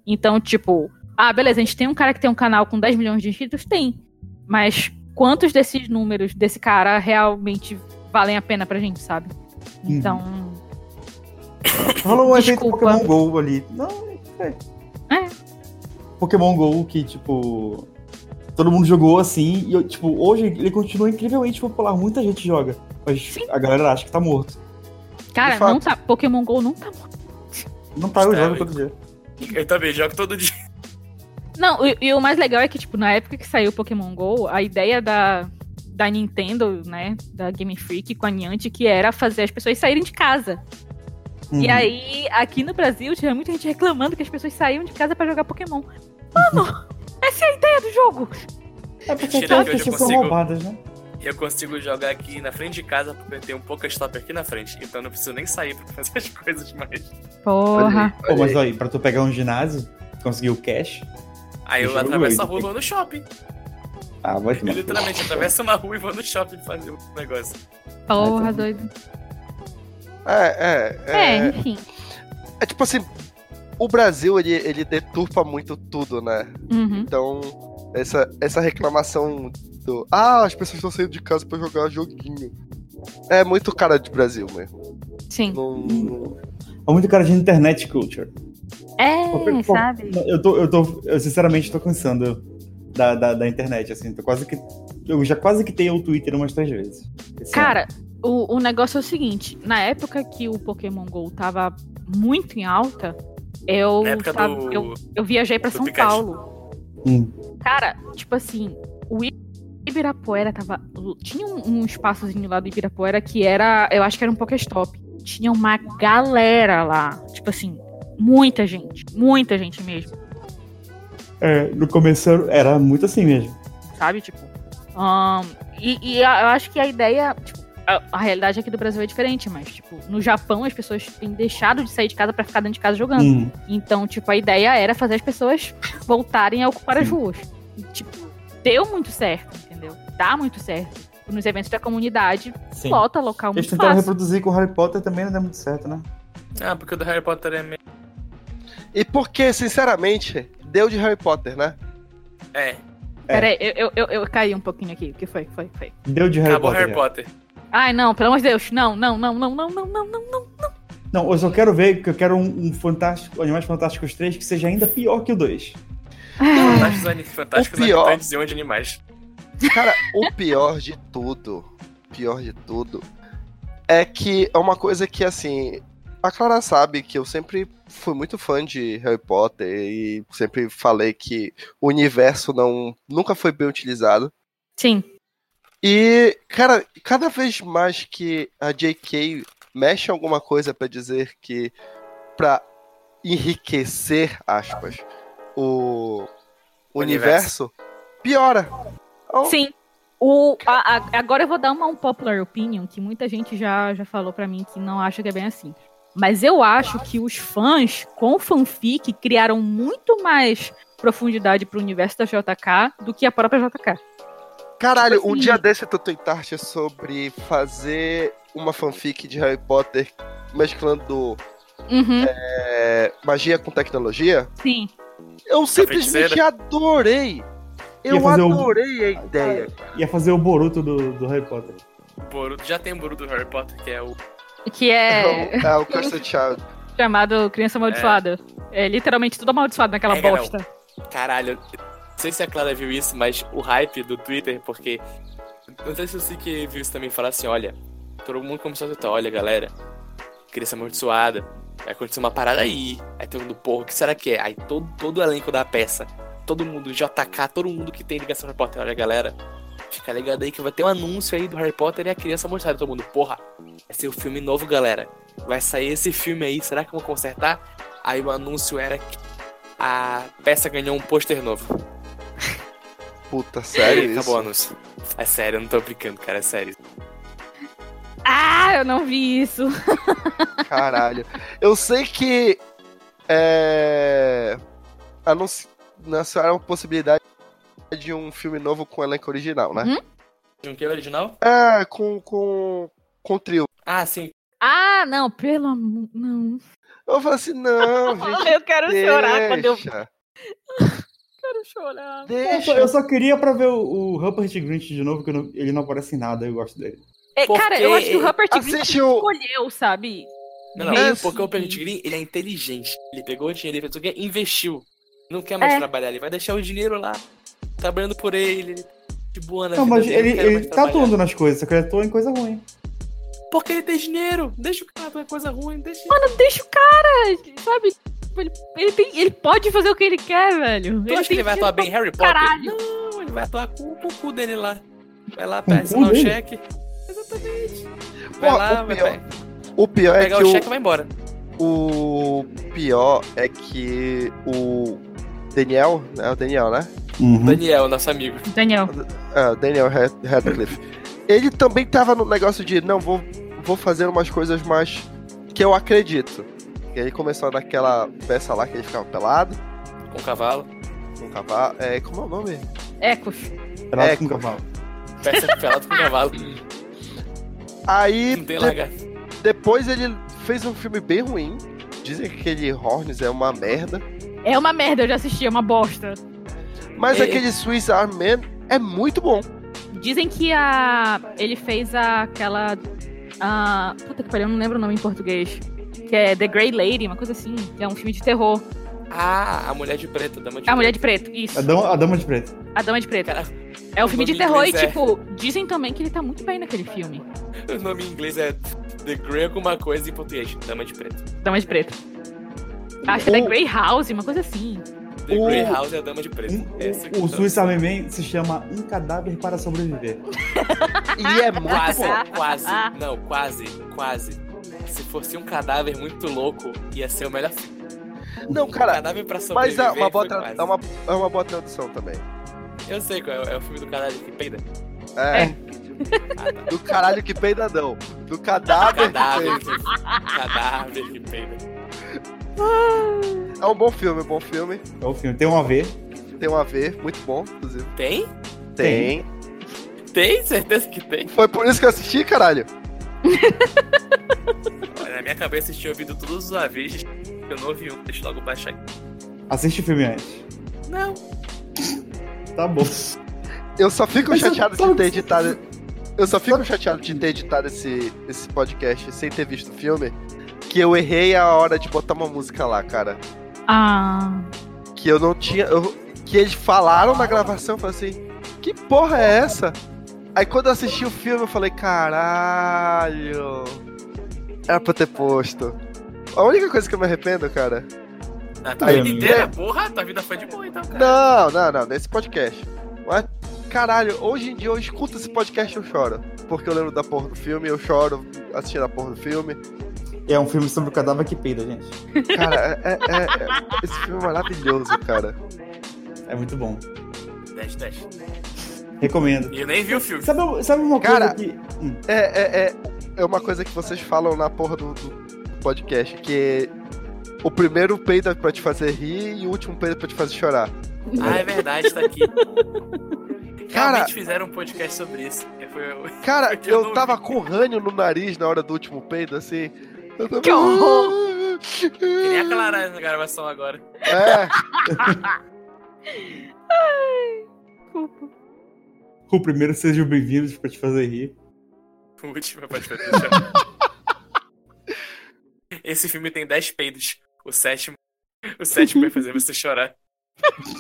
Speaker 4: Então, tipo, ah, beleza, a gente tem um cara que tem um canal com 10 milhões de inscritos? Tem. Mas quantos desses números desse cara realmente valem a pena pra gente, sabe?
Speaker 2: Uhum.
Speaker 4: Então.
Speaker 2: Rolou um efeito
Speaker 4: Desculpa.
Speaker 2: Pokémon GO ali. Não, é.
Speaker 4: É.
Speaker 2: Pokémon GO que, tipo, todo mundo jogou assim e, eu, tipo, hoje ele continua incrivelmente popular. Muita gente joga, mas
Speaker 4: Sim.
Speaker 2: a galera acha que tá morto.
Speaker 4: Cara,
Speaker 1: fato.
Speaker 4: não tá. Pokémon GO não tá morto.
Speaker 2: Não tá, eu
Speaker 3: Está,
Speaker 2: jogo
Speaker 3: hein?
Speaker 2: todo dia.
Speaker 3: Eu também jogo todo dia.
Speaker 4: Não, e, e o mais legal é que, tipo, na época que saiu o Pokémon GO, a ideia da, da Nintendo, né? Da Game Freak com a Niantic era fazer as pessoas saírem de casa. E
Speaker 2: Uhum.
Speaker 4: aí, aqui no Brasil, tinha muita gente reclamando que as pessoas saíam de casa pra jogar Pokémon. Mano, essa é a ideia do jogo.
Speaker 2: É porque
Speaker 3: Mentira,
Speaker 2: aquelas
Speaker 3: que hoje eu
Speaker 2: pessoas
Speaker 3: consigo.
Speaker 2: são roubadas, né?
Speaker 3: E eu consigo jogar aqui na frente de casa, porque eu tenho um Pokéstop aqui na frente. Então eu não preciso nem sair pra fazer as <laughs> coisas mais.
Speaker 4: Porra.
Speaker 2: Pô, mas aí, pra tu pegar um ginásio, conseguir o cash,
Speaker 3: Aí eu
Speaker 2: Jogo
Speaker 3: atravesso
Speaker 2: doido.
Speaker 3: a rua e vou no shopping.
Speaker 2: ah, vai
Speaker 3: Eu
Speaker 2: tomar.
Speaker 3: literalmente atravesso uma rua e vou no shopping fazer um negócio.
Speaker 4: Porra,
Speaker 2: Ah, então.
Speaker 4: doido.
Speaker 1: É, é,
Speaker 4: É,
Speaker 1: é, é.
Speaker 4: enfim.
Speaker 1: tipo assim, o Brasil, ele, ele deturpa muito tudo, né?
Speaker 4: Uhum.
Speaker 1: Então, essa, essa reclamação do. Ah, as pessoas estão saindo de casa pra jogar joguinho. É muito cara de Brasil mesmo.
Speaker 4: Sim.
Speaker 1: Não- não-
Speaker 2: É muito cara de internet culture.
Speaker 4: É,
Speaker 2: Porque, pô,
Speaker 4: sabe?
Speaker 2: Eu tô, eu tô, eu sinceramente tô cansando da, da, da internet, assim, tô quase que. Eu já quase que tenho o Twitter umas três vezes. Esse
Speaker 4: Cara, o, o negócio é o seguinte: na época que o Pokémon GO tava muito em alta, eu,
Speaker 3: Na época
Speaker 4: tava-
Speaker 3: do.
Speaker 4: eu, eu viajei pra
Speaker 3: do
Speaker 4: São
Speaker 3: Pikachu.
Speaker 4: Paulo.
Speaker 2: ano. Hum.
Speaker 4: Cara, tipo assim, o I- Ibirapuera tava. Tinha um, um espaçozinho lá do Ibirapuera que era. Eu acho que era um Pokéstop. Tinha uma galera lá. Tipo assim, muita gente. Muita gente mesmo.
Speaker 2: É, no começo era muito assim mesmo.
Speaker 4: sabe? Tipo. ahn, e, e a- eu acho que a ideia. tipo, a, a realidade aqui do Brasil é diferente, mas, tipo, no Japão as pessoas têm deixado de sair de casa pra ficar dentro de casa jogando.
Speaker 2: Hum.
Speaker 4: Então, tipo, a ideia era fazer as pessoas voltarem a ocupar as
Speaker 2: Sim.
Speaker 4: ruas. E, tipo, deu muito certo, entendeu? Dá muito certo. Tipo, Nos eventos da comunidade,
Speaker 2: Sim.
Speaker 4: volta local
Speaker 2: Eles
Speaker 4: muito
Speaker 2: tentaram
Speaker 4: fácil.
Speaker 2: reproduzir com Harry Potter também não deu muito certo, né?
Speaker 3: Ah, porque o do Harry Potter é meio.
Speaker 1: E porque, sinceramente, deu de Harry Potter, né?
Speaker 3: É,
Speaker 4: Peraí, eu, eu, eu, eu caí um pouquinho aqui. O que foi? Foi, foi.
Speaker 2: Deu de Harry
Speaker 3: acabou
Speaker 2: Potter. é.
Speaker 3: Harry
Speaker 2: já.
Speaker 3: Potter.
Speaker 4: Ai, não, pelo amor de Deus. Não, não, não, não, não, não, não, não.
Speaker 2: Não, eu só quero ver, porque eu quero um, um Fantástico, Animais Fantásticos 3 que seja ainda pior que o 2.
Speaker 3: <laughs> Fantásticos, ani- fantásticos
Speaker 1: O pior.
Speaker 3: habitantes e onde animais.
Speaker 1: Cara, o pior de tudo, pior de tudo, é que é uma coisa que, assim, a Clara sabe que eu sempre fui muito fã de Harry Potter e sempre falei que o universo não, nunca foi bem utilizado.
Speaker 4: Sim.
Speaker 1: E, cara, cada vez mais que a JK mexe em alguma coisa pra dizer que. pra enriquecer, aspas, o universo, piora. Então,
Speaker 4: Sim. O, a- a- agora eu vou dar uma um popular opinion, que muita gente já, já falou pra mim que não acha que é bem assim. Mas eu acho que os fãs com fanfic criaram muito mais profundidade pro universo da JK do que a própria JK.
Speaker 1: Caralho,
Speaker 4: Tipo
Speaker 1: um
Speaker 4: assim-
Speaker 1: dia desse eu tô tweetarte sobre fazer uma fanfic de Harry Potter mesclando
Speaker 4: Uhum,
Speaker 1: é, magia com tecnologia.
Speaker 4: sim.
Speaker 1: Eu simplesmente
Speaker 3: feiticeira.
Speaker 1: adorei. Eu
Speaker 2: fazer um-
Speaker 1: adorei a ideia.
Speaker 2: Ia fazer o Boruto do, do Harry Potter.
Speaker 3: Boruto, já tem o Boruto do Harry Potter, que é o.
Speaker 4: Que é
Speaker 1: É o Cursed Child.
Speaker 4: chamado Criança Amaldiçoada. É, literalmente tudo amaldiçoado naquela
Speaker 3: É, não.
Speaker 4: bosta.
Speaker 3: Caralho, não sei se a Clara viu isso, mas o hype do Twitter, porque. Não sei se você que viu isso também falar assim, olha, todo mundo começou a tentar, olha galera, criança amaldiçoada, vai acontecer uma parada aí. Aí todo mundo, porra, o que será que é? Aí todo, todo o elenco da peça, todo mundo, JK, todo mundo que tem ligação com Harry Potter, olha galera, fica ligado aí que vai ter um anúncio aí do Harry Potter e a criança amaldiçoada, todo mundo, porra, vai ser o filme novo, galera. Vai sair esse filme aí, será que vão consertar? Aí o anúncio era que a peça ganhou um pôster novo.
Speaker 1: Puta,
Speaker 3: Sério?
Speaker 1: sério
Speaker 3: Acabou o
Speaker 1: isso?
Speaker 3: anúncio. É sério, eu não tô brincando, cara, é sério.
Speaker 4: Ah, eu não vi isso.
Speaker 1: Caralho. Eu sei que é, anunci- anunciaram a possibilidade de um filme novo com o elenco original, né?
Speaker 4: Uhum.
Speaker 3: De um que original?
Speaker 1: É, com, com, com trio.
Speaker 3: Ah, sim.
Speaker 4: Ah, não, pelo amor. Não.
Speaker 1: Eu falei assim, não, gente.
Speaker 4: Eu quero chorar quando eu
Speaker 1: Deixa,
Speaker 4: quero chorar.
Speaker 2: Eu só, eu
Speaker 1: deixa.
Speaker 2: só queria pra ver o, o Rupert Grinch de novo, que eu não- ele não aparece em nada, eu gosto dele.
Speaker 4: É, cara, eu
Speaker 3: Porque
Speaker 4: acho que o Rupert Grint
Speaker 1: assiste o-
Speaker 4: escolheu, sabe?
Speaker 3: Não, não,
Speaker 1: Meio
Speaker 3: porque
Speaker 4: que-
Speaker 3: o Pentigrin, ele é inteligente. Ele pegou o dinheiro, ele fez o quê? Investiu. Não quer mais
Speaker 4: É.
Speaker 3: trabalhar, ele vai deixar o dinheiro lá, trabalhando por ele, de boa na
Speaker 2: Não,
Speaker 3: vida
Speaker 2: mas
Speaker 3: dele,
Speaker 2: ele,
Speaker 3: não quero
Speaker 2: ele
Speaker 3: mais
Speaker 2: tá
Speaker 3: trabalhar.
Speaker 2: atuando nas coisas, só que ele atua em coisa ruim.
Speaker 3: Porque ele tem dinheiro. Deixa o cara fazer coisa ruim. Deixa
Speaker 4: Deixa o cara, sabe? Ele, ele tem, ele pode fazer o que ele quer, velho.
Speaker 3: Tu acha que
Speaker 4: tem
Speaker 3: ele
Speaker 4: dinheiro
Speaker 3: vai atuar bem em Harry Potter?
Speaker 4: caralho.
Speaker 3: Não, ele vai atuar com, com o cu dele lá. Vai lá,
Speaker 2: Com o
Speaker 3: pega,
Speaker 2: cu
Speaker 3: assinar o
Speaker 2: dele?
Speaker 3: cheque. Exatamente. Vai
Speaker 1: Pô,
Speaker 3: lá,
Speaker 1: o
Speaker 3: vai
Speaker 1: pior,
Speaker 3: pe-
Speaker 1: o pior é
Speaker 3: pegar
Speaker 1: que
Speaker 3: o
Speaker 1: o,
Speaker 3: cheque e vai embora.
Speaker 1: O pior é que o Daniel, é o Daniel, né?
Speaker 2: Uhum.
Speaker 3: Daniel, nosso amigo.
Speaker 4: pra- Daniel,
Speaker 1: Ah, Daniel Rad- Radcliffe. Ele também tava no negócio de, não, vou, vou fazer umas coisas mais que eu acredito. E aí começou naquela peça lá que ele ficava pelado,
Speaker 3: Com o cavalo.
Speaker 1: com um cavalo. É, como é o nome?
Speaker 4: Ecos.
Speaker 2: Pelado com
Speaker 1: Eco.
Speaker 2: cavalo.
Speaker 3: Peça pelado com o
Speaker 1: <laughs>
Speaker 3: cavalo.
Speaker 1: Aí
Speaker 3: Não tem
Speaker 1: de-
Speaker 3: lagarto.
Speaker 1: depois ele fez um filme bem ruim. Dizem que aquele Horns é uma merda.
Speaker 4: É uma merda, eu já assisti, é uma bosta.
Speaker 1: Mas
Speaker 3: É.
Speaker 1: aquele Swiss Army Man é muito bom.
Speaker 4: Dizem que a. Ele fez a- aquela. A, puta que pariu, eu não lembro o nome em português. Que é The Grey Lady, uma coisa assim. Que é um filme de terror.
Speaker 3: Ah, a mulher de preto. Dama de
Speaker 4: A Mulher
Speaker 3: preto.
Speaker 4: de Preto, isso.
Speaker 2: A dama, a dama de preto.
Speaker 4: A Dama de Preto.
Speaker 3: Cara,
Speaker 4: é um
Speaker 3: o
Speaker 4: filme de
Speaker 3: nome em
Speaker 4: terror e,
Speaker 3: inglês é-
Speaker 4: tipo, dizem também que ele tá muito bem naquele filme.
Speaker 3: <laughs> O nome em inglês é The Grey alguma coisa em português. Dama de preto.
Speaker 4: Dama de Preto. Acho que é The
Speaker 1: O-
Speaker 4: Grey House, uma coisa assim.
Speaker 3: The
Speaker 1: O-
Speaker 3: Grey House é a dama de preto. Essa aqui
Speaker 2: O
Speaker 3: tá-
Speaker 2: Swiss Army Man se chama Um Cadáver para Sobreviver.
Speaker 1: E
Speaker 3: <laughs>
Speaker 1: é muito
Speaker 3: Quase,
Speaker 1: bom.
Speaker 4: Ah,
Speaker 3: quase. Não, quase, quase. Se fosse um cadáver muito louco, ia ser o melhor filme.
Speaker 1: Não, cara,
Speaker 3: Um cadáver pra
Speaker 1: Mas
Speaker 3: sobreviver
Speaker 1: é uma, boa
Speaker 3: foi
Speaker 1: tra-
Speaker 3: quase.
Speaker 1: é, uma, é uma boa tradução também.
Speaker 3: Eu sei qual é, é o filme do cadáver que peida.
Speaker 1: É.
Speaker 4: É.
Speaker 1: <laughs> Do caralho que peidadão. Do cadáver.
Speaker 3: Cadáver
Speaker 1: <laughs>
Speaker 3: que, cadáver que peida.
Speaker 1: é um bom filme, é um bom filme.
Speaker 2: É o filme. Tem um a ver.
Speaker 1: Tem um a ver, muito bom, inclusive.
Speaker 3: Tem?
Speaker 1: Tem.
Speaker 2: Tem.
Speaker 3: Tem? Certeza que tem?
Speaker 1: Foi por isso que eu assisti, caralho.
Speaker 3: Olha, na minha cabeça eu tinha ouvido todos os avisos. Eu não ouvi um, deixa eu logo baixar aqui.
Speaker 2: Assiste o filme antes.
Speaker 3: Não.
Speaker 2: Tá bom.
Speaker 1: Eu só fico
Speaker 2: Mas eu
Speaker 1: chateado
Speaker 2: tô-
Speaker 1: de ter editado. Eu só fico chateado de ter editado esse, esse podcast sem ter visto o filme. Que eu errei a hora de botar uma música lá, cara.
Speaker 4: Ah.
Speaker 1: Que eu não tinha. eu- que eles falaram na gravação, eu falei assim, que porra é essa? Aí quando eu assisti o filme, eu falei, caralho. Era pra ter posto. A única coisa que eu me arrependo, cara.
Speaker 3: Na
Speaker 2: Tá
Speaker 3: tua
Speaker 2: Aí,
Speaker 3: vida
Speaker 2: amigo.
Speaker 3: inteira, né? porra, tua vida foi de boa então,
Speaker 1: Não,
Speaker 3: cara.
Speaker 1: não, não, nesse podcast. Mas, caralho, hoje em dia eu escuto esse podcast e eu choro. Porque eu lembro da porra do filme, eu choro assistindo a porra do filme.
Speaker 2: É um filme sobre o cadáver que peida, gente.
Speaker 1: Cara, é, é- é- esse filme é maravilhoso, cara.
Speaker 2: É muito bom.
Speaker 3: 10, 10.
Speaker 2: Recomendo.
Speaker 3: E eu nem vi o filme.
Speaker 2: Sabe, sabe uma coisa
Speaker 1: Cara,
Speaker 2: que. Hum,
Speaker 1: É, é, é, é uma coisa que vocês falam na porra do, do podcast, que o primeiro peido é pra te fazer rir e o último peido é pra te fazer chorar.
Speaker 3: Ah, é verdade, tá
Speaker 2: <laughs>
Speaker 3: aqui.
Speaker 1: Cara-
Speaker 3: Realmente fizeram um podcast sobre isso. Foi o-
Speaker 1: Cara,
Speaker 3: Eu não
Speaker 1: eu
Speaker 3: vi.
Speaker 1: tava com ranho no nariz na hora do último peido, assim. Eu tava...
Speaker 4: Que
Speaker 3: Que nem a Clara na gravação agora.
Speaker 1: <laughs> É,
Speaker 2: O primeiro sejam bem-vindos pra te fazer rir.
Speaker 3: O último podcast. deixa eu- Esse filme tem 10 peidos. O sétimo. O sétimo vai fazer você chorar.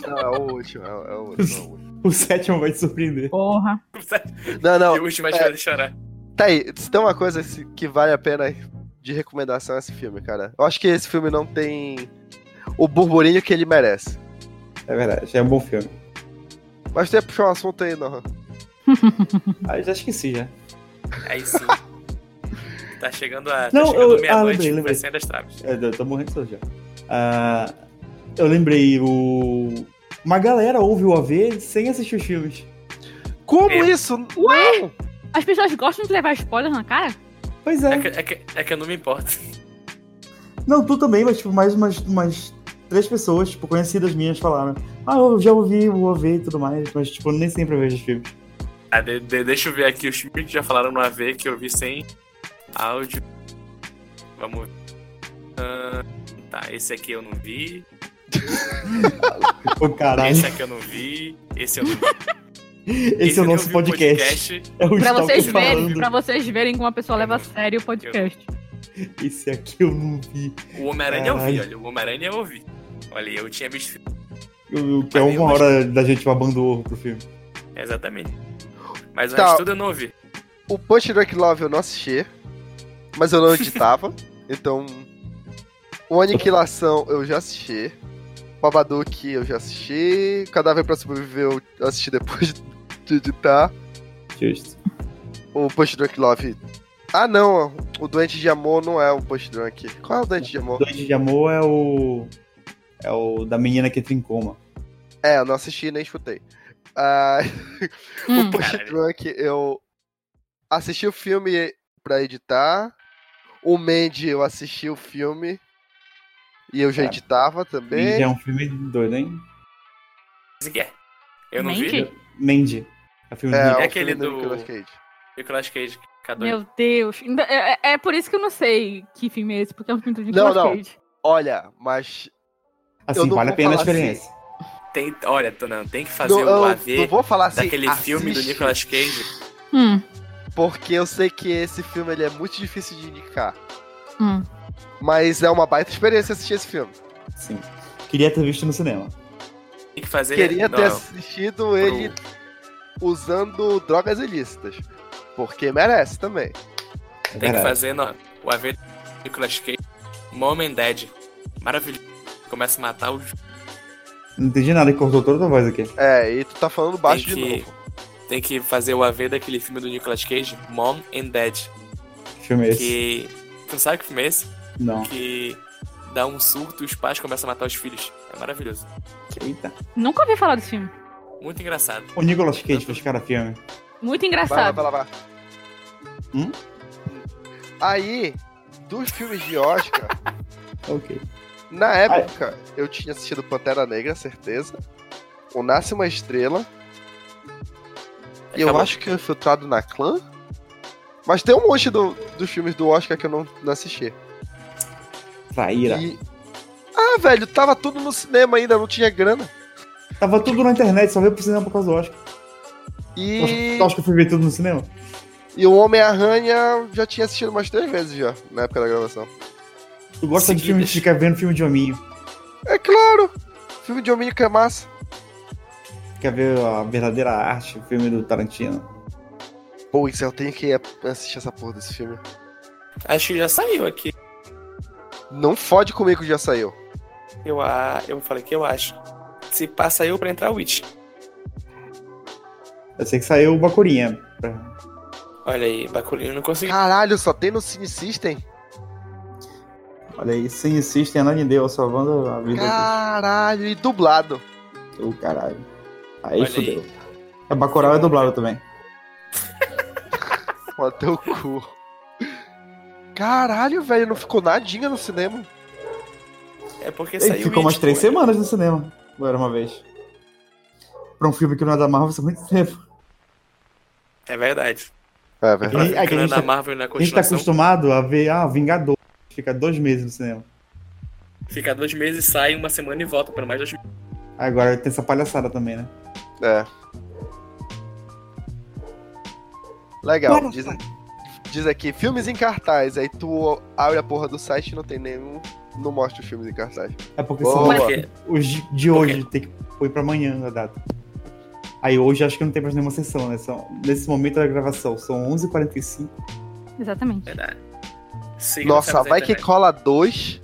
Speaker 1: não, é o último, é o, é o último. é o último.
Speaker 2: O sétimo vai te surpreender.
Speaker 4: Porra.
Speaker 3: O sétimo-
Speaker 1: Não,
Speaker 3: E
Speaker 1: não,
Speaker 3: o último vai te fazer chorar.
Speaker 1: Tá aí, se tem uma coisa se- que vale a pena de recomendação é esse filme, cara. Eu acho que esse filme não tem o burburinho que ele merece.
Speaker 2: É verdade, é um bom filme.
Speaker 1: Mas tem que puxar um assunto aí, não.
Speaker 2: Ah, eu já esqueci já.
Speaker 3: Aí
Speaker 2: <laughs>
Speaker 3: sim. É Tá chegando a.
Speaker 2: Não,
Speaker 3: tá chegando
Speaker 2: eu- ah,
Speaker 3: meia-noite.
Speaker 2: lembrei,
Speaker 3: vai
Speaker 2: lembrei.
Speaker 3: saindo as traves.
Speaker 2: É, Eu tô morrendo de sono já. Ah, eu lembrei, o. Uma galera ouve o AV sem assistir os filmes.
Speaker 1: Como
Speaker 3: É.
Speaker 1: isso? Não!
Speaker 4: As pessoas gostam de levar spoiler na cara?
Speaker 2: Pois
Speaker 3: É
Speaker 2: é.
Speaker 3: que, é, que, é que eu não me importo. <laughs>
Speaker 2: Não, tu também, mas tipo, mais umas, umas três pessoas, tipo, conhecidas minhas falaram. Ah, eu já ouvi o AV e tudo mais, mas tipo, nem sempre eu vejo os <laughs> filmes.
Speaker 3: Ah, de- de- deixa eu ver aqui os filmes que já falaram no AV que eu vi sem áudio. Vamos ver. Ah, tá, esse aqui eu não vi.
Speaker 2: Ô, Tipo, caralho,
Speaker 3: Esse aqui eu não vi. Esse eu não vi.
Speaker 2: <laughs> esse é o
Speaker 3: eu não
Speaker 2: nosso
Speaker 3: vi
Speaker 2: podcast. É o
Speaker 4: Pra
Speaker 2: Stalker
Speaker 4: vocês verem,
Speaker 2: falando.
Speaker 4: pra vocês verem como a pessoa leva a sério o podcast.
Speaker 2: Esse aqui eu não vi.
Speaker 3: O Homem-Aranha eu vi,
Speaker 2: Caralho.
Speaker 3: olha. O Homem-Aranha eu vi. Olha, eu tinha visto.
Speaker 2: O que é uma
Speaker 3: Mas-
Speaker 2: hora da gente babando o ovo pro filme.
Speaker 3: Exatamente. Mas o
Speaker 1: Tá.
Speaker 3: resto tudo eu não vi.
Speaker 1: O Punch Drunk Love eu não assisti. mas eu não editava. então, o Aniquilação eu já assisti. Babadook eu já assisti. Cadáver pra Sobreviver eu assisti depois de editar.
Speaker 2: Justo.
Speaker 1: O Punch Drunk Love. Ah, não, o Doente de Amor não é o Punch Drunk. Qual é o Doente de Amor?
Speaker 2: Doente de Amor é o. É o da menina que entra em coma.
Speaker 1: É, eu não assisti e nem escutei. Ah, o
Speaker 4: Hum.
Speaker 1: Punch
Speaker 3: Caralho.
Speaker 1: Drunk, eu assisti o filme pra editar. O Mandy, eu assisti o filme. E eu já
Speaker 2: É.
Speaker 1: editava
Speaker 2: Mandy
Speaker 1: também.
Speaker 2: é um filme doido, hein?
Speaker 3: Zigué. é. Eu não
Speaker 4: Mandy?
Speaker 3: vi.
Speaker 2: Mandy. É o filme
Speaker 1: É,
Speaker 2: do
Speaker 1: o
Speaker 3: É aquele
Speaker 1: filme
Speaker 3: do-
Speaker 1: Nicolas Cage.
Speaker 3: Nicolas Cage, cadê?
Speaker 4: Meu Deus. Ainda- É, é- é por isso que eu não sei que filme é esse, porque é um filme do Nicolas
Speaker 1: Não, não.
Speaker 4: Cage.
Speaker 1: Olha, mas eu
Speaker 2: Assim,
Speaker 1: não
Speaker 2: vale a
Speaker 1: vou
Speaker 2: pena a
Speaker 1: falar assim.
Speaker 2: experiência.
Speaker 3: Tem, olha, tu não, tem que fazer
Speaker 1: não,
Speaker 3: o
Speaker 1: eu não
Speaker 3: AV
Speaker 1: vou falar assim,
Speaker 3: daquele filme do
Speaker 1: assiste,
Speaker 3: Nicolas Cage.
Speaker 4: Hum,
Speaker 1: Porque eu sei que esse filme ele é muito difícil de indicar.
Speaker 4: hum.
Speaker 1: Mas é uma baita experiência assistir esse filme.
Speaker 2: Sim. Queria ter visto no cinema.
Speaker 3: Tem que fazer.
Speaker 1: Queria
Speaker 3: não,
Speaker 1: ter
Speaker 3: não.
Speaker 1: assistido ele usando drogas ilícitas. Porque merece também.
Speaker 2: É
Speaker 3: Tem que
Speaker 2: verdade.
Speaker 3: fazer não. o AV do Nicolas Cage. Mom and Dad. Maravilhoso. Começa a matar os.
Speaker 2: Não entendi nada, que cortou toda a voz aqui.
Speaker 1: É, e tu tá falando baixo
Speaker 3: Tem
Speaker 1: de
Speaker 3: que-
Speaker 1: novo.
Speaker 3: Tem que fazer o AV daquele filme do Nicolas Cage, Mom and Dad.
Speaker 2: Que filme é esse?
Speaker 3: Que. Tu não sabe que filme é esse?
Speaker 2: Não.
Speaker 3: Que dá um surto e os pais começam a matar os filhos. É maravilhoso.
Speaker 2: Eita.
Speaker 4: Nunca ouvi falar desse filme.
Speaker 3: Muito engraçado.
Speaker 2: O Nicolas Cage fez cara filme.
Speaker 4: Muito
Speaker 1: Vai lá,
Speaker 4: engraçado.
Speaker 1: vai lá, vai. lá.
Speaker 2: Hum?
Speaker 1: Aí, dos filmes de Oscar,
Speaker 2: Ok.
Speaker 1: na época eu tinha assistido Pantera Negra, certeza. O Nasce uma Estrela. E eu
Speaker 3: Acabou.
Speaker 1: acho que é infiltrado na clã. Mas tem um monte do- dos filmes do Oscar que eu não, não assisti.
Speaker 2: Traíra.
Speaker 1: E- Ah, velho, tava tudo no cinema ainda, não tinha grana.
Speaker 2: Tava tudo na internet, só veio pro cinema por causa do Oscar. <laughs>
Speaker 1: E,
Speaker 2: Tu acha que eu fui ver tudo no cinema?
Speaker 1: e o Homem-Aranha eu já tinha assistido umas três vezes já, na época da gravação.
Speaker 2: Tu gosta de filme
Speaker 3: Seguidas.
Speaker 2: de ficar vendo filme de hominho.
Speaker 1: É claro! Filme de homem que é massa.
Speaker 2: Quer ver a verdadeira arte, o filme do Tarantino.
Speaker 1: Pois é, eu tenho que assistir essa porra desse filme.
Speaker 3: Acho que já saiu aqui.
Speaker 1: Não fode comigo que já saiu.
Speaker 3: Eu, a... eu falei que eu acho. Se pá, saiu pra entrar o Witch.
Speaker 2: Eu sei que saiu o Bacurinha. pra-
Speaker 3: Olha aí, Baculinho não
Speaker 2: Ah.
Speaker 3: consegui.
Speaker 1: Caralho, só tem no Cine System?
Speaker 2: Olha aí, sem insistem, não deu, salvando a vida
Speaker 1: Caralho, e dublado.
Speaker 2: do do caralho. Aí
Speaker 3: Olha
Speaker 2: fudeu. É Bacurau é dublado também.
Speaker 1: Ó, teu cu. Caralho, velho, não ficou nadinha no cinema.
Speaker 3: É porque
Speaker 2: Ele
Speaker 3: saiu.
Speaker 2: ficou
Speaker 3: It,
Speaker 2: umas três
Speaker 3: pô.
Speaker 2: semanas no cinema. Ou era uma vez. Pra um filme que não é da Marvel, isso é muito tempo.
Speaker 3: É verdade.
Speaker 1: É,
Speaker 2: E,
Speaker 1: velho.
Speaker 3: Pra
Speaker 2: aí, a,
Speaker 3: ficar
Speaker 2: gente
Speaker 3: na
Speaker 2: tá,
Speaker 3: Marvel e na
Speaker 2: a gente tá
Speaker 3: continuação.
Speaker 2: acostumado a ver, ah, Vingador. Fica dois meses no cinema.
Speaker 3: Fica dois meses, sai uma semana e volta para mais dois meses.
Speaker 2: Agora tem essa palhaçada também, né?
Speaker 1: É. Legal,
Speaker 2: Mano,
Speaker 1: diz, diz aqui, filmes em cartaz. Aí tu abre a porra do site e não tem nenhum. Não mostra os filmes em cartaz.
Speaker 2: É porque
Speaker 1: Boa.
Speaker 2: são
Speaker 1: Mas-
Speaker 3: Porque
Speaker 2: os de- de
Speaker 3: Por
Speaker 2: hoje, tem que pôr pra amanhã a data. Aí hoje acho que não tem mais nenhuma sessão, né? São, nesse momento da gravação, são 11h45.
Speaker 4: Exatamente.
Speaker 3: Verdade. é Siga
Speaker 1: Nossa,
Speaker 3: essa
Speaker 1: vai que
Speaker 3: internet.
Speaker 1: cola dois.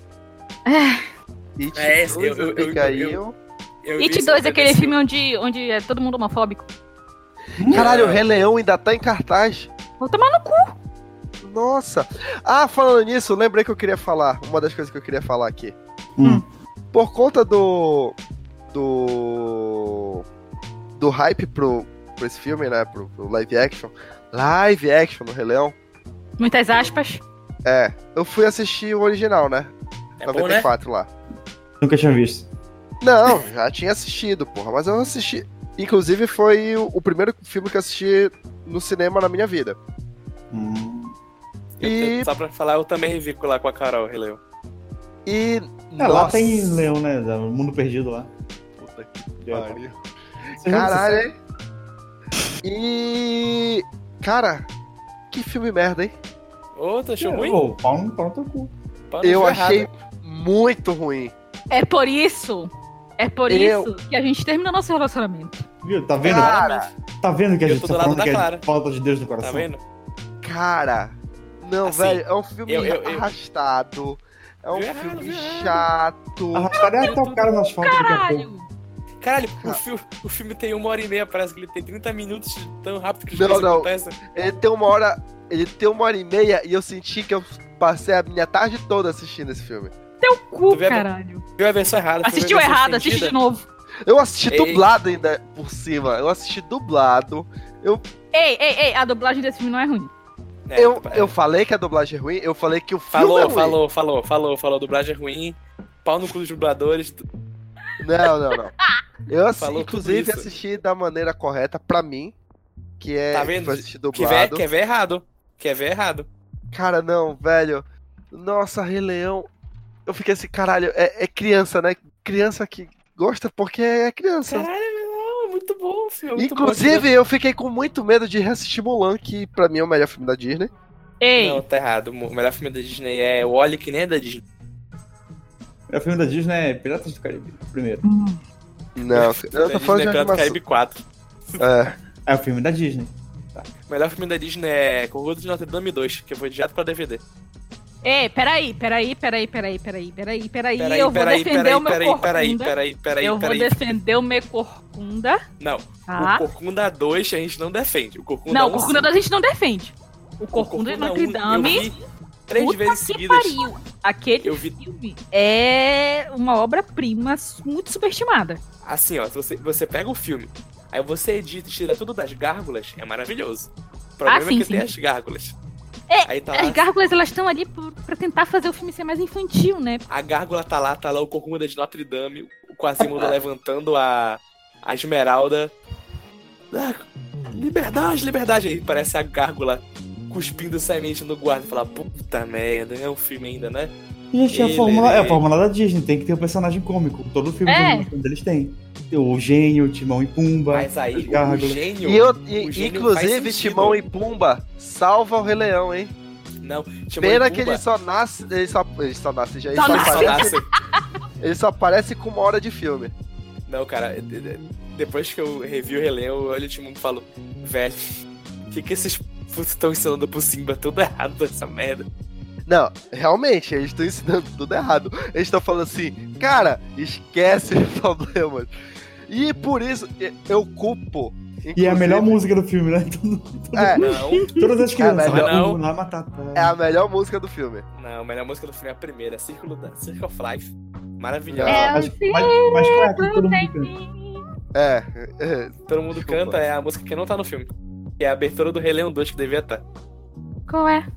Speaker 1: It
Speaker 3: É,
Speaker 1: dois,
Speaker 3: eu- eu- eu-
Speaker 1: fica aí,
Speaker 3: eu-
Speaker 1: eu-
Speaker 3: Eu vi
Speaker 4: It
Speaker 3: isso
Speaker 4: 2 é
Speaker 3: na
Speaker 4: aquele
Speaker 3: BBC.
Speaker 4: filme onde, onde é todo mundo homofóbico.
Speaker 1: um- Caralho, o
Speaker 3: Não.
Speaker 1: Rei Leão ainda tá em cartaz.
Speaker 4: Vou tomar no cu.
Speaker 1: Nossa. Ah, falando nisso, lembrei que eu queria falar. Uma das coisas que eu queria falar aqui.
Speaker 2: Hum.
Speaker 1: Por conta do. Do. Do hype pro, pro esse filme, né? Pro, pro live action. Live action do Rei Leão.
Speaker 4: Muitas aspas.
Speaker 1: É, eu fui assistir o original, né?
Speaker 3: É bom, né?
Speaker 1: 94 lá.
Speaker 2: Nunca tinha visto.
Speaker 1: Não, já tinha assistido, porra, mas eu assisti. Inclusive, foi o, o primeiro filme que eu assisti no cinema na minha vida.
Speaker 2: Hum.
Speaker 3: Eu-
Speaker 1: E-
Speaker 3: eu- Só pra falar, eu também vi lá com a Carol, releu.
Speaker 1: E.
Speaker 2: É, lá tem Leão, né? Da Mundo Perdido lá.
Speaker 1: Puta que
Speaker 2: Leão.
Speaker 1: pariu.
Speaker 2: Você já viu
Speaker 1: Caralho,
Speaker 2: essa
Speaker 1: hein? E. Cara, que filme merda, hein?
Speaker 3: Ô, tu achou
Speaker 2: série?
Speaker 3: ruim?
Speaker 2: Ô, pau no pau no teu cu.
Speaker 3: Pau no
Speaker 1: Eu
Speaker 3: cu
Speaker 1: achei
Speaker 3: errado. né? Tá
Speaker 1: muito ruim.
Speaker 4: É por isso. É por
Speaker 1: Eu-
Speaker 4: isso que a gente termina nosso relacionamento.
Speaker 2: Viu? Tá vendo?
Speaker 1: Cara,
Speaker 2: Tá vendo que a
Speaker 3: Eu
Speaker 2: gente
Speaker 3: tô
Speaker 2: tá
Speaker 3: do lado
Speaker 2: falando
Speaker 3: da
Speaker 2: que é
Speaker 3: Clara.
Speaker 2: falta de Deus no coração?
Speaker 3: Tá vendo?
Speaker 1: cara, Não,
Speaker 3: Assim,
Speaker 1: velho, é um filme
Speaker 3: eu- eu- eu-
Speaker 1: arrastado. É um
Speaker 3: Eu errado,
Speaker 1: filme
Speaker 3: eu errado.
Speaker 1: chato.
Speaker 2: Arrastar é até o cara no asfalto daqui a pouco.
Speaker 4: Caralho!
Speaker 3: Caralho,
Speaker 1: Ah.
Speaker 3: o, fil- o filme tem uma hora e meia, parece que ele tem 30 minutos de tão rápido que as
Speaker 1: Não,
Speaker 3: coisas
Speaker 1: não.
Speaker 3: acontecem.
Speaker 1: Ele tem uma hora. Ele tem uma hora e meia e eu senti que eu passei a minha tarde toda assistindo esse filme.
Speaker 4: Teu cu,
Speaker 3: Tu vê-
Speaker 4: caralho.
Speaker 3: Viu a versão errada. foi ver a né?
Speaker 4: Assistiu
Speaker 3: versão
Speaker 4: errado, assiste de
Speaker 3: estendida.
Speaker 4: novo.
Speaker 1: Eu assisti
Speaker 3: Ei.
Speaker 1: dublado ainda por cima. Eu assisti dublado.
Speaker 4: Ei, ei, ei, a dublagem desse filme não é ruim.
Speaker 3: É,
Speaker 1: eu,
Speaker 3: pa-
Speaker 1: eu falei que a dublagem é ruim, eu falei que o filme é
Speaker 3: Falou,
Speaker 1: ruim.
Speaker 3: falou, falou, falou, falou. Dublagem é ruim. Pau no cu dos dubladores.
Speaker 1: Não, não,
Speaker 3: <laughs>
Speaker 1: não. Eu assi-
Speaker 3: Falou tudo
Speaker 1: inclusive
Speaker 3: isso.
Speaker 1: assisti da maneira correta pra mim, que é
Speaker 3: Tá vendo?
Speaker 1: que eu assisti
Speaker 3: Quer ver,
Speaker 1: dublado.
Speaker 3: quer ver errado. Quer ver errado.
Speaker 1: Cara, não, velho. Nossa, Rei Leão. Eu fiquei assim, caralho, é, é criança, né? Criança que gosta porque é criança.
Speaker 3: Caralho, não, muito bom o filme. é muito bom.
Speaker 1: Inclusive, eu fiquei com muito medo de reassistir Mulan, que pra mim é o melhor filme da Disney.
Speaker 4: Ei,
Speaker 3: Não, tá errado. O melhor filme da Disney é o Oli, que nem é da Disney.
Speaker 2: É o filme da Disney, é Piratas do Caribe, primeiro.
Speaker 3: <laughs>
Speaker 1: Não, eu tô falando de
Speaker 3: Disney é Pirata do
Speaker 1: animação.
Speaker 3: Caribe 4.
Speaker 1: É,
Speaker 2: É o filme da Disney.
Speaker 3: O melhor filme da Disney é Corrida de Notre Dame 2, que foi direto pra DVD.
Speaker 4: ei, peraí, peraí, peraí, peraí, peraí, peraí, peraí.
Speaker 3: Peraí,
Speaker 4: eu vou
Speaker 3: peraí,
Speaker 4: defender
Speaker 3: peraí,
Speaker 4: o meu
Speaker 3: peraí, peraí,
Speaker 4: corcunda.
Speaker 3: peraí, peraí,
Speaker 4: eu vou
Speaker 3: peraí.
Speaker 4: defender o meu corcunda,
Speaker 3: Não,
Speaker 4: tá?
Speaker 3: o Corcunda 2 a gente não defende. O Corcunda é
Speaker 4: Não,
Speaker 3: 1,
Speaker 4: o corcunda da gente não defende. O corcunda de
Speaker 3: Corcunda
Speaker 4: Notre
Speaker 3: 1,
Speaker 4: Dame.
Speaker 3: Eu vi três
Speaker 4: Puta
Speaker 3: vezes
Speaker 4: que
Speaker 3: seguidas.
Speaker 4: pariu. Aquele
Speaker 3: Eu vi-
Speaker 4: filme é uma obra-prima muito superestimada.
Speaker 3: Assim, ó, se você, você pega o filme, aí você edita e tira tudo das gárgulas, é maravilhoso. O problema
Speaker 4: Ah, sim,
Speaker 3: é que
Speaker 4: sim. É,
Speaker 3: tem as gárgulas. aí tá
Speaker 4: As
Speaker 3: lá,
Speaker 4: gárgulas, elas estão ali por- pra tentar fazer o filme ser mais infantil, né?
Speaker 3: a gárgula tá lá, tá lá o Corcunda de Notre Dame, o Quasimodo <laughs> levantando a, a esmeralda. Ah, liberdade, liberdade! Aí parece a gárgula cuspindo semente no guarda e fala, puta merda, é um filme ainda, né?
Speaker 2: Gente, é a
Speaker 3: Ele-
Speaker 2: fórmula, é a fórmula da Disney, tem que ter um personagem cômico. Todo filme
Speaker 4: É.
Speaker 2: de animação deles tem. um Tem o gênio, Timão e Pumba.
Speaker 3: Mas aí o
Speaker 2: gárgula.
Speaker 3: gênio.
Speaker 1: E eu,
Speaker 3: o
Speaker 1: e,
Speaker 3: gênio
Speaker 1: inclusive,
Speaker 3: faz sentido.
Speaker 1: Timão e Pumba salva o Rei Leão, hein?
Speaker 3: Não, Timão e
Speaker 1: Pena
Speaker 3: Pumba,
Speaker 1: que ele só nasce. Ele só, ele só nasce já. Ele
Speaker 4: Só
Speaker 1: só,
Speaker 3: ele só
Speaker 1: aparece,
Speaker 3: nasce.
Speaker 1: ele só aparece com uma hora de filme.
Speaker 3: Não, cara, de- de- depois que eu revi o Relém, eu olho o Timon e falo, velho, o que, que esses putos estão ensinando pro Simba? Tudo errado essa merda.
Speaker 1: Não, realmente, eles estão ensinando tudo errado. Eles estão falando assim, cara, esquece <laughs> os problemas. E por isso e- eu culpo.
Speaker 2: E é a
Speaker 1: inclusive,
Speaker 2: melhor música do filme, né? Todo- todo-
Speaker 1: É.
Speaker 3: Não,
Speaker 2: Todas <laughs> as crianças.
Speaker 1: Ah,
Speaker 3: mas não.
Speaker 2: Hakuna Matata.
Speaker 1: É a melhor música do filme.
Speaker 3: não, a melhor música do filme é a primeira, Círculo da, Circle of Life. Maravilhosa.
Speaker 1: É,
Speaker 2: Mas, mas, mas qual é que todo mundo canta?
Speaker 1: É. é.
Speaker 3: Todo mundo
Speaker 1: Desculpa.
Speaker 3: canta, é a música que não tá no filme. Que é a abertura do Relém 2 que devia tá. estar.
Speaker 4: Qual é?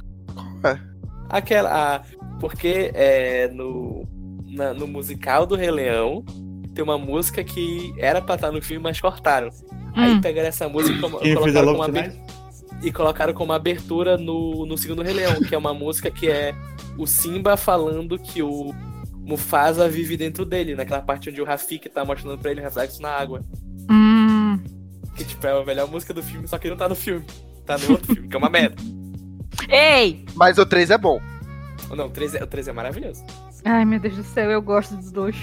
Speaker 3: Aquela. a- porque é, no, na- no musical do Rei Leão tem uma música que era pra estar no filme, mas cortaram. Aí
Speaker 4: Hum.
Speaker 3: pegaram essa música e como-
Speaker 2: Quem fez a
Speaker 3: colocaram como
Speaker 2: Love
Speaker 3: abertura.
Speaker 2: Tonight?
Speaker 3: e colocaram como abertura no, no segundo Rei Leão, que é uma música que é o Simba falando que o Mufasa vive dentro dele, naquela parte onde o Rafik tá mostrando pra ele reflexo na água.
Speaker 4: Hum.
Speaker 3: Que tipo, é a melhor música do filme, só que não tá no filme. Tá no outro filme, que é uma merda.
Speaker 4: Ei!
Speaker 1: Mas o 3 é bom.
Speaker 3: Ou Não, o 3 é, o três é maravilhoso.
Speaker 4: Ai, meu Deus do céu, eu gosto dos dois.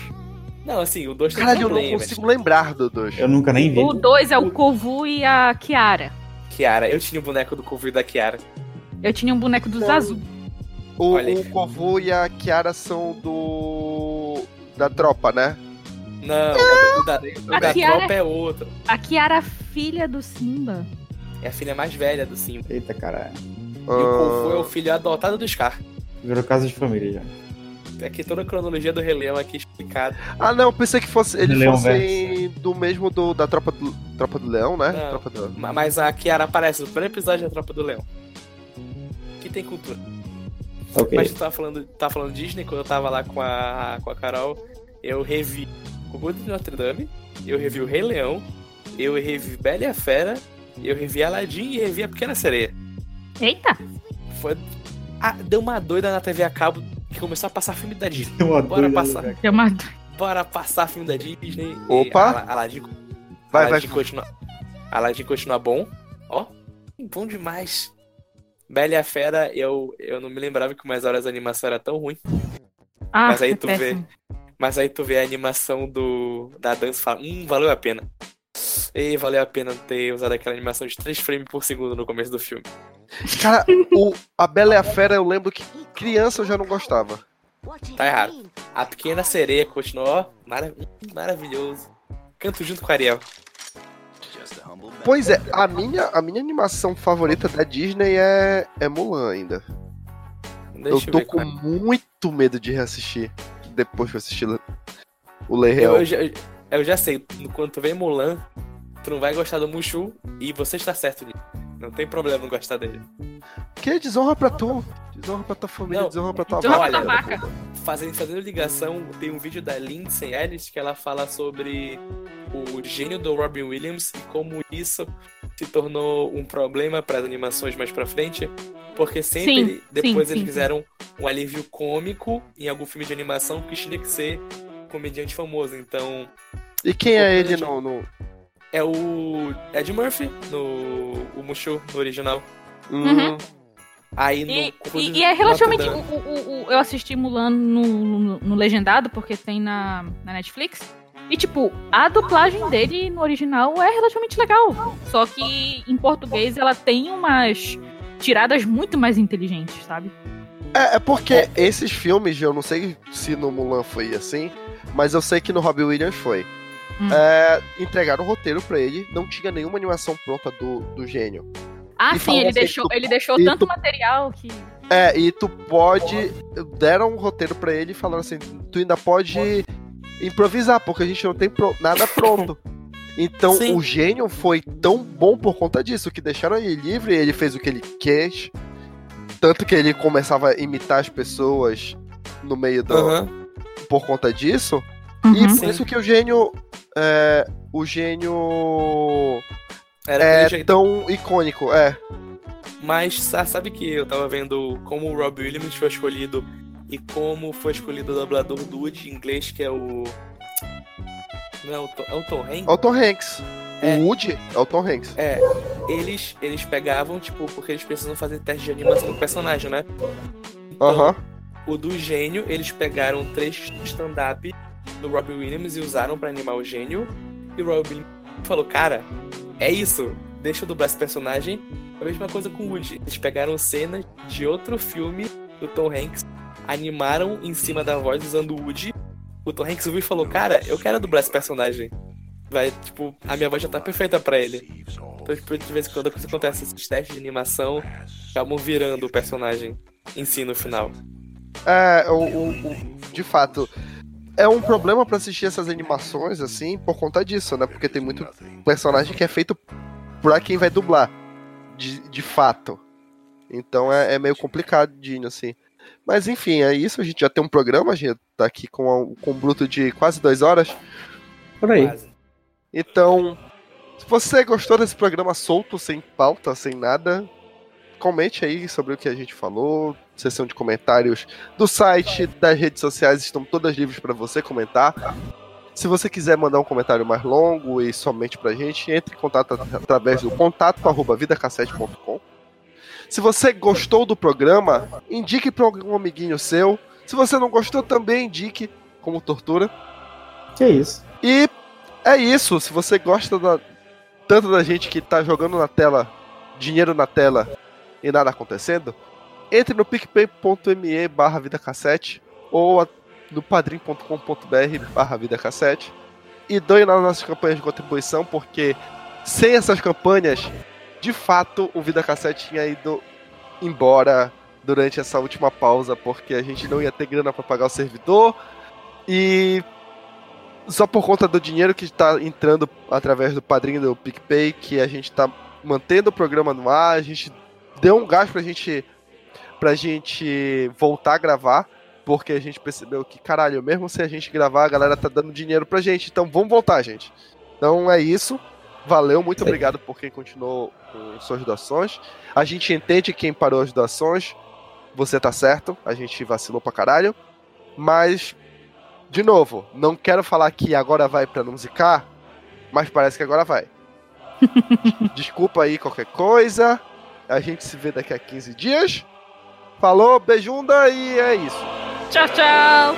Speaker 3: Não, assim, o 2 tem
Speaker 1: Caralho, eu não
Speaker 3: problemas.
Speaker 1: consigo lembrar do 2.
Speaker 2: Eu nunca nem vi.
Speaker 4: O dois é o Kovu e a Kiara.
Speaker 3: Kiara, eu tinha o boneco do Covid da Kiara.
Speaker 4: Eu tinha um boneco dos azul.
Speaker 1: O,
Speaker 3: Olha aí.
Speaker 1: o Kovu e a Kiara são do. da tropa, né?
Speaker 3: Não, o da, o da
Speaker 4: A Kiara-
Speaker 3: tropa é outro.
Speaker 4: A Kiara, filha do Simba.
Speaker 3: É a filha mais velha do Simba.
Speaker 2: Eita, caralho.
Speaker 3: E o
Speaker 1: Ah.
Speaker 3: Kofu é o filho adotado do Scar.
Speaker 2: Virou casa de família já.
Speaker 3: É que toda a cronologia do Rei Leão aqui é explicada.
Speaker 1: Ah, não, pensei que fosse, eles
Speaker 2: Leão
Speaker 1: fossem do mesmo do, da tropa do, tropa do Leão, né?
Speaker 3: Não.
Speaker 1: Tropa do...
Speaker 3: Ma- Mas a Kiara aparece no primeiro episódio da Tropa do Leão. Que tem cultura.
Speaker 2: Ok.
Speaker 3: Mas tu tava falando, tava falando Disney, quando eu tava lá com a, com a Carol, eu revi O Gordo de Notre Dame, eu revi o Rei Leão, eu revi Bela e a Fera, eu revi Aladdin e revi a Pequena Sereia.
Speaker 4: Eita!
Speaker 3: Foi... Ah, deu uma doida na TV a cabo que começou a passar filme da Disney.
Speaker 2: Eu
Speaker 3: Bora
Speaker 2: adoro
Speaker 3: passar,
Speaker 4: É uma...
Speaker 3: bora passar filme da Disney. e
Speaker 1: Opa.
Speaker 3: Ala- Aladdin Ah,
Speaker 1: Vai, vai.
Speaker 3: Aladdin continua... Aladdin continua bom. Ó, bom demais. Bela e a Fera, eu, eu não me lembrava que umas horas a animação era tão ruim.
Speaker 4: Ah,
Speaker 3: Mas aí
Speaker 4: é
Speaker 3: tu vê.
Speaker 4: péssimo.
Speaker 3: Mas aí tu vê a animação do da dança e fala, hum, valeu a pena. E valeu a pena ter usado aquela animação de 3 frames por segundo no começo do filme.
Speaker 1: Cara, o, a Bela e a Fera eu lembro que criança eu já não gostava.
Speaker 3: Tá errado. A pequena sereia continuou mara maravilhoso. Canto junto com o Ariel.
Speaker 1: Pois é, a minha, a minha animação favorita da Disney é, é Mulan ainda. eu
Speaker 3: Deixa
Speaker 1: tô
Speaker 3: ver
Speaker 1: com
Speaker 3: qual é.
Speaker 1: muito medo de reassistir depois que eu assisti o Lei
Speaker 3: Eu,
Speaker 1: Real.
Speaker 3: eu já, eu já sei, quando tu vem Mulan, tu não vai gostar do Mushu e você está certo disso. Não tem problema não gostar dele.
Speaker 1: Que é desonra pra tu. Desonra pra tua família,
Speaker 3: Não, então
Speaker 1: desonra pra tua
Speaker 3: desonra
Speaker 1: vaca.
Speaker 3: pra tua
Speaker 4: vaca.
Speaker 3: Fazendo, fazendo ligação, tem um vídeo da Lindsay Ellis que ela fala sobre o gênio do Robin Williams e como isso se tornou um problema para as animações mais pra frente. Porque sempre,
Speaker 4: Sim,
Speaker 3: ele- depois
Speaker 4: sim,
Speaker 3: eles
Speaker 4: sim.
Speaker 3: fizeram um alívio cômico em algum filme de animação que tinha que ser comediante famoso. Então,
Speaker 1: E quem é ele no, no...
Speaker 3: É o Ed Murphy no o Mushu no original.
Speaker 1: Hum,
Speaker 3: Aí no
Speaker 4: E,
Speaker 3: quando
Speaker 4: e-
Speaker 3: ele
Speaker 4: e é
Speaker 3: mata
Speaker 4: relativamente.
Speaker 3: o Dan-
Speaker 4: o- o- o- eu assisti Mulan no, no- no Legendado, porque tem na, na Netflix. E, tipo, a dublagem dele no original é relativamente legal. Só que em português ela tem umas tiradas muito mais inteligentes, sabe?
Speaker 1: É, é porque esses filmes, eu não sei se no Mulan foi assim, mas eu sei que no Robbie Williams foi.
Speaker 4: Hum.
Speaker 1: É, entregaram o roteiro pra ele, não tinha nenhuma animação pronta do, do gênio.
Speaker 4: Ah,
Speaker 1: E
Speaker 4: sim,
Speaker 1: falou
Speaker 4: ele
Speaker 1: assim,
Speaker 4: deixou,
Speaker 1: tu-
Speaker 4: ele deixou
Speaker 1: e
Speaker 4: tanto
Speaker 1: tu-
Speaker 4: material que.
Speaker 1: É, e tu pode. Deram um roteiro pra ele e falaram assim: tu ainda pode improvisar, porque a gente não tem pro- nada pronto. Então
Speaker 3: Sim.
Speaker 1: o gênio foi tão bom por conta disso, que deixaram ele livre e ele fez o que ele quis. Tanto que ele começava a imitar as pessoas no meio
Speaker 4: um
Speaker 1: do.
Speaker 3: Aham. Uhum.
Speaker 1: por conta disso. E por
Speaker 3: Sim.
Speaker 1: isso que o gênio. é, o gênio.
Speaker 3: Era
Speaker 1: É
Speaker 3: aquele jeito.
Speaker 1: tão icônico, é.
Speaker 3: Mas sa- sabe que eu tava vendo como o Rob Williams foi escolhido e como foi escolhido o dublador do Woody em inglês, que é o. Não, é o Tom- é o Tom Hanks?
Speaker 1: Elton Hanks.
Speaker 3: É.
Speaker 1: O Woody é o Tom Hanks.
Speaker 3: É, eles, eles pegavam, tipo, porque eles precisam fazer teste de animação do personagem, né?
Speaker 1: Aham.
Speaker 3: O do gênio, eles pegaram três stand-up do Robbie Williams e usaram pra animar o gênio. E o Robbie Williams falou, cara, é isso. Deixa eu dublar esse personagem. A mesma coisa com o Woody. Eles pegaram cenas de outro filme do Tom Hanks, animaram em cima da voz usando o Woody. O Tom Hanks ouviu e falou, cara, eu quero dublar esse personagem. Vai, tipo, a minha voz já tá perfeita pra ele. Então, tipo, de vez em quando acontece esses testes de animação, acabam virando o personagem em si no final.
Speaker 1: É, o, o- o- de fato. É um problema pra assistir essas animações, assim, por conta disso, né? Porque tem muito personagem que é feito pra quem vai dublar, de, de fato. Então é, é meio complicadinho, assim. Mas enfim, é isso. A gente já tem um programa, a gente tá aqui com, a- com um bruto de quase duas horas.
Speaker 2: Por aí.
Speaker 3: Quase.
Speaker 1: Então, se você gostou desse programa solto, sem pauta, sem nada, comente aí sobre o que a gente falou. Seção de comentários do site, das redes sociais estão todas livres para você comentar. Se você quiser mandar um comentário mais longo e somente pra gente, entre em contato at- através do contato arroba vidacassete.com. Se você gostou do programa, indique para algum amiguinho seu. Se você não gostou, também indique como tortura.
Speaker 2: Que é isso.
Speaker 1: E é isso. Se você gosta da- tanto da gente que tá jogando na tela, dinheiro na tela e nada acontecendo, entre no picpay.me barra vida cassete ou a- no padrim.com.br barra vida cassete e doe nas nossas campanhas de contribuição, porque sem essas campanhas, de fato, o Vida Cassete tinha ido embora durante essa última pausa, porque a gente não ia ter grana para pagar o servidor e só por conta do dinheiro que está entrando através do padrinho do PicPay, que a gente está mantendo o programa no ar, a gente deu um gás pra gente pra gente voltar a gravar, porque a gente percebeu que, caralho, mesmo sem a gente gravar, a galera tá dando dinheiro pra gente, então vamos voltar, gente. Então é isso. Valeu, muito obrigado por quem continuou com suas doações. A gente entende quem parou as doações. Você tá certo, a gente vacilou pra caralho. Mas de novo, não quero falar que agora vai pra não musicar, mas parece que agora vai. Desculpa aí qualquer coisa. A gente se vê daqui a 15 dias. Falou, beijunda e é isso.
Speaker 4: Tchau, tchau!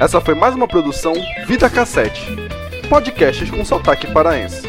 Speaker 1: Essa foi mais uma produção Vida Cassete. Podcasts com sotaque paraense.